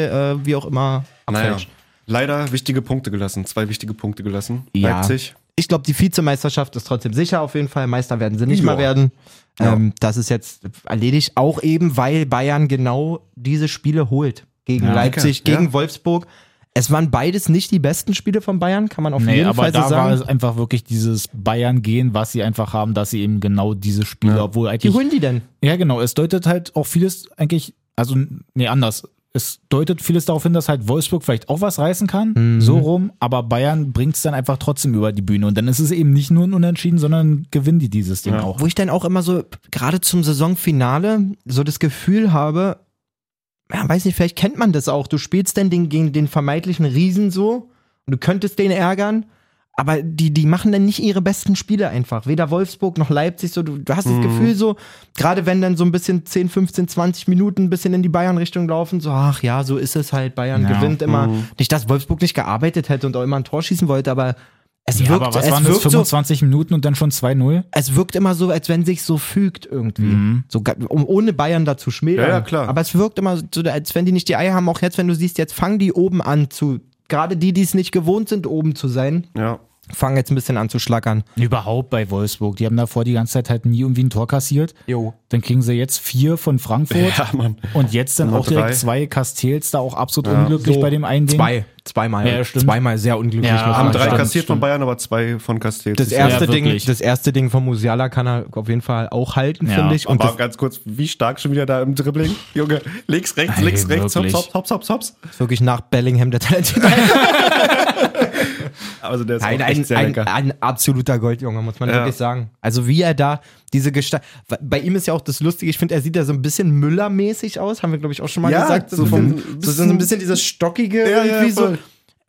[SPEAKER 3] äh, wie auch immer,
[SPEAKER 1] Naja.
[SPEAKER 3] abfällt.
[SPEAKER 1] Leider wichtige Punkte gelassen. Zwei wichtige Punkte gelassen.
[SPEAKER 2] Ja.
[SPEAKER 1] Leipzig.
[SPEAKER 3] Ich glaube, die Vizemeisterschaft ist trotzdem sicher auf jeden Fall. Meister werden sie nicht
[SPEAKER 1] Ja.
[SPEAKER 3] mehr werden. Ähm, das ist jetzt erledigt, auch eben, weil Bayern genau diese Spiele holt. Gegen
[SPEAKER 2] Ja,
[SPEAKER 3] Leipzig,
[SPEAKER 1] danke.
[SPEAKER 3] gegen
[SPEAKER 1] Ja.
[SPEAKER 3] Wolfsburg. Es waren beides nicht die besten Spiele von Bayern, kann man auf
[SPEAKER 2] Nee,
[SPEAKER 3] jeden
[SPEAKER 2] aber
[SPEAKER 3] Fall so
[SPEAKER 2] da
[SPEAKER 3] sagen.
[SPEAKER 2] war es einfach wirklich dieses Bayern-Gehen, was sie einfach haben, dass sie eben genau diese Spiele, obwohl
[SPEAKER 3] Wie
[SPEAKER 2] eigentlich
[SPEAKER 3] holen die denn?
[SPEAKER 2] Ja, genau. Es deutet halt auch vieles eigentlich, also, nee, anders. Es deutet vieles darauf hin, dass halt Wolfsburg vielleicht auch was reißen kann,
[SPEAKER 3] Mhm.
[SPEAKER 2] so rum, aber Bayern bringt es dann einfach trotzdem über die Bühne. Und dann ist es eben nicht nur ein Unentschieden, sondern gewinnen die dieses Ding auch.
[SPEAKER 3] Wo ich dann auch immer so, gerade zum Saisonfinale, so das Gefühl habe, ja, weiß nicht, vielleicht kennt man das auch. Du spielst dann den, gegen den vermeintlichen Riesen so und du könntest den ärgern, aber die, die machen dann nicht ihre besten Spiele einfach. Weder Wolfsburg noch Leipzig. So, du, du hast das
[SPEAKER 2] Mhm.
[SPEAKER 3] Gefühl so, gerade wenn dann so ein bisschen 10, 15, 20 Minuten ein bisschen in die Bayern-Richtung laufen, so, ach ja, so ist es halt. Bayern
[SPEAKER 2] Ja. Mhm.
[SPEAKER 3] gewinnt immer. Nicht, dass Wolfsburg nicht gearbeitet hätte und auch immer ein Tor schießen wollte, aber es
[SPEAKER 2] Ja,
[SPEAKER 3] wirkt,
[SPEAKER 2] aber was
[SPEAKER 3] es
[SPEAKER 2] waren das?
[SPEAKER 3] wirkt so,
[SPEAKER 2] 25 Minuten und dann schon 2-0?
[SPEAKER 3] es wirkt immer so, als wenn sich so fügt irgendwie. So, ga- um, ohne Bayern dazu schmälern.
[SPEAKER 1] Ja, ja, klar.
[SPEAKER 3] Aber es wirkt immer so, als wenn die nicht die Eier haben. Auch jetzt, wenn du siehst, jetzt fangen die oben an zu. Gerade die, die es nicht gewohnt sind, oben zu sein,
[SPEAKER 1] Ja.
[SPEAKER 3] fangen jetzt ein bisschen an zu schlackern.
[SPEAKER 2] Überhaupt bei Wolfsburg. Die haben davor die ganze Zeit halt nie irgendwie ein Tor kassiert.
[SPEAKER 3] Jo.
[SPEAKER 2] Dann kriegen sie jetzt vier von Frankfurt.
[SPEAKER 1] Ja, Mann.
[SPEAKER 2] Und jetzt dann
[SPEAKER 1] Nummer
[SPEAKER 2] auch direkt
[SPEAKER 1] drei.
[SPEAKER 2] zwei Castells, da auch absolut unglücklich bei dem einen Ding.
[SPEAKER 3] Zwei. Zweimal.
[SPEAKER 2] Ja, stimmt.
[SPEAKER 3] Zweimal sehr unglücklich.
[SPEAKER 2] Ja,
[SPEAKER 3] muss man
[SPEAKER 2] haben
[SPEAKER 1] Haben
[SPEAKER 2] Ah,
[SPEAKER 1] drei
[SPEAKER 3] sagen.
[SPEAKER 2] stimmt,
[SPEAKER 1] kassiert
[SPEAKER 2] stimmt.
[SPEAKER 1] von Bayern, aber zwei von Castells.
[SPEAKER 3] Das
[SPEAKER 1] ja-
[SPEAKER 3] erste,
[SPEAKER 2] Ja,
[SPEAKER 3] Ding,
[SPEAKER 2] wirklich.
[SPEAKER 3] das erste Ding von Musiala kann er auf jeden Fall auch halten,
[SPEAKER 2] Ja,
[SPEAKER 3] finde ich. Und
[SPEAKER 1] aber
[SPEAKER 3] das
[SPEAKER 1] ganz kurz, wie stark schon wieder da im Dribbling? Junge, links, rechts, links,
[SPEAKER 2] Ey,
[SPEAKER 1] rechts,
[SPEAKER 2] wirklich.
[SPEAKER 1] hops, hops, hops, hops, hops.
[SPEAKER 3] ist wirklich nach Bellingham der talentierte.
[SPEAKER 1] Also der ist
[SPEAKER 3] Nein,
[SPEAKER 1] auch
[SPEAKER 3] ein,
[SPEAKER 1] echt sehr
[SPEAKER 3] ein,
[SPEAKER 1] lecker.
[SPEAKER 3] ein absoluter Goldjunge, muss man
[SPEAKER 1] Ja.
[SPEAKER 3] wirklich sagen. Also wie er da diese Gestalt. Bei ihm ist ja auch das Lustige, ich finde, er sieht ja so ein bisschen Müller-mäßig aus, haben wir, glaube ich, auch schon mal
[SPEAKER 1] Ja,
[SPEAKER 3] gesagt. So,
[SPEAKER 1] so
[SPEAKER 3] vom,
[SPEAKER 1] vom-
[SPEAKER 3] so, so ein bisschen dieses Stockige
[SPEAKER 1] Ja, ja,
[SPEAKER 3] irgendwie so.
[SPEAKER 1] voll.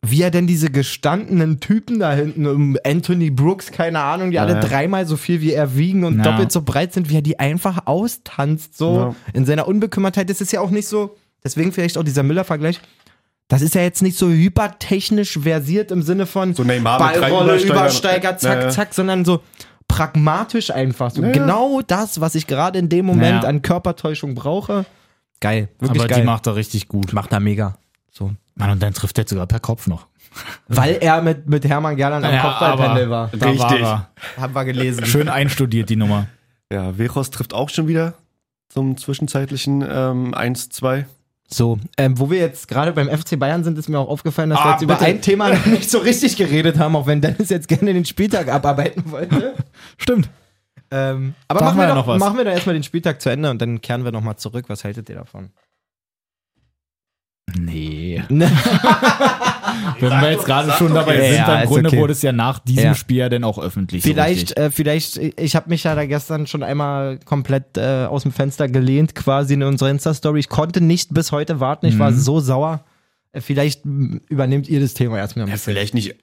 [SPEAKER 3] Wie er denn diese gestandenen Typen da hinten, um Anthony Brooks, keine Ahnung, die alle
[SPEAKER 1] ja.
[SPEAKER 3] dreimal so viel wie er wiegen und
[SPEAKER 2] Ja.
[SPEAKER 3] doppelt so breit sind, wie er die einfach austanzt, so in seiner Unbekümmertheit. Das ist ja auch nicht so, deswegen vielleicht auch dieser Müller-Vergleich. Das ist ja jetzt nicht so hypertechnisch versiert im Sinne von
[SPEAKER 1] So Neymar mit drei
[SPEAKER 3] Ballrolle,
[SPEAKER 1] Übersteigern.
[SPEAKER 3] Übersteiger, zack,
[SPEAKER 1] Ja, ja.
[SPEAKER 3] zack, sondern so pragmatisch einfach. So Genau das, was ich gerade in dem Moment
[SPEAKER 2] Ja.
[SPEAKER 3] an Körpertäuschung brauche. Geil, wirklich
[SPEAKER 2] Aber
[SPEAKER 3] geil.
[SPEAKER 2] die macht er richtig gut.
[SPEAKER 3] macht er mega. So.
[SPEAKER 2] Mann, und dann trifft er sogar per Kopf noch.
[SPEAKER 3] Weil er mit, mit Hermann Gerland am
[SPEAKER 2] Ja,
[SPEAKER 3] Kopfballpendel
[SPEAKER 2] aber-
[SPEAKER 3] war.
[SPEAKER 2] Da
[SPEAKER 1] Richtig.
[SPEAKER 2] war
[SPEAKER 3] Haben wir
[SPEAKER 2] er.
[SPEAKER 3] gelesen.
[SPEAKER 2] Schön einstudiert, die Nummer.
[SPEAKER 1] Ja, Vejos trifft auch schon wieder zum zwischenzeitlichen ähm, 1-2.
[SPEAKER 3] So, ähm, wo wir jetzt gerade beim FC Bayern sind, ist mir auch aufgefallen, dass wir
[SPEAKER 1] Ah,
[SPEAKER 3] jetzt über
[SPEAKER 1] bitte.
[SPEAKER 3] ein Thema noch nicht so richtig geredet haben, auch wenn Dennis jetzt gerne den Spieltag abarbeiten wollte.
[SPEAKER 2] Stimmt.
[SPEAKER 3] Ähm, aber
[SPEAKER 2] Da
[SPEAKER 3] machen
[SPEAKER 2] haben wir ja
[SPEAKER 3] wir,
[SPEAKER 2] noch
[SPEAKER 3] doch,
[SPEAKER 2] was.
[SPEAKER 3] machen wir doch erstmal den Spieltag zu Ende und dann kehren wir nochmal zurück. Was haltet ihr davon?
[SPEAKER 2] Nee. Wenn wir jetzt gerade schon dabei
[SPEAKER 3] jetzt.
[SPEAKER 2] sind,
[SPEAKER 3] Ja,
[SPEAKER 2] dann
[SPEAKER 3] ist
[SPEAKER 2] im Grunde
[SPEAKER 3] okay.
[SPEAKER 2] wurde es ja nach diesem
[SPEAKER 3] Ja.
[SPEAKER 2] Spiel ja dann auch öffentlich.
[SPEAKER 3] Vielleicht,
[SPEAKER 2] So richtig.
[SPEAKER 3] äh, vielleicht, ich habe mich ja da gestern schon einmal komplett äh, aus dem Fenster gelehnt, quasi in unserer Insta-Story. Ich konnte nicht bis heute warten, ich
[SPEAKER 2] Mhm.
[SPEAKER 3] war so sauer. Äh, Vielleicht mh, übernehmt ihr das Thema erstmal.
[SPEAKER 1] Ja, vielleicht nicht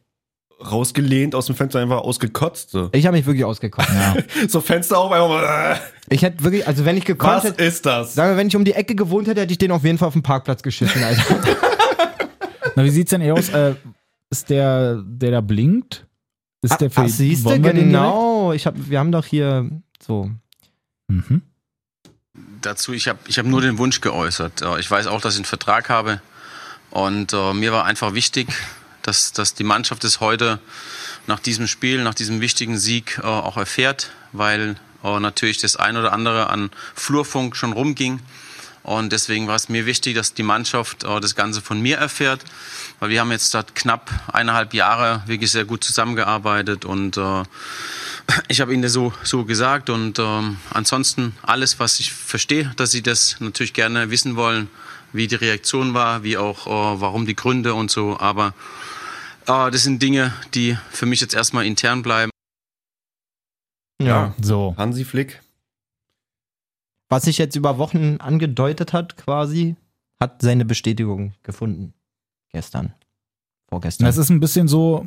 [SPEAKER 1] rausgelehnt aus dem Fenster, einfach ausgekotzt. So,
[SPEAKER 3] Ich habe mich wirklich ausgekocht.
[SPEAKER 1] so Fenster auf, einfach mal, äh,
[SPEAKER 3] Ich hätte wirklich, also wenn ich gekonnt
[SPEAKER 1] was
[SPEAKER 3] hätte,
[SPEAKER 1] ist das?
[SPEAKER 3] sagen wir, wenn ich um die Ecke gewohnt hätte, hätte ich den auf jeden Fall auf dem Parkplatz geschissen, Alter.
[SPEAKER 2] Na, wie sieht's denn eher aus? Äh, ist der, der da blinkt? Ist der für
[SPEAKER 3] Ah, siehst du,
[SPEAKER 2] wollen wir den
[SPEAKER 3] genau. Ich hab, wir haben doch hier so.
[SPEAKER 2] direkt? Mhm.
[SPEAKER 6] dazu, ich habe ich hab nur den Wunsch geäußert. Äh, Ich weiß auch, dass ich einen Vertrag habe. Und äh, mir war einfach wichtig, dass, dass die Mannschaft es heute nach diesem Spiel, nach diesem wichtigen Sieg äh, auch erfährt, weil äh, natürlich das ein oder andere an Flurfunk schon rumging. Und deswegen war es mir wichtig, dass die Mannschaft äh, das Ganze von mir erfährt, weil wir haben jetzt dort knapp eineinhalb Jahre wirklich sehr gut zusammengearbeitet und äh, ich habe Ihnen das so, so gesagt und ähm, ansonsten alles, was ich verstehe, dass Sie das natürlich gerne wissen wollen, wie die Reaktion war, wie auch äh, warum die Gründe und so. Aber äh, das sind Dinge, die für mich jetzt erstmal intern bleiben.
[SPEAKER 3] ja.
[SPEAKER 2] So.
[SPEAKER 1] Hansi Flick.
[SPEAKER 3] was sich jetzt über Wochen angedeutet hat, quasi, hat seine Bestätigung gefunden. Gestern. Vorgestern.
[SPEAKER 2] Das ist ein bisschen so,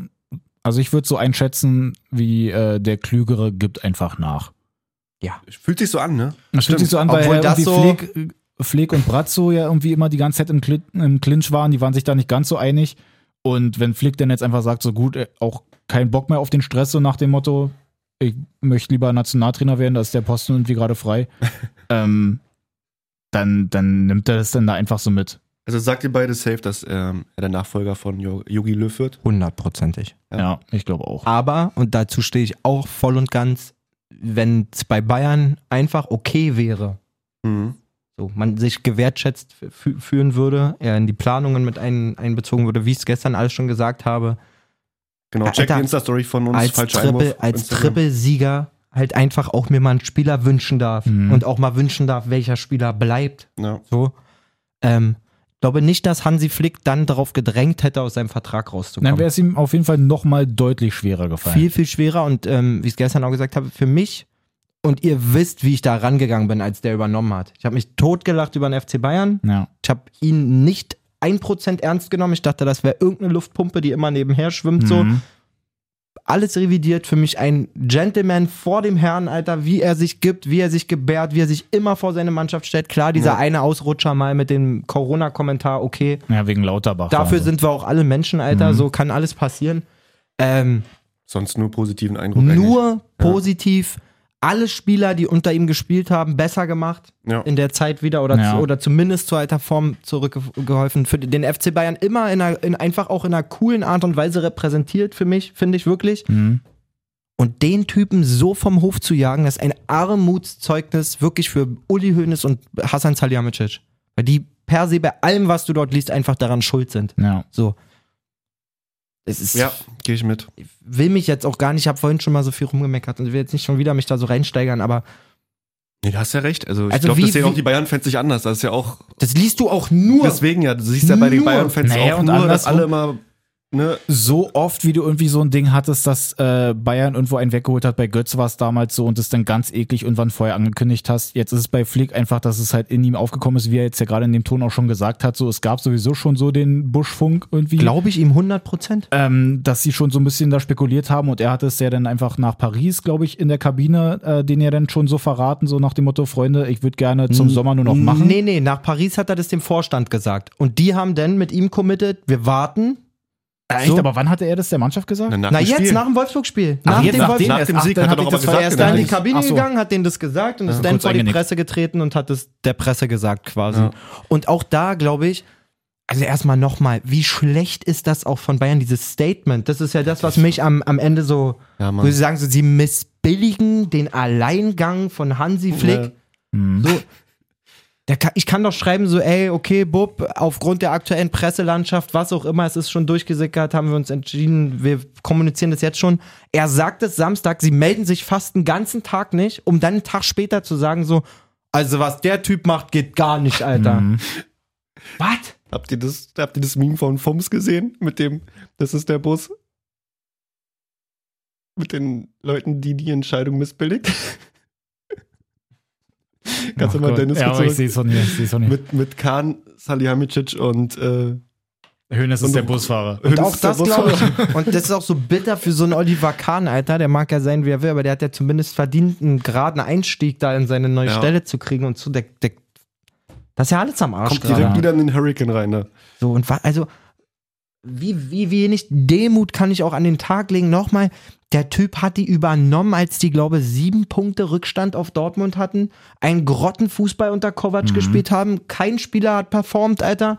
[SPEAKER 2] also ich würde so einschätzen, wie äh, der Klügere gibt einfach nach.
[SPEAKER 1] Fühlt sich so an, ne?
[SPEAKER 2] Das
[SPEAKER 1] Stimmt.
[SPEAKER 2] fühlt sich so an, weil
[SPEAKER 3] Obwohl
[SPEAKER 2] ja
[SPEAKER 3] das
[SPEAKER 2] irgendwie
[SPEAKER 3] so-
[SPEAKER 2] Flick, Flick und Brazzo ja irgendwie immer die ganze Zeit im, Cli im Clinch waren, die waren sich da nicht ganz so einig. Und wenn Flick dann jetzt einfach sagt, so gut, äh, auch kein Bock mehr auf den Stress, so nach dem Motto, ich möchte lieber Nationaltrainer werden, da ist der Posten irgendwie gerade frei, ähm, dann, dann nimmt er das dann da einfach so mit.
[SPEAKER 1] Also sagt ihr beide safe, dass ähm, er der Nachfolger von Jo- Yogi Löw wird?
[SPEAKER 3] hundertprozentig.
[SPEAKER 2] Ja,
[SPEAKER 1] Ja.
[SPEAKER 2] ich glaube auch.
[SPEAKER 3] Aber, und dazu stehe ich auch voll und ganz, wenn es bei Bayern einfach okay wäre,
[SPEAKER 1] Mhm.
[SPEAKER 3] so man sich gewertschätzt fü- fühlen würde, er in die Planungen mit ein einbezogen würde, wie ich es gestern alles schon gesagt habe,
[SPEAKER 1] Genau,
[SPEAKER 3] Alter,
[SPEAKER 1] check die Insta-Story von uns.
[SPEAKER 3] als,
[SPEAKER 1] falscher
[SPEAKER 3] Triple,
[SPEAKER 1] Einwurf,
[SPEAKER 3] als
[SPEAKER 1] Instagram.
[SPEAKER 3] Trippelsieger halt einfach auch mir mal einen Spieler wünschen darf
[SPEAKER 2] Mhm.
[SPEAKER 3] und auch mal wünschen darf, welcher Spieler bleibt.
[SPEAKER 1] Ja.
[SPEAKER 3] So. Ähm, glaube nicht, dass Hansi Flick dann darauf gedrängt hätte, aus seinem Vertrag rauszukommen.
[SPEAKER 2] Dann wäre es ihm auf jeden Fall nochmal deutlich schwerer gefallen.
[SPEAKER 3] viel, viel schwerer und ähm, wie ich es gestern auch gesagt habe, für mich und ihr wisst, wie ich da rangegangen bin, als der übernommen hat. Ich habe mich totgelacht über den FC Bayern.
[SPEAKER 2] Ja.
[SPEAKER 3] Ich habe ihn nicht ein Prozent ernst genommen. Ich dachte, das wäre irgendeine Luftpumpe, die immer nebenher schwimmt. So
[SPEAKER 2] Mhm.
[SPEAKER 3] alles revidiert. Für mich ein Gentleman vor dem Herrn, Alter, wie er sich gibt, wie er sich gebärt, wie er sich immer vor seine Mannschaft stellt. Klar, dieser
[SPEAKER 1] Ja.
[SPEAKER 3] eine Ausrutscher mal mit dem Corona-Kommentar, okay.
[SPEAKER 2] ja, wegen Lauterbach. Also.
[SPEAKER 3] Dafür
[SPEAKER 2] waren sie.
[SPEAKER 3] sind wir auch alle Menschen, Alter.
[SPEAKER 2] Mhm.
[SPEAKER 3] So kann alles passieren. Ähm,
[SPEAKER 1] Sonst nur positiven Eindruck.
[SPEAKER 3] nur positiv. alle Spieler, die unter ihm gespielt haben, besser gemacht.
[SPEAKER 1] Ja.
[SPEAKER 3] In der Zeit wieder oder,
[SPEAKER 2] Ja.
[SPEAKER 3] zu, oder zumindest zu alter Form zurückgeholfen. Für den FC Bayern immer in einer, in einfach auch in einer coolen Art und Weise repräsentiert für mich, finde ich wirklich.
[SPEAKER 2] Mhm.
[SPEAKER 3] Und den Typen so vom Hof zu jagen, das ist ein Armutszeugnis wirklich für Uli Hoeneß und Hasan Salihamidzic. Weil die per se bei allem, was du dort liest, einfach daran schuld sind.
[SPEAKER 2] Ja.
[SPEAKER 3] So. Es ist,
[SPEAKER 1] Ja, gehe ich mit.
[SPEAKER 3] ich will mich jetzt auch gar nicht, ich habe vorhin schon mal so viel rumgemeckert und will jetzt nicht schon wieder mich da so reinsteigern, aber
[SPEAKER 1] Nee, du hast ja recht. Also ich
[SPEAKER 3] Also
[SPEAKER 1] glaube,
[SPEAKER 3] wie-
[SPEAKER 1] das sehen
[SPEAKER 3] wie-
[SPEAKER 1] auch die Bayern-Fans nicht anders. Das ist ja auch
[SPEAKER 3] das liest du auch nur.
[SPEAKER 1] deswegen ja. Du siehst ja bei den
[SPEAKER 3] Nur-
[SPEAKER 1] Bayern-Fans
[SPEAKER 2] Naja,
[SPEAKER 1] auch
[SPEAKER 2] und
[SPEAKER 1] nur, dass
[SPEAKER 2] andersrum-
[SPEAKER 1] alle immer ne,
[SPEAKER 2] So oft, wie du irgendwie so ein Ding hattest, dass äh, Bayern irgendwo einen weggeholt hat, bei Götz war es damals so und es dann ganz eklig und wann vorher angekündigt hast. Jetzt ist es bei Flick einfach, dass es halt in ihm aufgekommen ist, wie er jetzt ja gerade in dem Ton auch schon gesagt hat. So, es gab sowieso schon so den Buschfunk irgendwie.
[SPEAKER 3] Glaube ich ihm 100 Prozent.
[SPEAKER 2] ähm, dass sie schon so ein bisschen da spekuliert haben und er hat es ja dann einfach nach Paris, glaube ich, in der Kabine, äh, den ja dann schon so verraten, so nach dem Motto, Freunde, ich würde gerne zum Sommer nur noch machen.
[SPEAKER 3] Nee, nee, nach Paris hat er das dem Vorstand gesagt. Und die haben dann mit ihm committed, wir warten.
[SPEAKER 2] Echt,
[SPEAKER 3] so.
[SPEAKER 2] aber wann hatte er das der Mannschaft gesagt?
[SPEAKER 1] nach
[SPEAKER 3] Na
[SPEAKER 1] dem
[SPEAKER 3] jetzt,
[SPEAKER 1] Spiel.
[SPEAKER 3] nach dem Wolfsburg-Spiel.
[SPEAKER 2] Ach,
[SPEAKER 3] Nach
[SPEAKER 2] jetzt
[SPEAKER 3] dem
[SPEAKER 2] nach
[SPEAKER 3] Wolfsburg
[SPEAKER 2] dem
[SPEAKER 1] Nach dem
[SPEAKER 2] erst-
[SPEAKER 1] Sieg
[SPEAKER 2] ach,
[SPEAKER 1] hat
[SPEAKER 2] dann
[SPEAKER 1] er
[SPEAKER 2] hab
[SPEAKER 1] doch
[SPEAKER 2] ich
[SPEAKER 1] aber
[SPEAKER 2] das
[SPEAKER 1] gesagt, genau.
[SPEAKER 3] Er ist
[SPEAKER 2] vergessen.
[SPEAKER 3] dann in die
[SPEAKER 1] Nichts.
[SPEAKER 3] Kabine
[SPEAKER 2] Ach so.
[SPEAKER 3] gegangen, hat denen das gesagt und ist dann
[SPEAKER 2] kurz
[SPEAKER 3] vor die
[SPEAKER 2] eingenickt.
[SPEAKER 3] Presse getreten und hat das der Presse gesagt quasi.
[SPEAKER 1] Ja.
[SPEAKER 3] Und auch da glaube ich, also erstmal nochmal, wie schlecht ist das auch von Bayern, dieses Statement? Das ist ja das, was mich am, am Ende so,
[SPEAKER 1] Ja,
[SPEAKER 3] wo sie
[SPEAKER 1] Mann.
[SPEAKER 3] sagen, so, sie missbilligen den Alleingang von Hansi Flick.
[SPEAKER 1] Ja. Mhm.
[SPEAKER 2] Hm.
[SPEAKER 3] So, der kann, ich kann doch schreiben, so, ey, okay, Bub, aufgrund der aktuellen Presselandschaft, was auch immer, es ist schon durchgesickert, haben wir uns entschieden, wir kommunizieren das jetzt schon. Er sagt es Samstag, sie melden sich fast den ganzen Tag nicht, um dann einen Tag später zu sagen, so, also was der Typ macht, geht gar nicht, Alter.
[SPEAKER 1] Mhm.
[SPEAKER 3] Was?
[SPEAKER 1] Habt ihr das, habt ihr das Meme von Fums gesehen? Mit dem, das ist der Bus. Mit den Leuten, die die Entscheidung missbilligt. Kannst du
[SPEAKER 2] Ach
[SPEAKER 1] mal
[SPEAKER 2] Oh Gott.
[SPEAKER 1] Dennis
[SPEAKER 2] Ja,
[SPEAKER 1] kurz
[SPEAKER 2] aber ich
[SPEAKER 1] zurück-
[SPEAKER 2] sehe es von hier. Ich seh's von hier.
[SPEAKER 1] Mit, mit Kahn, Salihamidzic und äh,
[SPEAKER 2] Hönes ist
[SPEAKER 1] und-
[SPEAKER 2] der Busfahrer.
[SPEAKER 3] Und auch
[SPEAKER 1] ist der
[SPEAKER 3] das
[SPEAKER 1] Bus-
[SPEAKER 3] glaube ich. Und das ist auch so bitter für so einen Oliver Kahn, Alter. Der mag ja sein, wie er will, aber der hat ja zumindest verdient, einen geraden Einstieg da in seine neue
[SPEAKER 1] Ja.
[SPEAKER 3] Stelle zu kriegen und zu. Der, der, das ist ja alles am Arsch
[SPEAKER 1] Kommt
[SPEAKER 3] gerade.
[SPEAKER 1] direkt wieder in den Hurricane rein, ne?
[SPEAKER 3] So, und wa- also, wie, wie wenig Demut kann ich auch an den Tag legen? Nochmal, der Typ hat die übernommen, als die, glaube sieben Punkte Rückstand auf Dortmund hatten, einen Grottenfußball unter
[SPEAKER 1] Mhm.
[SPEAKER 3] Kovac gespielt haben, kein Spieler hat performt, Alter.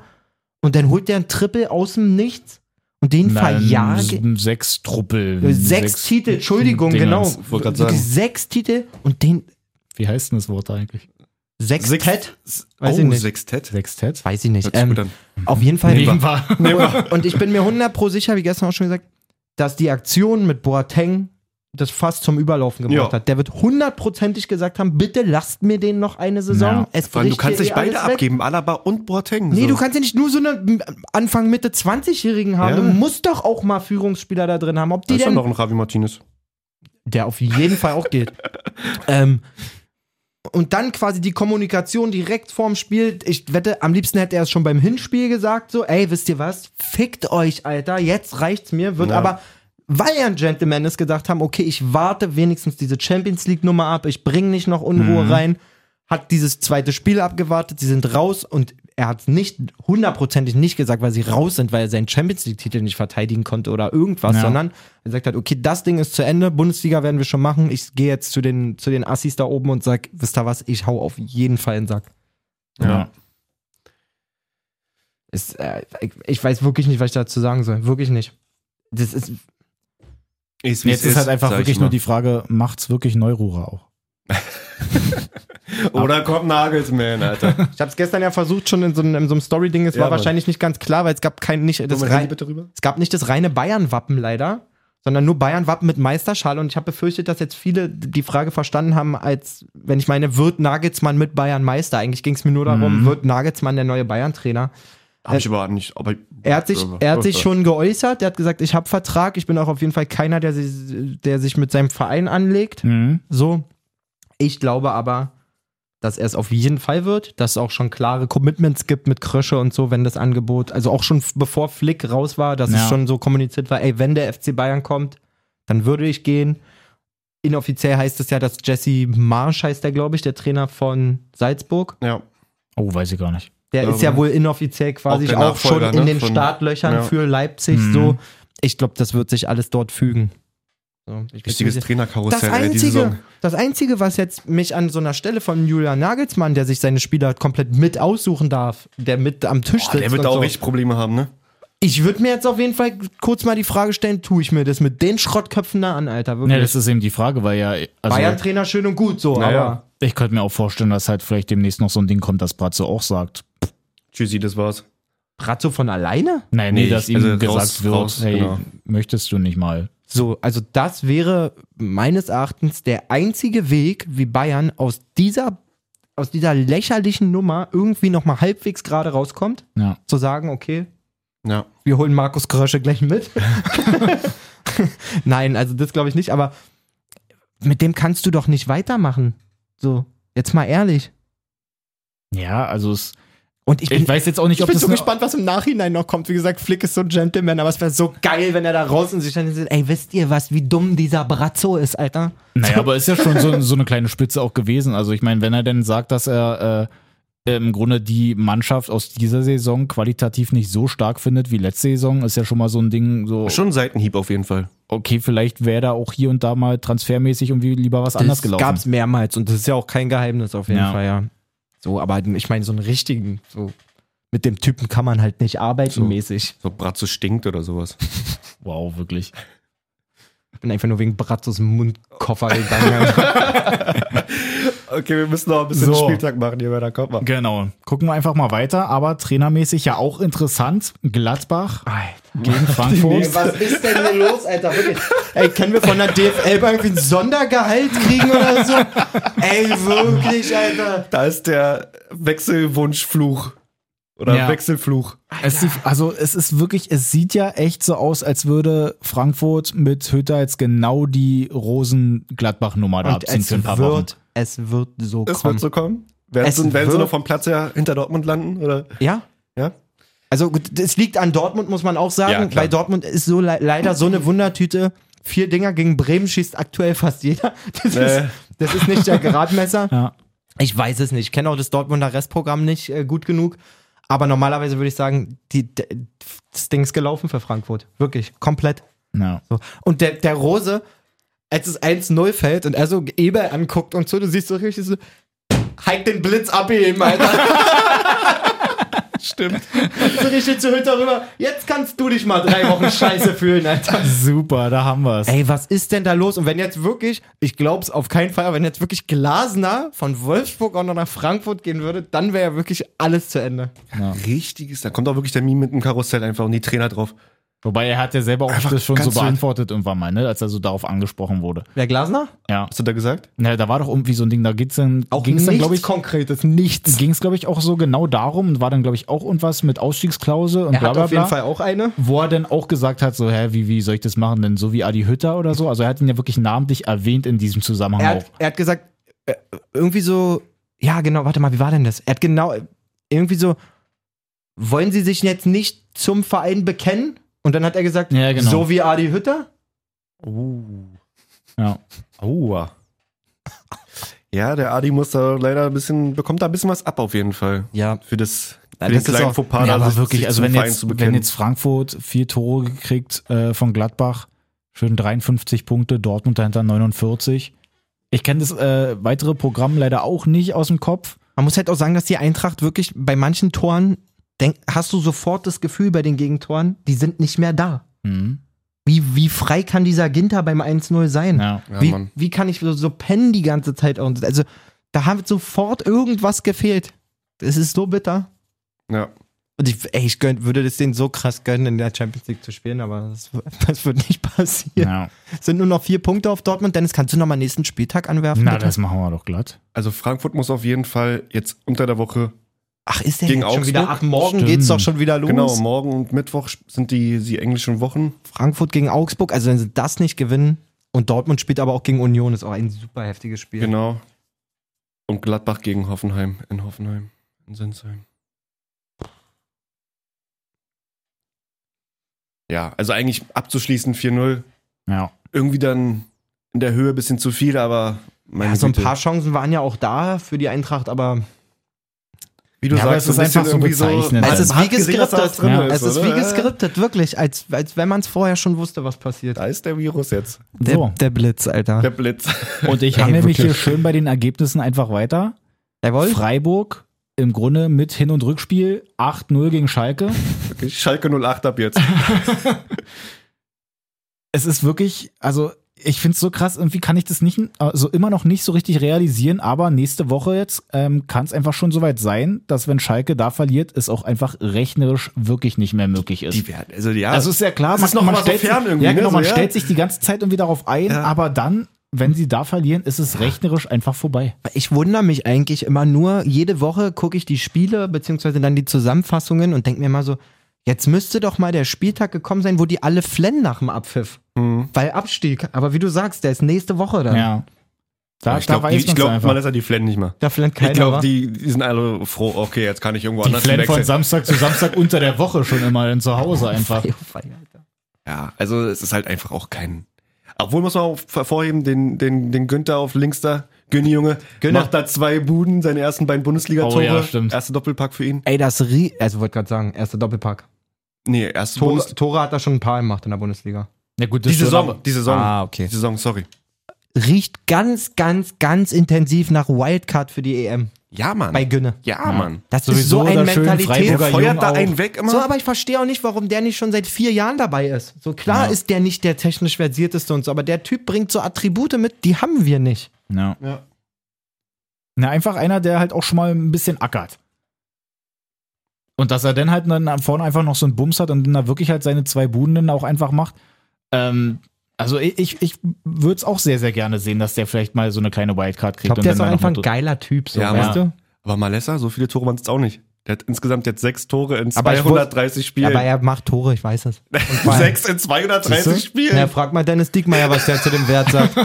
[SPEAKER 3] Und dann holt der einen Triple aus dem Nichts und den verjagt.
[SPEAKER 2] Sechs Truppel.
[SPEAKER 3] Äh, Sechs, Titel, Entschuldigung,
[SPEAKER 2] Dingens.
[SPEAKER 3] genau.
[SPEAKER 1] wollte grad
[SPEAKER 3] Wirklich
[SPEAKER 1] sagen.
[SPEAKER 3] Sechs Titel und den
[SPEAKER 2] Wie heißt denn das Wort eigentlich?
[SPEAKER 3] sechs, Tet?
[SPEAKER 1] S-
[SPEAKER 3] Weiß
[SPEAKER 1] oh,
[SPEAKER 3] ich nicht.
[SPEAKER 1] Sextett.
[SPEAKER 2] Sextett?
[SPEAKER 3] Weiß ich nicht.
[SPEAKER 1] Hört sich
[SPEAKER 3] Ähm,
[SPEAKER 1] gut an.
[SPEAKER 3] auf jeden Fall.
[SPEAKER 2] Nebenbar.
[SPEAKER 3] Und ich bin mir 100 pro sicher, wie gestern auch schon gesagt, dass die Aktion mit Boateng das fast zum Überlaufen gebracht
[SPEAKER 1] Ja.
[SPEAKER 3] hat. Der wird hundertprozentig gesagt haben, bitte lasst mir den noch eine Saison.
[SPEAKER 2] Ja.
[SPEAKER 3] Es
[SPEAKER 1] Vor allem, du
[SPEAKER 3] bricht
[SPEAKER 1] kannst
[SPEAKER 3] hier
[SPEAKER 1] nicht
[SPEAKER 3] eh
[SPEAKER 1] beide
[SPEAKER 3] alles weg.
[SPEAKER 1] abgeben, Alaba und Boateng.
[SPEAKER 3] Nee,
[SPEAKER 1] so.
[SPEAKER 3] du kannst ja nicht nur so eine m, Anfang Mitte 20-Jährigen haben.
[SPEAKER 1] Ja.
[SPEAKER 3] Du musst doch auch mal Führungsspieler da drin haben. Ob
[SPEAKER 1] Da
[SPEAKER 3] die
[SPEAKER 1] ist doch
[SPEAKER 3] denn
[SPEAKER 1] noch ein Javi Martinez.
[SPEAKER 3] der auf jeden Fall auch geht. ähm, und dann quasi die Kommunikation direkt vorm Spiel. Ich wette, am liebsten hätte er es schon beim Hinspiel gesagt, so, ey, wisst ihr was? Fickt euch, Alter, jetzt reicht's mir. Wird
[SPEAKER 1] Ja.
[SPEAKER 3] aber, weil er ein Gentleman ist, gedacht haben, okay, ich warte wenigstens diese Champions League-Nummer ab, ich bring nicht noch Unruhe rein. Hat dieses zweite Spiel abgewartet, sie sind raus und er hat es nicht hundertprozentig nicht gesagt, weil sie raus sind, weil er seinen Champions League-Titel nicht verteidigen konnte oder irgendwas,
[SPEAKER 2] Ja.
[SPEAKER 3] sondern er gesagt hat, okay, das Ding ist zu Ende, Bundesliga werden wir schon machen. Ich gehe jetzt zu den, zu den Assis da oben und sag, wisst ihr was, ich hau auf jeden Fall in den Sack.
[SPEAKER 2] Ja.
[SPEAKER 3] Ist, äh, ich, ich weiß wirklich nicht, was ich dazu sagen soll. Wirklich nicht. Das ist.
[SPEAKER 1] Ist,
[SPEAKER 2] Jetzt ist halt einfach wirklich nur die Frage, macht's wirklich Neururer auch?
[SPEAKER 1] Oder kommt Nagelsmann, Alter.
[SPEAKER 3] Ich hab's gestern ja versucht, schon in so einem, in so einem Story-Ding. Es
[SPEAKER 1] Ja,
[SPEAKER 3] war
[SPEAKER 1] Mann.
[SPEAKER 3] wahrscheinlich nicht ganz klar, weil es gab kein nicht das
[SPEAKER 1] Komm,
[SPEAKER 3] rein,
[SPEAKER 1] Handy bitte rüber.
[SPEAKER 3] es gab nicht das reine Bayern-Wappen leider, sondern nur Bayern-Wappen mit Meisterschale. Und ich habe befürchtet, dass jetzt viele die Frage verstanden haben, als wenn ich meine, wird Nagelsmann mit Bayern Meister? Eigentlich ging es mir nur
[SPEAKER 1] Mhm.
[SPEAKER 3] darum, wird Nagelsmann der neue Bayern-Trainer?
[SPEAKER 1] Hab ich überhaupt nicht. Aber
[SPEAKER 3] Er hat sich, er hat sich schon geäußert, er hat gesagt, ich habe Vertrag, ich bin auch auf jeden Fall keiner, der, si- der sich mit seinem Verein anlegt. So. Ich glaube aber, dass er es auf jeden Fall wird, dass es auch schon klare Commitments gibt mit Krösche und so, wenn das Angebot, also auch schon f- bevor Flick raus war, dass es
[SPEAKER 2] Ja.
[SPEAKER 3] schon so kommuniziert war, ey, wenn der FC Bayern kommt, dann würde ich gehen. Inoffiziell heißt es ja, dass Jesse Marsch heißt der, glaube ich, der Trainer von Salzburg.
[SPEAKER 1] Ja.
[SPEAKER 2] Oh, weiß ich gar nicht.
[SPEAKER 3] Der
[SPEAKER 1] Glaube
[SPEAKER 3] ist ja
[SPEAKER 1] ich.
[SPEAKER 3] wohl inoffiziell quasi
[SPEAKER 1] Auch der
[SPEAKER 3] auch, schon
[SPEAKER 1] Nachfolger,
[SPEAKER 3] in
[SPEAKER 1] ne,
[SPEAKER 3] den
[SPEAKER 1] von-
[SPEAKER 3] Startlöchern
[SPEAKER 1] ja.
[SPEAKER 3] für Leipzig
[SPEAKER 2] Mhm.
[SPEAKER 3] so. Ich glaube, das wird sich alles dort fügen. So, ich bin
[SPEAKER 1] Richtiges
[SPEAKER 3] diese-
[SPEAKER 1] Trainerkarussell
[SPEAKER 3] das
[SPEAKER 1] ey, die Saison.
[SPEAKER 3] einzige, das einzige, was jetzt mich an so einer Stelle von Julian Nagelsmann, der sich seine Spieler komplett mit aussuchen darf, der mit am Tisch
[SPEAKER 1] Boah,
[SPEAKER 3] sitzt.
[SPEAKER 1] der wird
[SPEAKER 3] und
[SPEAKER 1] da auch
[SPEAKER 3] so.
[SPEAKER 1] richtig Probleme haben, ne?
[SPEAKER 3] Ich würde mir jetzt auf jeden Fall kurz mal die Frage stellen, tue ich mir das mit den Schrottköpfen da an, Alter?
[SPEAKER 2] Ja,
[SPEAKER 3] Wirklich.
[SPEAKER 2] das ist eben die Frage, weil ja, also
[SPEAKER 3] Bayern-Trainer schön und gut, so,
[SPEAKER 1] Naja.
[SPEAKER 3] aber.
[SPEAKER 2] ich könnte mir auch vorstellen, dass halt vielleicht demnächst noch so ein Ding kommt, dass Bratzo auch sagt.
[SPEAKER 1] Tschüssi, das war's.
[SPEAKER 3] Bratzo von alleine?
[SPEAKER 2] Nein,
[SPEAKER 1] Nee,
[SPEAKER 2] nee, dass
[SPEAKER 1] ich-
[SPEAKER 2] ihm
[SPEAKER 1] also
[SPEAKER 2] gesagt
[SPEAKER 1] raus-
[SPEAKER 2] wird,
[SPEAKER 1] raus,
[SPEAKER 2] hey,
[SPEAKER 1] genau.
[SPEAKER 2] möchtest du nicht mal.
[SPEAKER 3] So, also das wäre meines Erachtens der einzige Weg, wie Bayern aus dieser, aus dieser lächerlichen Nummer irgendwie nochmal halbwegs gerade rauskommt.
[SPEAKER 2] Ja.
[SPEAKER 3] Zu sagen, okay,
[SPEAKER 1] Ja.
[SPEAKER 3] wir holen Markus Krösche gleich mit. Nein, also das glaube ich nicht, aber mit dem kannst du doch nicht weitermachen. So, jetzt mal ehrlich.
[SPEAKER 2] Ja, also es,
[SPEAKER 3] Und ich bin,
[SPEAKER 2] ich weiß jetzt auch nicht,
[SPEAKER 3] ich
[SPEAKER 2] ob
[SPEAKER 3] bin
[SPEAKER 2] das
[SPEAKER 3] so
[SPEAKER 2] eine-
[SPEAKER 3] gespannt, was im Nachhinein noch kommt. Wie gesagt, Flick ist so ein Gentleman, aber es wäre so geil, wenn er da raus und sich dann sagt, ey, wisst ihr was, wie dumm dieser Brazzo ist, Alter?
[SPEAKER 2] Naja, aber ist ja schon so, so eine kleine Spitze auch gewesen. Also ich meine, wenn er denn sagt, dass er äh, im Grunde die Mannschaft aus dieser Saison qualitativ nicht so stark findet wie letzte Saison, ist ja schon mal so ein Ding so,
[SPEAKER 1] Schon ein Seitenhieb auf jeden Fall.
[SPEAKER 2] okay, vielleicht wäre da auch hier und da mal transfermäßig irgendwie lieber was anders gelaufen.
[SPEAKER 3] gab es mehrmals und das ist ja auch kein Geheimnis auf jeden
[SPEAKER 2] Ja.
[SPEAKER 3] Fall, ja. So, aber ich meine, so einen richtigen, so mit dem Typen kann man halt nicht arbeiten
[SPEAKER 1] So.
[SPEAKER 3] mäßig.
[SPEAKER 1] So Bratzo stinkt oder sowas.
[SPEAKER 2] Wow, wirklich.
[SPEAKER 3] Ich bin einfach nur wegen Brazzos Mundkoffer gegangen.
[SPEAKER 1] Okay, wir müssen noch ein
[SPEAKER 2] bisschen Spieltag
[SPEAKER 1] machen hier bei der Kopf.
[SPEAKER 2] Genau. Gucken wir einfach mal weiter, aber trainermäßig ja auch interessant. Gladbach gegen Frankfurt.
[SPEAKER 3] was ist denn hier los, Alter? Wirklich. Ey, können wir von der DFL mal irgendwie ein Sondergehalt kriegen oder so? Ey, wirklich, Alter.
[SPEAKER 1] Da ist der Wechselwunschfluch. Oder
[SPEAKER 2] Ja.
[SPEAKER 1] Wechselfluch.
[SPEAKER 2] Es ist, also es ist wirklich, es sieht ja echt so aus, als würde Frankfurt mit Hütter jetzt genau die Rosen-Gladbach-Nummer da
[SPEAKER 3] Und
[SPEAKER 2] abziehen
[SPEAKER 3] es
[SPEAKER 2] für ein paar Wochen.
[SPEAKER 3] wird, es wird so
[SPEAKER 1] Es
[SPEAKER 3] kommen.
[SPEAKER 1] wird so kommen. Werden,
[SPEAKER 3] Es
[SPEAKER 1] sie, werden sie
[SPEAKER 3] wird-
[SPEAKER 1] noch vom Platz her hinter Dortmund landen? Oder?
[SPEAKER 3] Ja.
[SPEAKER 1] Ja.
[SPEAKER 3] Also gut, es liegt an Dortmund, muss man auch
[SPEAKER 1] Ja,
[SPEAKER 3] sagen.
[SPEAKER 1] klar.
[SPEAKER 3] Bei Dortmund ist so le leider so eine Wundertüte. Vier Dinger gegen Bremen schießt aktuell fast jeder. Das, ist,
[SPEAKER 1] Äh.
[SPEAKER 3] das ist nicht der Gradmesser.
[SPEAKER 2] Ja.
[SPEAKER 3] Ich weiß es nicht. Ich kenne auch das Dortmunder Restprogramm nicht äh, gut genug. Aber normalerweise würde ich sagen, die, d- das Ding ist gelaufen für Frankfurt. Wirklich, komplett.
[SPEAKER 2] Ja.
[SPEAKER 3] So. Und der, der Rose, als es 1-0 fällt und er so Eber anguckt und so, du siehst so richtig so, hike den Blitz ab eben, Alter. Stimmt. So richtig zu Hütter rüber. Jetzt kannst du dich mal drei Wochen scheiße fühlen, Alter.
[SPEAKER 2] Super, da haben wir es.
[SPEAKER 3] Ey, was ist denn da los? Und wenn jetzt wirklich, ich glaub's auf keinen Fall, aber wenn jetzt wirklich Glasner von Wolfsburg auch noch nach Frankfurt gehen würde, dann wäre ja wirklich alles zu Ende.
[SPEAKER 1] Richtiges. Da kommt auch wirklich der Meme mit dem Karussell einfach und die Trainer drauf.
[SPEAKER 2] Wobei er hat ja selber auch das schon so
[SPEAKER 1] ganz wild.
[SPEAKER 2] beantwortet irgendwann mal, ne, als er so darauf angesprochen wurde.
[SPEAKER 3] Wer Glasner?
[SPEAKER 2] Ja.
[SPEAKER 1] Hast du da gesagt?
[SPEAKER 2] Na, da war doch irgendwie so ein Ding, da geht's dann, ging's dann, glaube ich,
[SPEAKER 3] Konkretes, nichts.
[SPEAKER 2] ging's, glaube ich, auch so genau darum und war dann, glaube ich, auch irgendwas mit Ausstiegsklausel und
[SPEAKER 3] Er
[SPEAKER 2] bla
[SPEAKER 3] hat
[SPEAKER 2] bla
[SPEAKER 3] auf jeden
[SPEAKER 2] bla.
[SPEAKER 3] Fall auch eine.
[SPEAKER 2] Wo er dann auch gesagt hat, so, hä, wie, wie soll ich das machen? Denn so wie Adi Hütter oder so? Also er hat ihn ja wirklich namentlich erwähnt in diesem Zusammenhang
[SPEAKER 3] er
[SPEAKER 2] auch.
[SPEAKER 3] hat, er hat gesagt, äh, irgendwie so, ja genau, warte mal, wie war denn das? Er hat genau, äh, irgendwie so, wollen Sie sich jetzt nicht zum Verein bekennen? Und dann hat er gesagt,
[SPEAKER 2] Ja, genau.
[SPEAKER 3] so wie Adi Hütter?
[SPEAKER 1] Oh.
[SPEAKER 2] Ja.
[SPEAKER 1] Aua. Ja, der Adi muss da leider ein bisschen, bekommt da ein bisschen was ab auf jeden Fall.
[SPEAKER 3] Ja.
[SPEAKER 1] Für das,
[SPEAKER 3] Ja,
[SPEAKER 1] für den
[SPEAKER 3] das ist
[SPEAKER 1] kleinen
[SPEAKER 3] auch-
[SPEAKER 1] Fauxpas,
[SPEAKER 2] ja,
[SPEAKER 1] Ah, da
[SPEAKER 2] aber
[SPEAKER 1] sich-
[SPEAKER 2] wirklich,
[SPEAKER 1] sich
[SPEAKER 2] also
[SPEAKER 1] zum
[SPEAKER 2] wenn
[SPEAKER 1] Verein
[SPEAKER 2] jetzt,
[SPEAKER 1] zu
[SPEAKER 2] wenn
[SPEAKER 1] bekennen.
[SPEAKER 2] jetzt Frankfurt vier Tore gekriegt äh, von Gladbach, schön 53 Punkte, Dortmund dahinter 49. Ich kenne das äh, weitere Programm leider auch nicht aus dem Kopf.
[SPEAKER 3] Man muss halt auch sagen, dass die Eintracht wirklich bei manchen Toren, denk, hast du sofort das Gefühl bei den Gegentoren, die sind nicht mehr da. Wie, wie frei kann dieser Ginter beim 1-0 sein?
[SPEAKER 2] Ja.
[SPEAKER 1] Ja,
[SPEAKER 3] wie,
[SPEAKER 1] Mann.
[SPEAKER 3] wie kann ich so, so pennen die ganze Zeit? Und also, da hat sofort irgendwas gefehlt. Es ist so bitter.
[SPEAKER 1] Ja.
[SPEAKER 3] Und ich, ey, ich gönn, würde das denen so krass gönnen, in der Champions League zu spielen, aber das, das wird nicht passieren.
[SPEAKER 2] ja.
[SPEAKER 3] Es sind nur noch vier Punkte auf Dortmund. Dennis, kannst du nochmal nächsten Spieltag anwerfen?
[SPEAKER 2] Na,
[SPEAKER 3] bitte?
[SPEAKER 2] das machen wir doch glatt.
[SPEAKER 1] Also Frankfurt muss auf jeden Fall jetzt unter der Woche,
[SPEAKER 3] Ach, ist der
[SPEAKER 1] gegen
[SPEAKER 3] jetzt schon
[SPEAKER 1] Augsburg?
[SPEAKER 3] wieder? Ach, morgen
[SPEAKER 2] Stimmt.
[SPEAKER 3] geht's doch schon wieder los.
[SPEAKER 1] genau, morgen und Mittwoch sind die, die englischen Wochen.
[SPEAKER 3] Frankfurt gegen Augsburg, also wenn sie das nicht gewinnen und Dortmund spielt aber auch gegen Union, ist auch ein super heftiges Spiel.
[SPEAKER 1] Genau. Und Gladbach gegen Hoffenheim in Hoffenheim, in Sinsheim. Ja, also eigentlich abzuschließen 4-0.
[SPEAKER 2] Ja.
[SPEAKER 1] Irgendwie dann in der Höhe ein bisschen zu viel, aber meine
[SPEAKER 3] Ja, so ein
[SPEAKER 1] Güte.
[SPEAKER 3] paar Chancen waren ja auch da für die Eintracht, aber
[SPEAKER 1] wie du
[SPEAKER 2] Ja, aber
[SPEAKER 1] sagst,
[SPEAKER 2] es ist
[SPEAKER 1] ein bisschen
[SPEAKER 2] einfach so
[SPEAKER 1] irgendwie
[SPEAKER 2] bezeichnend.
[SPEAKER 3] Es ist wie
[SPEAKER 1] hart geregelt, dass da was
[SPEAKER 3] geskriptet.
[SPEAKER 1] drin
[SPEAKER 2] Ja.
[SPEAKER 1] ist,
[SPEAKER 3] Es ist wie
[SPEAKER 1] oder?
[SPEAKER 3] geskriptet, wirklich. Als, als wenn man es vorher schon wusste, was passiert.
[SPEAKER 1] Da ist der Virus jetzt.
[SPEAKER 3] Der,
[SPEAKER 2] So.
[SPEAKER 3] der Blitz, Alter.
[SPEAKER 1] Der Blitz.
[SPEAKER 2] Und ich
[SPEAKER 3] Ey,
[SPEAKER 2] hangel mich hier
[SPEAKER 3] wirklich.
[SPEAKER 2] schön bei den Ergebnissen einfach weiter.
[SPEAKER 3] Jawohl.
[SPEAKER 2] Freiburg im Grunde mit Hin- und Rückspiel 8-0 gegen Schalke.
[SPEAKER 1] Schalke 08 ab jetzt.
[SPEAKER 2] es ist wirklich, also ich finde es so krass, irgendwie kann ich das nicht, also immer noch nicht so richtig realisieren, aber nächste Woche jetzt ähm, kann es einfach schon soweit sein, dass wenn Schalke da verliert, es auch einfach rechnerisch wirklich nicht mehr möglich ist.
[SPEAKER 1] Die werden, also ja.
[SPEAKER 2] also ist ja klar,
[SPEAKER 1] Es ist noch mal so fern irgendwie,
[SPEAKER 2] ja, genau,
[SPEAKER 1] ne,
[SPEAKER 2] man
[SPEAKER 1] so, ja.
[SPEAKER 2] stellt sich die ganze Zeit irgendwie darauf ein,
[SPEAKER 1] Ja.
[SPEAKER 2] aber dann, wenn sie da verlieren, ist es rechnerisch einfach vorbei.
[SPEAKER 3] Ich wundere mich eigentlich immer nur, jede Woche gucke ich die Spiele, beziehungsweise dann die Zusammenfassungen und denke mir immer so, jetzt müsste doch mal der Spieltag gekommen sein, wo die alle flennen nach dem Abpfiff. Weil Abstieg. Aber wie du sagst, der ist nächste Woche dann.
[SPEAKER 2] Ja. Da,
[SPEAKER 1] ich glaube,
[SPEAKER 2] da weiß
[SPEAKER 1] ich
[SPEAKER 2] man's
[SPEAKER 1] glaub,
[SPEAKER 2] einfach.
[SPEAKER 1] man lässt ja die Flennen nicht mehr.
[SPEAKER 3] Da flennt keiner.
[SPEAKER 1] ich glaube,
[SPEAKER 3] wa?
[SPEAKER 1] die, die sind alle froh, okay, jetzt kann ich irgendwo
[SPEAKER 2] die
[SPEAKER 1] anders
[SPEAKER 2] Flan von
[SPEAKER 1] hinwechseln.
[SPEAKER 2] Samstag zu Samstag unter der Woche schon immer dann zu Hause einfach.
[SPEAKER 3] Fei, fei, Alter.
[SPEAKER 1] Ja, also es ist halt einfach auch kein. Obwohl muss man auch hervorheben, den, den, den Günther auf links da, Günni Junge,
[SPEAKER 3] Günner.
[SPEAKER 1] macht da zwei Buden, seine ersten beiden Bundesliga-Tore.
[SPEAKER 2] Oh ja, stimmt.
[SPEAKER 1] Erster Doppelpack für ihn.
[SPEAKER 3] Ey, das Rie also wollte gerade sagen, erster Doppelpack.
[SPEAKER 1] Nee, erste
[SPEAKER 3] Tore,
[SPEAKER 1] Bundes
[SPEAKER 3] Tore hat er schon ein paar gemacht in der Bundesliga.
[SPEAKER 2] Ja, gut,
[SPEAKER 1] die
[SPEAKER 2] das schon,
[SPEAKER 1] Saison,
[SPEAKER 2] aber-
[SPEAKER 1] die Saison.
[SPEAKER 3] Ah, okay.
[SPEAKER 1] Die Saison, sorry.
[SPEAKER 3] Riecht ganz, ganz, ganz intensiv nach Wildcard für die E EM.
[SPEAKER 1] Ja, Mann.
[SPEAKER 3] Bei Günne.
[SPEAKER 1] ja, Mann.
[SPEAKER 3] Das ist
[SPEAKER 2] Sowieso
[SPEAKER 3] so eine
[SPEAKER 2] da schön
[SPEAKER 3] Mentalität.
[SPEAKER 1] Der
[SPEAKER 2] Freiburger Jung
[SPEAKER 1] feuert da
[SPEAKER 2] auch.
[SPEAKER 1] einen weg immer.
[SPEAKER 3] So, aber ich verstehe auch nicht, warum der nicht schon seit vier Jahren dabei ist. So klar ist der nicht der technisch versierteste und so, aber der Typ bringt so Attribute mit, die haben wir nicht.
[SPEAKER 2] Ja.
[SPEAKER 1] Ja.
[SPEAKER 2] Na, einfach einer, der halt auch schon mal ein bisschen ackert. Und dass er dann halt dann vorne einfach noch so einen Bums hat und dann da wirklich halt seine zwei Buden dann auch einfach macht. Ähm, also ich, ich, ich würde es auch sehr, sehr gerne sehen, dass der vielleicht mal so eine kleine Wildcard kriegt.
[SPEAKER 3] Ich glaube,
[SPEAKER 2] und
[SPEAKER 3] der
[SPEAKER 2] dann
[SPEAKER 3] ist auch
[SPEAKER 2] mal
[SPEAKER 3] einfach
[SPEAKER 2] noch
[SPEAKER 3] ein
[SPEAKER 2] mal-
[SPEAKER 3] geiler Typ, so,
[SPEAKER 1] Ja,
[SPEAKER 3] weißt
[SPEAKER 2] ja.
[SPEAKER 3] du?
[SPEAKER 1] aber Malessa, so viele Tore waren es jetzt auch nicht. Der hat insgesamt jetzt sechs Tore in
[SPEAKER 3] Aber ich
[SPEAKER 1] 230 Spielen.
[SPEAKER 3] Aber er macht Tore, ich weiß es.
[SPEAKER 1] sechs in 230 Spielen.
[SPEAKER 3] Na, frag mal Dennis Diekmeyer, was der zu dem Wert sagt.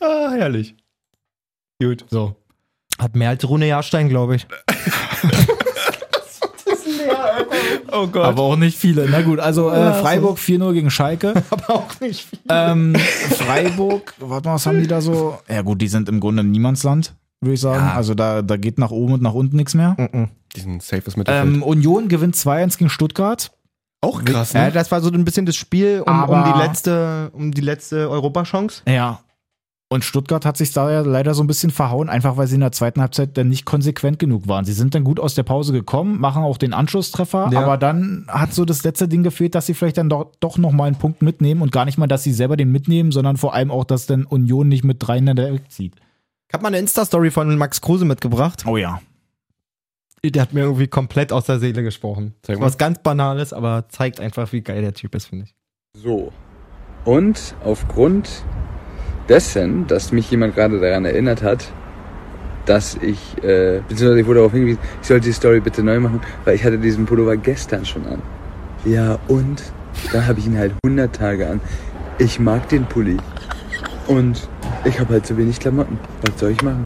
[SPEAKER 1] Ah, herrlich. Gut.
[SPEAKER 2] so.
[SPEAKER 3] Hat mehr als Rune Jahrstein, glaube ich.
[SPEAKER 1] Oh Gott.
[SPEAKER 2] Aber auch nicht viele. Na gut, also äh, Freiburg 4-0 gegen Schalke.
[SPEAKER 3] Aber auch nicht viel.
[SPEAKER 2] ähm, Freiburg, warte mal, was haben die da so? Ja gut, die sind im Grunde Niemandsland, würde ich sagen. Also da, da geht nach oben und nach unten nichts mehr.
[SPEAKER 3] Mm,
[SPEAKER 1] Diesen safes Mittelfeld.
[SPEAKER 2] Ähm, Union gewinnt 2-1 gegen Stuttgart.
[SPEAKER 1] auch krass, ne?
[SPEAKER 3] Ja, das war so ein bisschen das Spiel um, um
[SPEAKER 2] Aber-
[SPEAKER 3] die letzte, um die letzte Europachance.
[SPEAKER 2] Ja. Und Stuttgart hat sich da ja leider so ein bisschen verhauen, einfach weil sie in der zweiten Halbzeit dann nicht konsequent genug waren. Sie sind dann gut aus der Pause gekommen, machen auch den Anschlusstreffer,
[SPEAKER 3] Ja.
[SPEAKER 2] aber dann hat so das letzte Ding gefehlt, dass sie vielleicht dann doch, doch nochmal einen Punkt mitnehmen und gar nicht mal, dass sie selber den mitnehmen, sondern vor allem auch, dass dann Union nicht mit drei in der direkt zieht.
[SPEAKER 3] Ich habe mal eine Insta-Story von Max Kruse mitgebracht.
[SPEAKER 2] Oh ja.
[SPEAKER 3] Der hat mir irgendwie komplett aus der Seele gesprochen.
[SPEAKER 1] Zeig mal.
[SPEAKER 3] Was ganz Banales, aber zeigt einfach, wie geil der Typ ist, finde ich.
[SPEAKER 7] So. Und aufgrund dessen, dass mich jemand gerade daran erinnert hat, dass ich, äh, beziehungsweise ich wurde darauf hingewiesen, ich sollte die Story bitte neu machen, weil ich hatte diesen Pullover gestern schon an. Ja, und da habe ich ihn halt 100 Tage an. Ich mag den Pulli. Und ich habe halt zu wenig Klamotten. Was soll ich machen?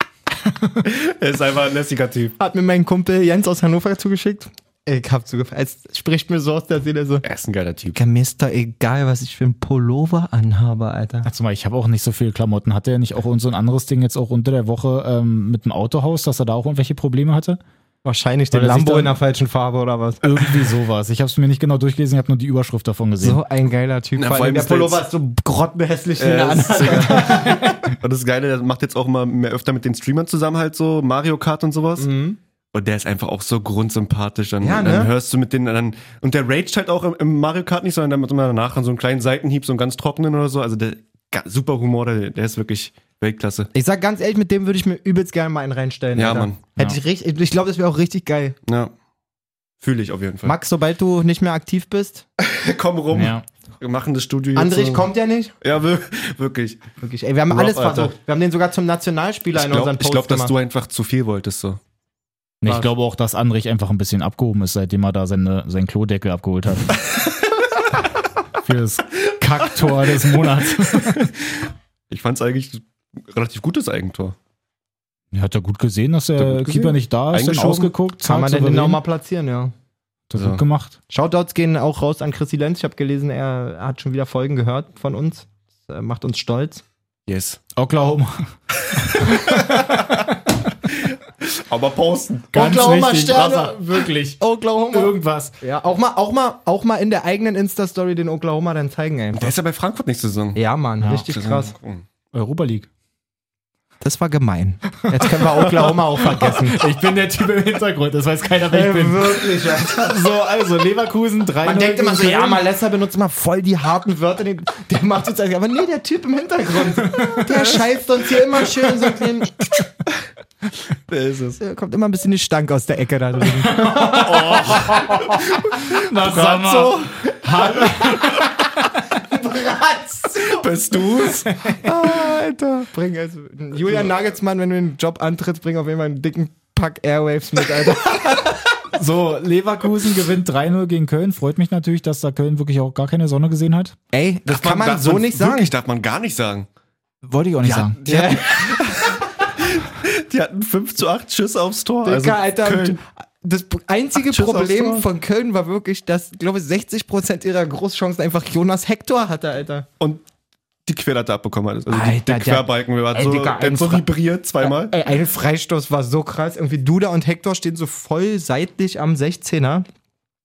[SPEAKER 1] Er ist einfach ein lässiger Typ.
[SPEAKER 3] Hat mir mein Kumpel Jens aus Hannover zugeschickt. Ich hab zugefallen. Es spricht mir so aus der Seele so.
[SPEAKER 1] Er ist ein geiler Typ.
[SPEAKER 3] Mir ist doch egal, was ich für einen Pullover anhabe, Alter.
[SPEAKER 2] Also mal, ich habe auch nicht so viele Klamotten. Hatte er nicht auch so ein anderes Ding jetzt auch unter der Woche ähm, mit dem Autohaus, dass er da auch irgendwelche Probleme hatte?
[SPEAKER 3] Wahrscheinlich den
[SPEAKER 2] Oder sich
[SPEAKER 3] Lambo
[SPEAKER 2] dann-
[SPEAKER 3] in der falschen Farbe oder was.
[SPEAKER 2] Irgendwie sowas. Ich habe es mir nicht genau durchgelesen, ich habe nur die Überschrift davon gesehen.
[SPEAKER 3] So ein geiler Typ.
[SPEAKER 1] Na,
[SPEAKER 3] Vor
[SPEAKER 1] vor allem
[SPEAKER 3] allem der
[SPEAKER 1] ist der
[SPEAKER 3] Pullover
[SPEAKER 1] jetzt-
[SPEAKER 3] ist so grottenhässlich in
[SPEAKER 1] Äh,
[SPEAKER 3] der
[SPEAKER 1] das
[SPEAKER 3] Hand.
[SPEAKER 1] ist egal. und das Geile, der macht jetzt auch immer mehr öfter mit den Streamern zusammen halt so Mario Kart und sowas. Und der ist einfach auch so grundsympathisch. Dann,
[SPEAKER 3] Ja,
[SPEAKER 1] dann
[SPEAKER 3] ne?
[SPEAKER 1] hörst du mit den dann und der raged halt auch im, im Mario Kart nicht, sondern damit immer danach an so einen kleinen Seitenhieb, so einen ganz trockenen oder so. Also der ga- super Humor, der, der ist wirklich Weltklasse.
[SPEAKER 3] Ich sag ganz ehrlich, mit dem würde ich mir übelst gerne mal einen reinstellen.
[SPEAKER 1] Ja,
[SPEAKER 3] Alter.
[SPEAKER 1] Mann.
[SPEAKER 3] Hätte
[SPEAKER 2] Ja.
[SPEAKER 3] ich richtig, ich glaube, das wäre auch richtig geil.
[SPEAKER 1] Ja. Fühle ich auf jeden Fall.
[SPEAKER 3] Max, sobald du nicht mehr aktiv bist.
[SPEAKER 1] komm rum.
[SPEAKER 2] Ja.
[SPEAKER 1] Wir machen das Studio jetzt
[SPEAKER 3] Andrich
[SPEAKER 1] so.
[SPEAKER 3] kommt ja nicht.
[SPEAKER 1] Ja, wir- wirklich.
[SPEAKER 3] Wirklich, ey, wir haben
[SPEAKER 1] Rob,
[SPEAKER 3] alles
[SPEAKER 1] Alter.
[SPEAKER 3] versucht. Wir haben den sogar zum Nationalspieler
[SPEAKER 1] Ich
[SPEAKER 3] in unseren
[SPEAKER 1] glaube,
[SPEAKER 3] Post
[SPEAKER 1] glaub, dass
[SPEAKER 3] gemacht.
[SPEAKER 1] du einfach zu viel wolltest so.
[SPEAKER 2] Nee, Ich
[SPEAKER 3] Was?
[SPEAKER 2] glaube auch, dass Andrich einfach ein bisschen abgehoben ist, seitdem er da seine, seinen Klodeckel abgeholt hat. Für das Kacktor des Monats.
[SPEAKER 1] Ich fand es eigentlich ein relativ gutes Eigentor.
[SPEAKER 2] Er hat ja gut gesehen, dass
[SPEAKER 1] Hat er
[SPEAKER 2] der
[SPEAKER 1] gut gesehen.
[SPEAKER 2] Keeper nicht da ist, dann
[SPEAKER 1] Eingeschoben.
[SPEAKER 2] ausgeguckt.
[SPEAKER 3] Kann man
[SPEAKER 2] zack,
[SPEAKER 3] denn den
[SPEAKER 2] souverän.
[SPEAKER 3] auch mal platzieren, ja.
[SPEAKER 2] Hat er
[SPEAKER 1] Ja.
[SPEAKER 2] gut gemacht.
[SPEAKER 3] Shoutouts gehen auch raus an Chrissy Lenz. Ich habe gelesen, er hat schon wieder Folgen gehört von uns. Das äh, macht uns stolz.
[SPEAKER 1] Yes.
[SPEAKER 2] Oklahoma.
[SPEAKER 1] Aber posten.
[SPEAKER 2] Ganz
[SPEAKER 3] Oklahoma
[SPEAKER 2] wichtig,
[SPEAKER 3] Sterne.
[SPEAKER 2] Wasser, wirklich.
[SPEAKER 3] Oklahoma.
[SPEAKER 2] Irgendwas.
[SPEAKER 3] Ja, auch mal, auch mal, auch mal in der eigenen Insta-Story den Oklahoma dann zeigen einfach.
[SPEAKER 1] Der ist ja bei Frankfurt nächste Saison.
[SPEAKER 3] Ja, Mann,
[SPEAKER 2] Ja.
[SPEAKER 3] richtig krass.
[SPEAKER 2] Europa League.
[SPEAKER 3] Das war gemein. Jetzt können wir Oklahoma auch vergessen.
[SPEAKER 2] Ich bin der Typ im Hintergrund, das weiß keiner, wer
[SPEAKER 3] Ey,
[SPEAKER 2] ich bin.
[SPEAKER 3] wirklich, Alter.
[SPEAKER 2] So, also Leverkusen 3
[SPEAKER 3] Man denkt immer so, ja, mal Lesser benutzt immer voll die harten Wörter. Den, der macht jetzt eigentlich, aber nee, der Typ im Hintergrund, der scheißt uns hier immer schön in so einen
[SPEAKER 1] ist
[SPEAKER 3] kleinen, kommt immer ein bisschen die Stank aus der Ecke da drüben.
[SPEAKER 2] Na, sag mal.
[SPEAKER 3] So,
[SPEAKER 2] Hallo.
[SPEAKER 1] Bist du's?
[SPEAKER 3] Alter, bring also, Julian Nagelsmann, wenn du den Job antrittst, bring auf jeden Fall einen dicken Pack Airwaves mit, Alter.
[SPEAKER 2] So, Leverkusen gewinnt 3-0 gegen Köln. Freut mich natürlich, dass da Köln wirklich auch gar keine Sonne gesehen hat.
[SPEAKER 3] Ey, das kann man
[SPEAKER 1] darf
[SPEAKER 3] so nicht sagen.
[SPEAKER 1] Wirklich, darf man gar nicht sagen.
[SPEAKER 2] Wollte ich auch nicht
[SPEAKER 1] Ja,
[SPEAKER 2] sagen.
[SPEAKER 3] Ja,
[SPEAKER 1] Die hatten 5 zu 8 Schüsse aufs Tor.
[SPEAKER 3] Digga, Alter.
[SPEAKER 1] also Köln.
[SPEAKER 3] Das einzige
[SPEAKER 1] Tschüss, aufs
[SPEAKER 3] Problem
[SPEAKER 1] Tor.
[SPEAKER 3] von Köln war wirklich, dass, glaube ich, 60% ihrer Großchancen einfach Jonas Hector hatte, Alter.
[SPEAKER 1] Und die Querlatte abbekommen hat. Also
[SPEAKER 3] Alter,
[SPEAKER 1] die, der
[SPEAKER 3] der-
[SPEAKER 1] Querbalken der hat
[SPEAKER 3] Ey,
[SPEAKER 1] so,
[SPEAKER 3] Digga,
[SPEAKER 1] der hat so
[SPEAKER 3] ein Fra-
[SPEAKER 1] vibriert zweimal.
[SPEAKER 3] Ey, ein Freistoß war so krass. Irgendwie Duda und Hector stehen so voll seitlich am 16er.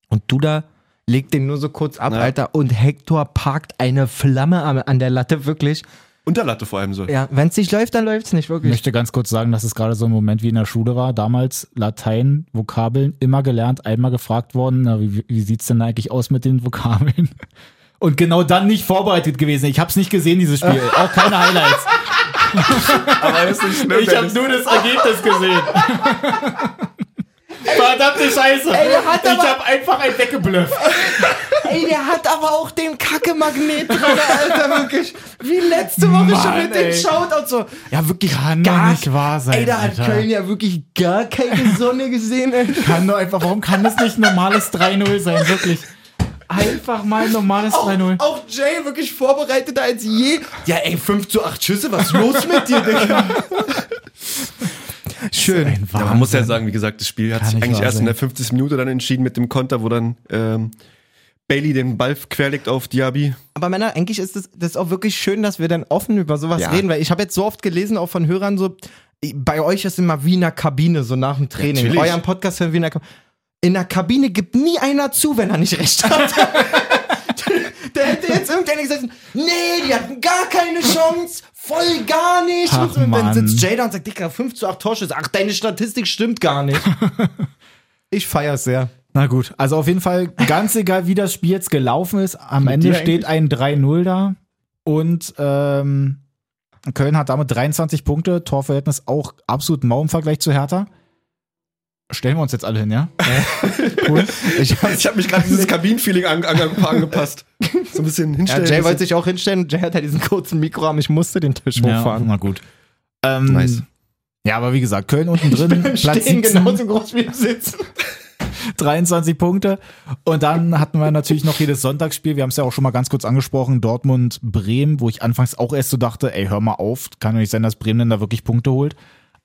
[SPEAKER 3] Und Duda legt den nur so kurz ab,
[SPEAKER 1] Ja.
[SPEAKER 3] Alter. Und Hector parkt eine Flamme an, an der Latte, wirklich.
[SPEAKER 1] Unterlatte vor allem so.
[SPEAKER 3] Ja, wenn es nicht läuft, dann läuft es nicht,
[SPEAKER 2] Ich
[SPEAKER 3] wirklich.
[SPEAKER 2] möchte ganz kurz sagen, dass es gerade so ein Moment wie in der Schule war. Damals Latein, Vokabeln, immer gelernt, einmal gefragt worden, na, wie, wie sieht's denn eigentlich aus mit den Vokabeln? Und genau dann nicht vorbereitet gewesen. Ich hab's nicht gesehen, dieses Spiel. Auch keine Highlights.
[SPEAKER 1] Aber ist nicht
[SPEAKER 3] Ne,
[SPEAKER 1] schlimm.
[SPEAKER 2] Ich habe nur das Ergebnis gesehen. Verdammte Scheiße.
[SPEAKER 3] Ey, der hat
[SPEAKER 2] ich
[SPEAKER 3] aber-
[SPEAKER 2] habe einfach einen weggeblufft.
[SPEAKER 3] Ey, der hat aber auch den Kacke-Magnet drin, Alter, wirklich. Wie letzte Woche schon
[SPEAKER 2] Mann,
[SPEAKER 3] mit
[SPEAKER 2] ey.
[SPEAKER 3] dem Shoutout so. Ja, wirklich
[SPEAKER 2] Kann doch nicht wahr sein,
[SPEAKER 3] Ey, da hat
[SPEAKER 2] Alter.
[SPEAKER 3] Köln ja wirklich gar keine Sonne gesehen, ey.
[SPEAKER 2] Kann doch einfach, warum kann das nicht ein normales 3-0 sein, wirklich? Einfach mal ein normales
[SPEAKER 3] Auch, auch Jay wirklich vorbereiteter als je. Ja, ey, 5 zu 8 Schüsse, was ist los mit dir, Digga? Schön.
[SPEAKER 2] Ein
[SPEAKER 1] Ja,
[SPEAKER 2] Wahnsinn.
[SPEAKER 1] man muss ja sagen, wie gesagt, das Spiel hat
[SPEAKER 2] Kann
[SPEAKER 1] sich
[SPEAKER 2] nicht
[SPEAKER 1] eigentlich
[SPEAKER 2] wahr
[SPEAKER 1] erst in
[SPEAKER 2] sein.
[SPEAKER 1] der 50. Minute dann entschieden mit dem Konter, wo dann ähm, Bailey den Ball querlegt auf Diaby.
[SPEAKER 3] Aber Männer, eigentlich ist das, das ist auch wirklich schön, dass wir dann offen über sowas
[SPEAKER 1] Ja.
[SPEAKER 3] reden, weil ich habe jetzt so oft gelesen, auch von Hörern so, bei euch ist immer wie in der Kabine, so nach dem Training.
[SPEAKER 1] Natürlich.
[SPEAKER 3] Euren Podcast hören wie in der Kabine. In der Kabine gibt nie einer zu, wenn er nicht recht hat. Der hätte jetzt irgendeiner gesagt, nee, die hatten gar keine Chance, voll gar nicht.
[SPEAKER 2] Ach,
[SPEAKER 3] und so. und dann
[SPEAKER 2] Mann.
[SPEAKER 3] sitzt Jada und sagt, Dicker, 5 zu 8 Torschüsse. Ach, deine Statistik stimmt gar nicht. ich feier's sehr.
[SPEAKER 2] Na gut, also auf jeden Fall, ganz egal, wie das Spiel jetzt gelaufen ist, am Ende
[SPEAKER 3] dir
[SPEAKER 2] steht ein 3-0 da. Und ähm, Köln hat damit 23 Punkte, Torverhältnis auch absolut mau im Vergleich zu Hertha. Stellen wir uns jetzt alle hin, ja? cool.
[SPEAKER 1] Ich habe hab mich gerade dieses Kabinenfeeling an, an, angepasst. So ein bisschen
[SPEAKER 3] Ja,
[SPEAKER 1] hinstellen.
[SPEAKER 3] Jay wollte sich auch hinstellen. Jay hat ja diesen kurzen Mikroarm. Ich musste den Tisch hochfahren.
[SPEAKER 2] na gut. Ähm,
[SPEAKER 1] Nice.
[SPEAKER 2] Ja, aber wie gesagt, Köln unten drin, Platz
[SPEAKER 3] Stehen
[SPEAKER 2] 17,
[SPEAKER 3] genau genauso groß wie im Sitzen.
[SPEAKER 2] 23 Punkte. Und dann hatten wir natürlich noch jedes Sonntagsspiel. Wir haben es ja auch schon mal ganz kurz angesprochen. Dortmund, Bremen, wo ich anfangs auch erst so dachte, ey, hör mal auf. Kann doch nicht sein, dass Bremen denn da wirklich Punkte holt.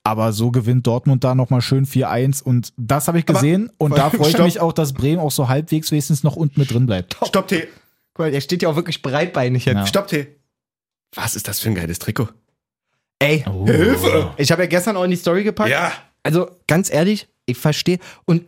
[SPEAKER 2] Aber so gewinnt Dortmund da nochmal schön 4-1. Und das habe ich gesehen. und da freue ich
[SPEAKER 1] Stopp.
[SPEAKER 2] mich auch, dass Bremen auch so halbwegs wenigstens noch unten mit drin bleibt.
[SPEAKER 1] Stopp T.
[SPEAKER 3] Guck mal, der steht ja auch wirklich breitbeinig jetzt.
[SPEAKER 2] Ja.
[SPEAKER 1] Stopp T. Was ist das für ein geiles Trikot?
[SPEAKER 3] Ey,
[SPEAKER 2] Oh.
[SPEAKER 1] Hilfe!
[SPEAKER 3] ich habe ja gestern auch in die Story gepackt.
[SPEAKER 1] Ja.
[SPEAKER 3] Also ganz ehrlich, ich verstehe. Und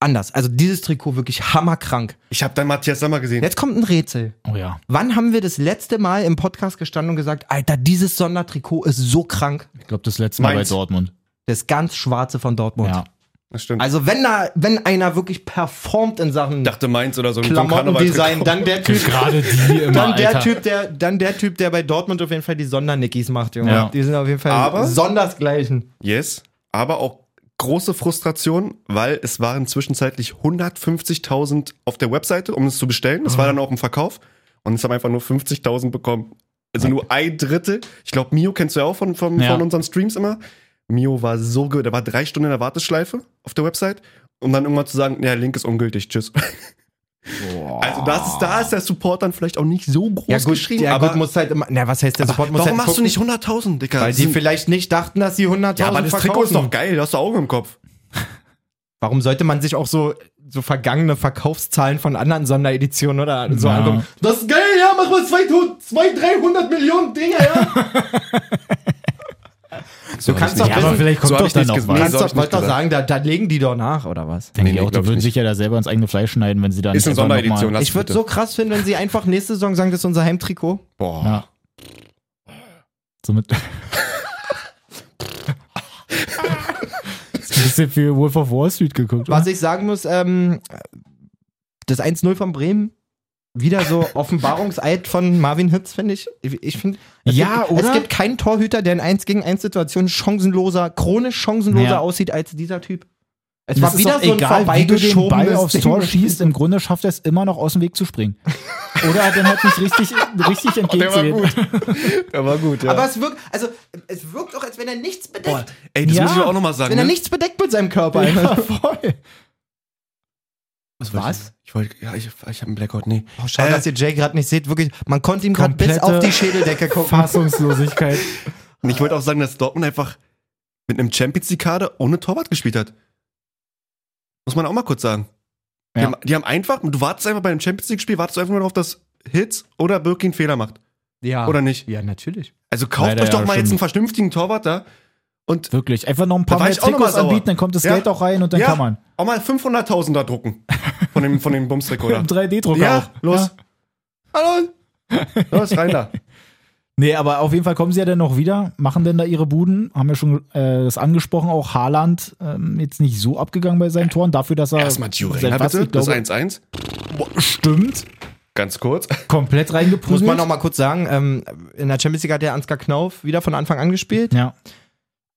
[SPEAKER 3] anders. Also dieses Trikot wirklich hammerkrank.
[SPEAKER 1] Ich habe dann Matthias Sommer gesehen.
[SPEAKER 3] Jetzt kommt ein Rätsel.
[SPEAKER 2] Oh ja.
[SPEAKER 3] Wann haben wir das letzte Mal im Podcast gestanden und gesagt, Alter, dieses Sondertrikot ist so krank.
[SPEAKER 2] Ich glaube, das letzte Mal
[SPEAKER 1] Mainz.
[SPEAKER 2] bei Dortmund.
[SPEAKER 3] Das ganz schwarze von Dortmund.
[SPEAKER 2] Ja.
[SPEAKER 1] Das stimmt.
[SPEAKER 3] Also wenn da, wenn einer wirklich performt in Sachen
[SPEAKER 1] ich dachte Mainz oder so. so ein
[SPEAKER 3] Klamottendesign,
[SPEAKER 1] Karnevalstrikot.
[SPEAKER 3] dann der Typ.
[SPEAKER 2] Gerade die immer,
[SPEAKER 3] Dann der,
[SPEAKER 2] Alter.
[SPEAKER 3] typ, der, dann der Typ, der bei Dortmund auf jeden Fall die Sondernickis macht, Junge.
[SPEAKER 2] Ja.
[SPEAKER 3] Die sind auf jeden Fall
[SPEAKER 1] Aber-
[SPEAKER 3] sondersgleichen.
[SPEAKER 1] Yes, aber auch große Frustration, weil es waren zwischenzeitlich 150.000 auf der Webseite, um es zu bestellen. Es war dann auch im Verkauf und es haben einfach nur 50.000 bekommen. Also nur ein Drittel. Ich glaube, Mio kennst du ja auch von, von,
[SPEAKER 2] Ja.
[SPEAKER 1] von unseren Streams immer. Mio war so gut. Er war drei Stunden in der Warteschleife auf der Website, um dann irgendwann zu sagen, ja, Link ist ungültig, tschüss. Also das, da ist der Support dann vielleicht auch nicht so groß geschrieben,
[SPEAKER 3] ja,
[SPEAKER 1] aber
[SPEAKER 3] gut, muss halt immer, na, was heißt der Support? Muss
[SPEAKER 1] warum
[SPEAKER 3] halt
[SPEAKER 1] machst du
[SPEAKER 3] gucken,
[SPEAKER 1] nicht 100.000, Dicker?
[SPEAKER 3] Weil
[SPEAKER 1] Das
[SPEAKER 3] die
[SPEAKER 1] sind-
[SPEAKER 3] vielleicht nicht dachten, dass sie 100.000
[SPEAKER 1] ja, aber das
[SPEAKER 3] verkaufen.
[SPEAKER 1] Trikot ist doch geil, da hast du Augen im Kopf.
[SPEAKER 3] Warum sollte man sich auch so, so vergangene Verkaufszahlen von anderen Sondereditionen oder so
[SPEAKER 2] Ja.
[SPEAKER 3] angucken? Das ist geil, ja, mach mal 200, 300 Millionen Dinge, ja.
[SPEAKER 1] so
[SPEAKER 3] Du
[SPEAKER 1] hab
[SPEAKER 3] kannst
[SPEAKER 1] ich's
[SPEAKER 3] doch
[SPEAKER 1] nicht.
[SPEAKER 2] Ja, aber
[SPEAKER 3] wissen,
[SPEAKER 2] vielleicht kommt
[SPEAKER 1] so hab
[SPEAKER 2] doch
[SPEAKER 1] ich
[SPEAKER 2] dann
[SPEAKER 1] nicht
[SPEAKER 2] noch
[SPEAKER 1] gesehen.
[SPEAKER 2] was.
[SPEAKER 1] Nee,
[SPEAKER 3] kannst
[SPEAKER 1] so hab
[SPEAKER 3] doch,
[SPEAKER 1] ich
[SPEAKER 3] wollt
[SPEAKER 1] nicht
[SPEAKER 3] doch
[SPEAKER 1] gesagt.
[SPEAKER 3] sagen, da, da legen die doch nach, oder was?
[SPEAKER 2] Denke
[SPEAKER 1] Nee,
[SPEAKER 2] ich
[SPEAKER 1] nee,
[SPEAKER 2] auch,
[SPEAKER 1] glaub
[SPEAKER 2] die
[SPEAKER 1] ich
[SPEAKER 2] würden
[SPEAKER 1] nicht.
[SPEAKER 2] sich ja da selber ins eigene Fleisch schneiden, wenn sie dann.
[SPEAKER 1] Ist eine
[SPEAKER 2] einfach noch
[SPEAKER 1] Sonderedition,
[SPEAKER 2] mal-
[SPEAKER 1] lass
[SPEAKER 3] Ich würde
[SPEAKER 1] bitte.
[SPEAKER 3] so krass finden, wenn sie einfach nächste Saison sagen, das ist unser Heimtrikot.
[SPEAKER 1] Boah.
[SPEAKER 2] Ja. Somit. Ist ein bisschen viel Wolf of Wall Street geguckt.
[SPEAKER 3] Was ich sagen muss, ähm, das 1-0 von Bremen, wieder so Offenbarungseid von Marvin Hitz, finde ich. Ich ich finde, es
[SPEAKER 2] Ja,
[SPEAKER 3] gibt,
[SPEAKER 2] oder?
[SPEAKER 3] Es gibt keinen Torhüter, der in 1 gegen 1 Situationen chancenloser, chronisch chancenloser
[SPEAKER 2] Ja.
[SPEAKER 3] aussieht als dieser Typ. Es
[SPEAKER 2] Es war wieder so egal, wie du den Ball
[SPEAKER 3] vorbeigeschobenes
[SPEAKER 2] aufs
[SPEAKER 3] Ding.
[SPEAKER 2] Tor schießt, im Grunde schafft er es immer noch aus dem Weg zu springen. Oder hat dann halt nicht richtig, richtig entgegenzugehen.
[SPEAKER 1] Der war gut, ja.
[SPEAKER 3] Aber es wirkt, also, es wirkt doch, als wenn er nichts bedeckt.
[SPEAKER 1] Boah, ey, das
[SPEAKER 2] Ja.
[SPEAKER 1] muss ich doch auch nochmal sagen.
[SPEAKER 3] wenn er
[SPEAKER 1] ne?
[SPEAKER 3] nichts bedeckt mit seinem Körper.
[SPEAKER 2] Ja, voll.
[SPEAKER 1] Was? wollte
[SPEAKER 3] Was?
[SPEAKER 1] Ich, ich wollte, ja, ich, ich habe einen Blackout, nee.
[SPEAKER 3] Oh, schade,
[SPEAKER 1] Äh.
[SPEAKER 3] dass ihr Jay gerade nicht seht. Wirklich, man konnte ihm gerade bis
[SPEAKER 2] Komplette
[SPEAKER 3] auf die Schädeldecke gucken.
[SPEAKER 2] Fassungslosigkeit.
[SPEAKER 1] Und ich wollte auch sagen, dass Dortmund einfach mit einem Champions League-Kader ohne Torwart gespielt hat. Muss man auch mal kurz sagen. Die,
[SPEAKER 2] Ja.
[SPEAKER 1] haben, die haben einfach, du wartest einfach bei einem Champions League-Spiel, wartest du einfach nur darauf, dass Hits oder Birkin Fehler macht.
[SPEAKER 3] Ja.
[SPEAKER 1] Oder nicht?
[SPEAKER 3] Ja, natürlich.
[SPEAKER 1] Also kauft
[SPEAKER 2] Leider
[SPEAKER 1] euch doch
[SPEAKER 2] ja,
[SPEAKER 1] mal jetzt
[SPEAKER 2] stimmt.
[SPEAKER 1] einen vernünftigen Torwart da und
[SPEAKER 2] Wirklich. Einfach noch ein
[SPEAKER 1] Da
[SPEAKER 2] paar
[SPEAKER 1] war
[SPEAKER 2] mehr
[SPEAKER 1] ich auch noch mal
[SPEAKER 2] Trikots
[SPEAKER 1] sauer.
[SPEAKER 2] anbieten, dann kommt das
[SPEAKER 1] Ja.
[SPEAKER 2] Geld auch rein und dann
[SPEAKER 1] Ja.
[SPEAKER 2] kann man.
[SPEAKER 1] auch mal 500.000 da drucken. Von dem, von dem Bums-Rekorder.
[SPEAKER 2] Im 3D-Drucker
[SPEAKER 1] Ja,
[SPEAKER 2] auch.
[SPEAKER 1] los.
[SPEAKER 2] Ja.
[SPEAKER 1] Hallo. Los, rein da.
[SPEAKER 2] Nee, aber auf jeden Fall kommen sie ja dann noch wieder, machen denn da ihre Buden, haben ja schon äh, das angesprochen, auch Haaland ähm, jetzt nicht so abgegangen bei seinen Toren, dafür, dass er
[SPEAKER 1] Erstmal
[SPEAKER 2] seit
[SPEAKER 3] ne,
[SPEAKER 1] Jurenga
[SPEAKER 2] was,
[SPEAKER 1] bitte,
[SPEAKER 2] ich
[SPEAKER 1] das
[SPEAKER 2] glaube,
[SPEAKER 1] 1-1.
[SPEAKER 2] stimmt,
[SPEAKER 1] Ganz kurz.
[SPEAKER 2] komplett
[SPEAKER 3] Muss
[SPEAKER 2] reingeprügelt.
[SPEAKER 3] man noch mal kurz sagen, ähm, in der Champions League hat der Ansgar Knauf wieder von Anfang an gespielt.
[SPEAKER 2] ja.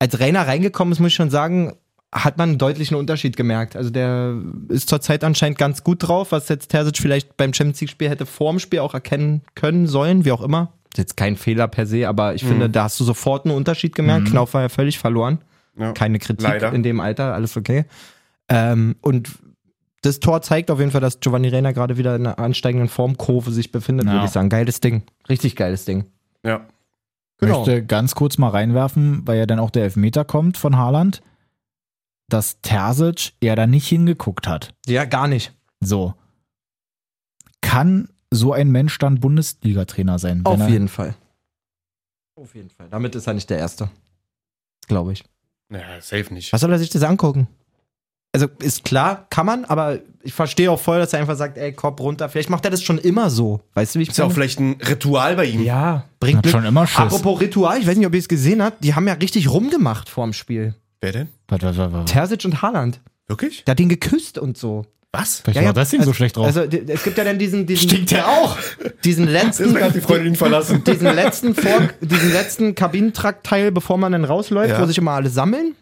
[SPEAKER 3] Als Rainer reingekommen ist, muss ich schon sagen, hat man einen deutlichen Unterschied gemerkt. Also der ist zurzeit anscheinend ganz gut drauf, was jetzt Terzic vielleicht beim Champions League-Spiel hätte vorm Spiel auch erkennen können, sollen, wie auch immer. Ist jetzt kein Fehler per se, aber ich finde, da hast du sofort einen Unterschied gemerkt. Knauf war ja völlig verloren.
[SPEAKER 1] Ja.
[SPEAKER 3] Keine Kritik
[SPEAKER 1] Leider.
[SPEAKER 3] in dem Alter, alles okay. Ähm, und das Tor zeigt auf jeden Fall, dass Giovanni Reina gerade wieder in einer ansteigenden Formkurve sich befindet,
[SPEAKER 2] Ja.
[SPEAKER 3] würde ich sagen. Geiles Ding. Richtig geiles Ding.
[SPEAKER 1] Ja.
[SPEAKER 3] Genau.
[SPEAKER 2] möchte ganz kurz mal reinwerfen, weil ja dann auch der Elfmeter kommt von Haaland, dass Terzic ja da nicht hingeguckt hat.
[SPEAKER 3] Ja, gar nicht.
[SPEAKER 2] So. Kann so ein Mensch dann Bundesliga-Trainer sein? wenn
[SPEAKER 3] Auf
[SPEAKER 2] er-
[SPEAKER 3] jeden Fall. Auf jeden Fall. Damit ist er nicht der Erste. Glaube ich.
[SPEAKER 1] Naja, safe nicht.
[SPEAKER 3] Was soll er sich das angucken? Also ist klar, kann man, aber ich verstehe auch voll, dass er einfach sagt, ey, Kopf runter. Vielleicht macht er das schon immer so. Weißt du, wie ich
[SPEAKER 1] Ist ja auch
[SPEAKER 3] meine?
[SPEAKER 1] vielleicht ein Ritual bei ihm.
[SPEAKER 3] Ja, bringt
[SPEAKER 2] Hat
[SPEAKER 3] Glück.
[SPEAKER 2] schon immer Schiss.
[SPEAKER 3] Apropos Ritual, ich weiß nicht, ob ihr es gesehen habt, die haben ja richtig rumgemacht vorm Spiel.
[SPEAKER 1] Wer denn?
[SPEAKER 2] Was, was, was, was?
[SPEAKER 3] Terzic und Haaland.
[SPEAKER 1] Wirklich?
[SPEAKER 3] Der hat ihn geküsst und so.
[SPEAKER 1] Was?
[SPEAKER 2] Vielleicht war das Ding so schlecht drauf.
[SPEAKER 3] Also d- es gibt ja dann diesen, diesen Stinkt der auch. Diesen letzten
[SPEAKER 1] Deswegen hat die Freundin ihn verlassen.
[SPEAKER 3] diesen letzten Vor diesen letzten Kabinentraktteil, bevor man dann rausläuft,
[SPEAKER 1] Ja.
[SPEAKER 3] wo sich immer alle sammeln.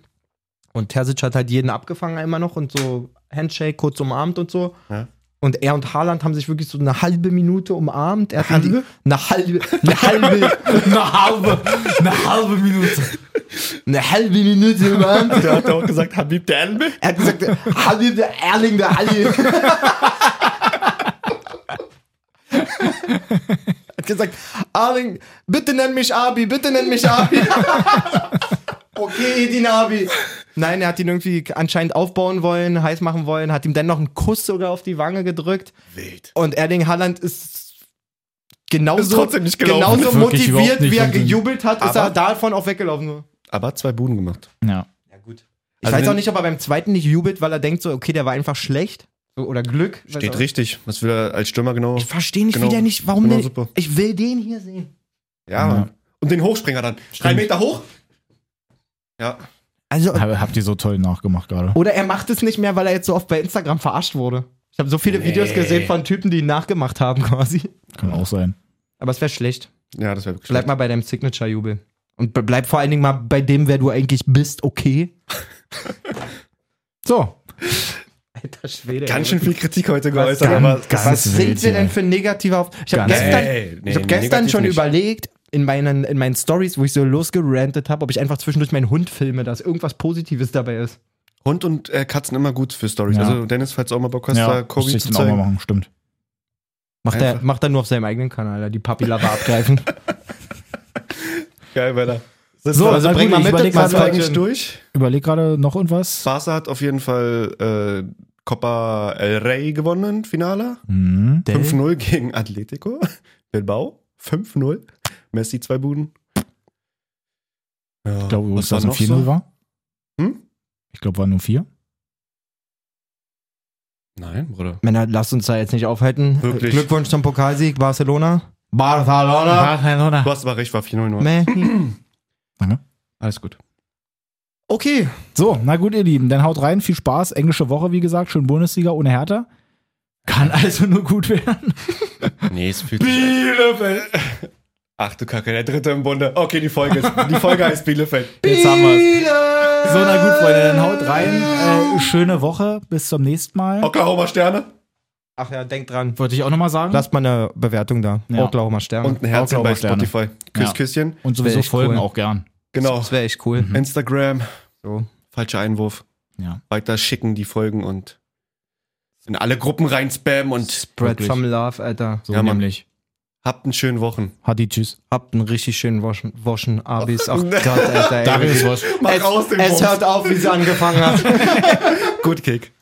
[SPEAKER 3] Und Terzic hat halt jeden abgefangen immer noch und so Handshake kurz umarmt und so.
[SPEAKER 1] Ja.
[SPEAKER 3] Und er und Haaland haben sich wirklich so eine halbe Minute umarmt. Er hat
[SPEAKER 1] Halbe?
[SPEAKER 3] ihm Die, eine halbe, eine halbe, eine halbe, eine halbe Minute. Eine halbe Minute umarmt.
[SPEAKER 1] Der hat auch gesagt, Habib der Elbe.
[SPEAKER 3] Er hat gesagt, Halli, der Erling, der Halli. Er hat gesagt, Erling, bitte nenn mich Abi, bitte nenn mich Abi. okay, Edin Abi. Nein, er hat ihn irgendwie anscheinend aufbauen wollen, heiß machen wollen, hat ihm dann noch einen Kuss sogar auf die Wange gedrückt.
[SPEAKER 1] Wild.
[SPEAKER 3] Und Erling Haaland ist genauso,
[SPEAKER 1] Ist trotzdem nicht gelaufen.
[SPEAKER 3] genauso
[SPEAKER 2] Wirklich überhaupt
[SPEAKER 3] motiviert,
[SPEAKER 2] nicht
[SPEAKER 3] wie er
[SPEAKER 2] und-
[SPEAKER 3] gejubelt hat, ist
[SPEAKER 1] Aber-
[SPEAKER 3] er davon auch weggelaufen.
[SPEAKER 1] Aber hat zwei Buden gemacht.
[SPEAKER 2] ja.
[SPEAKER 3] Ja, gut. Ich
[SPEAKER 1] Also
[SPEAKER 3] weiß
[SPEAKER 1] wenn-
[SPEAKER 3] auch nicht, ob er beim zweiten nicht jubelt, weil er denkt so, okay, der war einfach schlecht. So, oder Glück. Weiß
[SPEAKER 1] Steht
[SPEAKER 3] auch-
[SPEAKER 1] richtig. Was will er als Stürmer genau?
[SPEAKER 3] Ich verstehe nicht,
[SPEAKER 1] Genau.
[SPEAKER 3] wie der nicht, warum
[SPEAKER 1] Genau,
[SPEAKER 3] der.
[SPEAKER 1] super.
[SPEAKER 3] Ich will den hier sehen.
[SPEAKER 1] Ja, Mann. Und den Hochspringer dann. Drei Meter hoch. Ja.
[SPEAKER 3] Also,
[SPEAKER 2] Hab- Habt ihr so toll nachgemacht gerade.
[SPEAKER 3] oder er macht es nicht mehr, weil er jetzt so oft bei Instagram verarscht wurde. Ich habe so viele Videos gesehen von Typen, die ihn nachgemacht haben quasi.
[SPEAKER 2] Kann auch sein.
[SPEAKER 3] Aber es wäre schlecht.
[SPEAKER 1] Ja, das wäre wirklich
[SPEAKER 3] Bleib mal bei deinem Signature-Jubel. Und be- bleib vor allen Dingen mal bei dem, wer du eigentlich bist, okay?
[SPEAKER 2] So.
[SPEAKER 3] Alter Schwede. ey.
[SPEAKER 1] Ganz schön viel Kritik heute
[SPEAKER 3] Was,
[SPEAKER 1] geäußert, aber
[SPEAKER 2] ganz-
[SPEAKER 3] was
[SPEAKER 2] wild
[SPEAKER 3] sind wir
[SPEAKER 2] hier.
[SPEAKER 3] denn für negative auf? Ich habe
[SPEAKER 2] Ganz
[SPEAKER 3] gestern,
[SPEAKER 1] wild. Nee,
[SPEAKER 3] ich hab
[SPEAKER 1] nee,
[SPEAKER 3] gestern
[SPEAKER 1] negativ
[SPEAKER 3] schon
[SPEAKER 1] nicht.
[SPEAKER 3] überlegt in meinen in meinen Stories, wo ich so losgerantet habe, ob ich einfach zwischendurch meinen Hund filme, dass irgendwas Positives dabei ist.
[SPEAKER 1] Hund und äh, Katzen immer gut für Stories.
[SPEAKER 2] Ja.
[SPEAKER 1] Also Dennis, falls du auch mal Bock hast, da
[SPEAKER 2] Ja,
[SPEAKER 1] Kobi
[SPEAKER 2] müsste ich
[SPEAKER 1] zu
[SPEAKER 2] dann auch mal
[SPEAKER 1] zeigen.
[SPEAKER 2] machen, stimmt.
[SPEAKER 3] Macht er
[SPEAKER 1] Einfach.
[SPEAKER 3] macht er nur auf seinem eigenen Kanal, da die Papi-Lava abgreifen.
[SPEAKER 1] Geil, weil er.
[SPEAKER 2] So, also bring mal mit,
[SPEAKER 1] überleg mal, was
[SPEAKER 2] das
[SPEAKER 1] war
[SPEAKER 2] war
[SPEAKER 1] eigentlich
[SPEAKER 3] schön.
[SPEAKER 1] durch?
[SPEAKER 2] Überleg gerade noch irgendwas.
[SPEAKER 1] Barca hat auf jeden Fall äh, Copa El Rey gewonnen, Finale.
[SPEAKER 2] Mhm.
[SPEAKER 1] 5-0 gegen Atletico. Bilbao. 5-0. Messi zwei Buden.
[SPEAKER 2] Ich glaube übrigens,
[SPEAKER 1] Was war
[SPEAKER 2] dass es ein
[SPEAKER 1] noch
[SPEAKER 2] 4-0
[SPEAKER 1] so?
[SPEAKER 2] war.
[SPEAKER 1] Hm?
[SPEAKER 2] Ich glaube, war nur 4.
[SPEAKER 1] Nein, Bruder.
[SPEAKER 3] Männer, lasst uns da jetzt nicht aufhalten.
[SPEAKER 1] Wirklich.
[SPEAKER 3] Glückwunsch zum Pokalsieg, Barcelona. Barcelona.
[SPEAKER 1] Du hast aber recht, war 4-0 nur.
[SPEAKER 3] Barcelona.
[SPEAKER 1] Alles gut.
[SPEAKER 3] Okay.
[SPEAKER 2] So, na gut, ihr Lieben, dann haut rein, viel Spaß. Englische Woche, wie gesagt, schön Bundesliga ohne Hertha. Kann also nur gut werden.
[SPEAKER 1] Nee, es fühlt sich. Bielefeld! Ach du Kacke, der dritte im Bunde. Okay, die Folge, ist, die Folge heißt Bielefeld.
[SPEAKER 2] Jetzt haben wir's. So, na gut, Freunde, dann haut rein. Äh, schöne Woche, bis zum nächsten Mal.
[SPEAKER 1] Oklahoma Sterne.
[SPEAKER 3] Ach ja, denkt dran.
[SPEAKER 2] Wollte ich auch nochmal sagen.
[SPEAKER 3] Lasst mal eine Bewertung da.
[SPEAKER 2] Ja.
[SPEAKER 3] Oklahoma Sterne.
[SPEAKER 1] Und ein Herzchen
[SPEAKER 2] Oklahoma
[SPEAKER 1] bei
[SPEAKER 2] Sterne.
[SPEAKER 1] Spotify. Küss,
[SPEAKER 2] Ja.
[SPEAKER 1] Küsschen.
[SPEAKER 2] Und sowieso
[SPEAKER 3] Wär echt
[SPEAKER 2] folgen
[SPEAKER 3] cool.
[SPEAKER 2] auch gern.
[SPEAKER 1] Genau.
[SPEAKER 3] Das wäre echt cool.
[SPEAKER 1] Instagram.
[SPEAKER 3] So.
[SPEAKER 1] Falscher Einwurf.
[SPEAKER 2] Ja.
[SPEAKER 1] Weiter schicken die Folgen und in alle Gruppen rein spammen und
[SPEAKER 3] Spread
[SPEAKER 2] Wirklich.
[SPEAKER 3] some love, Alter.
[SPEAKER 2] So
[SPEAKER 1] Ja, Mann.
[SPEAKER 2] nämlich.
[SPEAKER 1] habt einen schönen Wochen.
[SPEAKER 2] Hadi, tschüss.
[SPEAKER 3] Habt einen richtig schönen Waschen, Waschen Abis. Ach
[SPEAKER 2] Äh,
[SPEAKER 3] Gott, Alter. Ey.
[SPEAKER 2] Darius Wosch.
[SPEAKER 1] Mach
[SPEAKER 3] Es, es hört auf, wie sie angefangen hat.
[SPEAKER 1] Gut, Kick.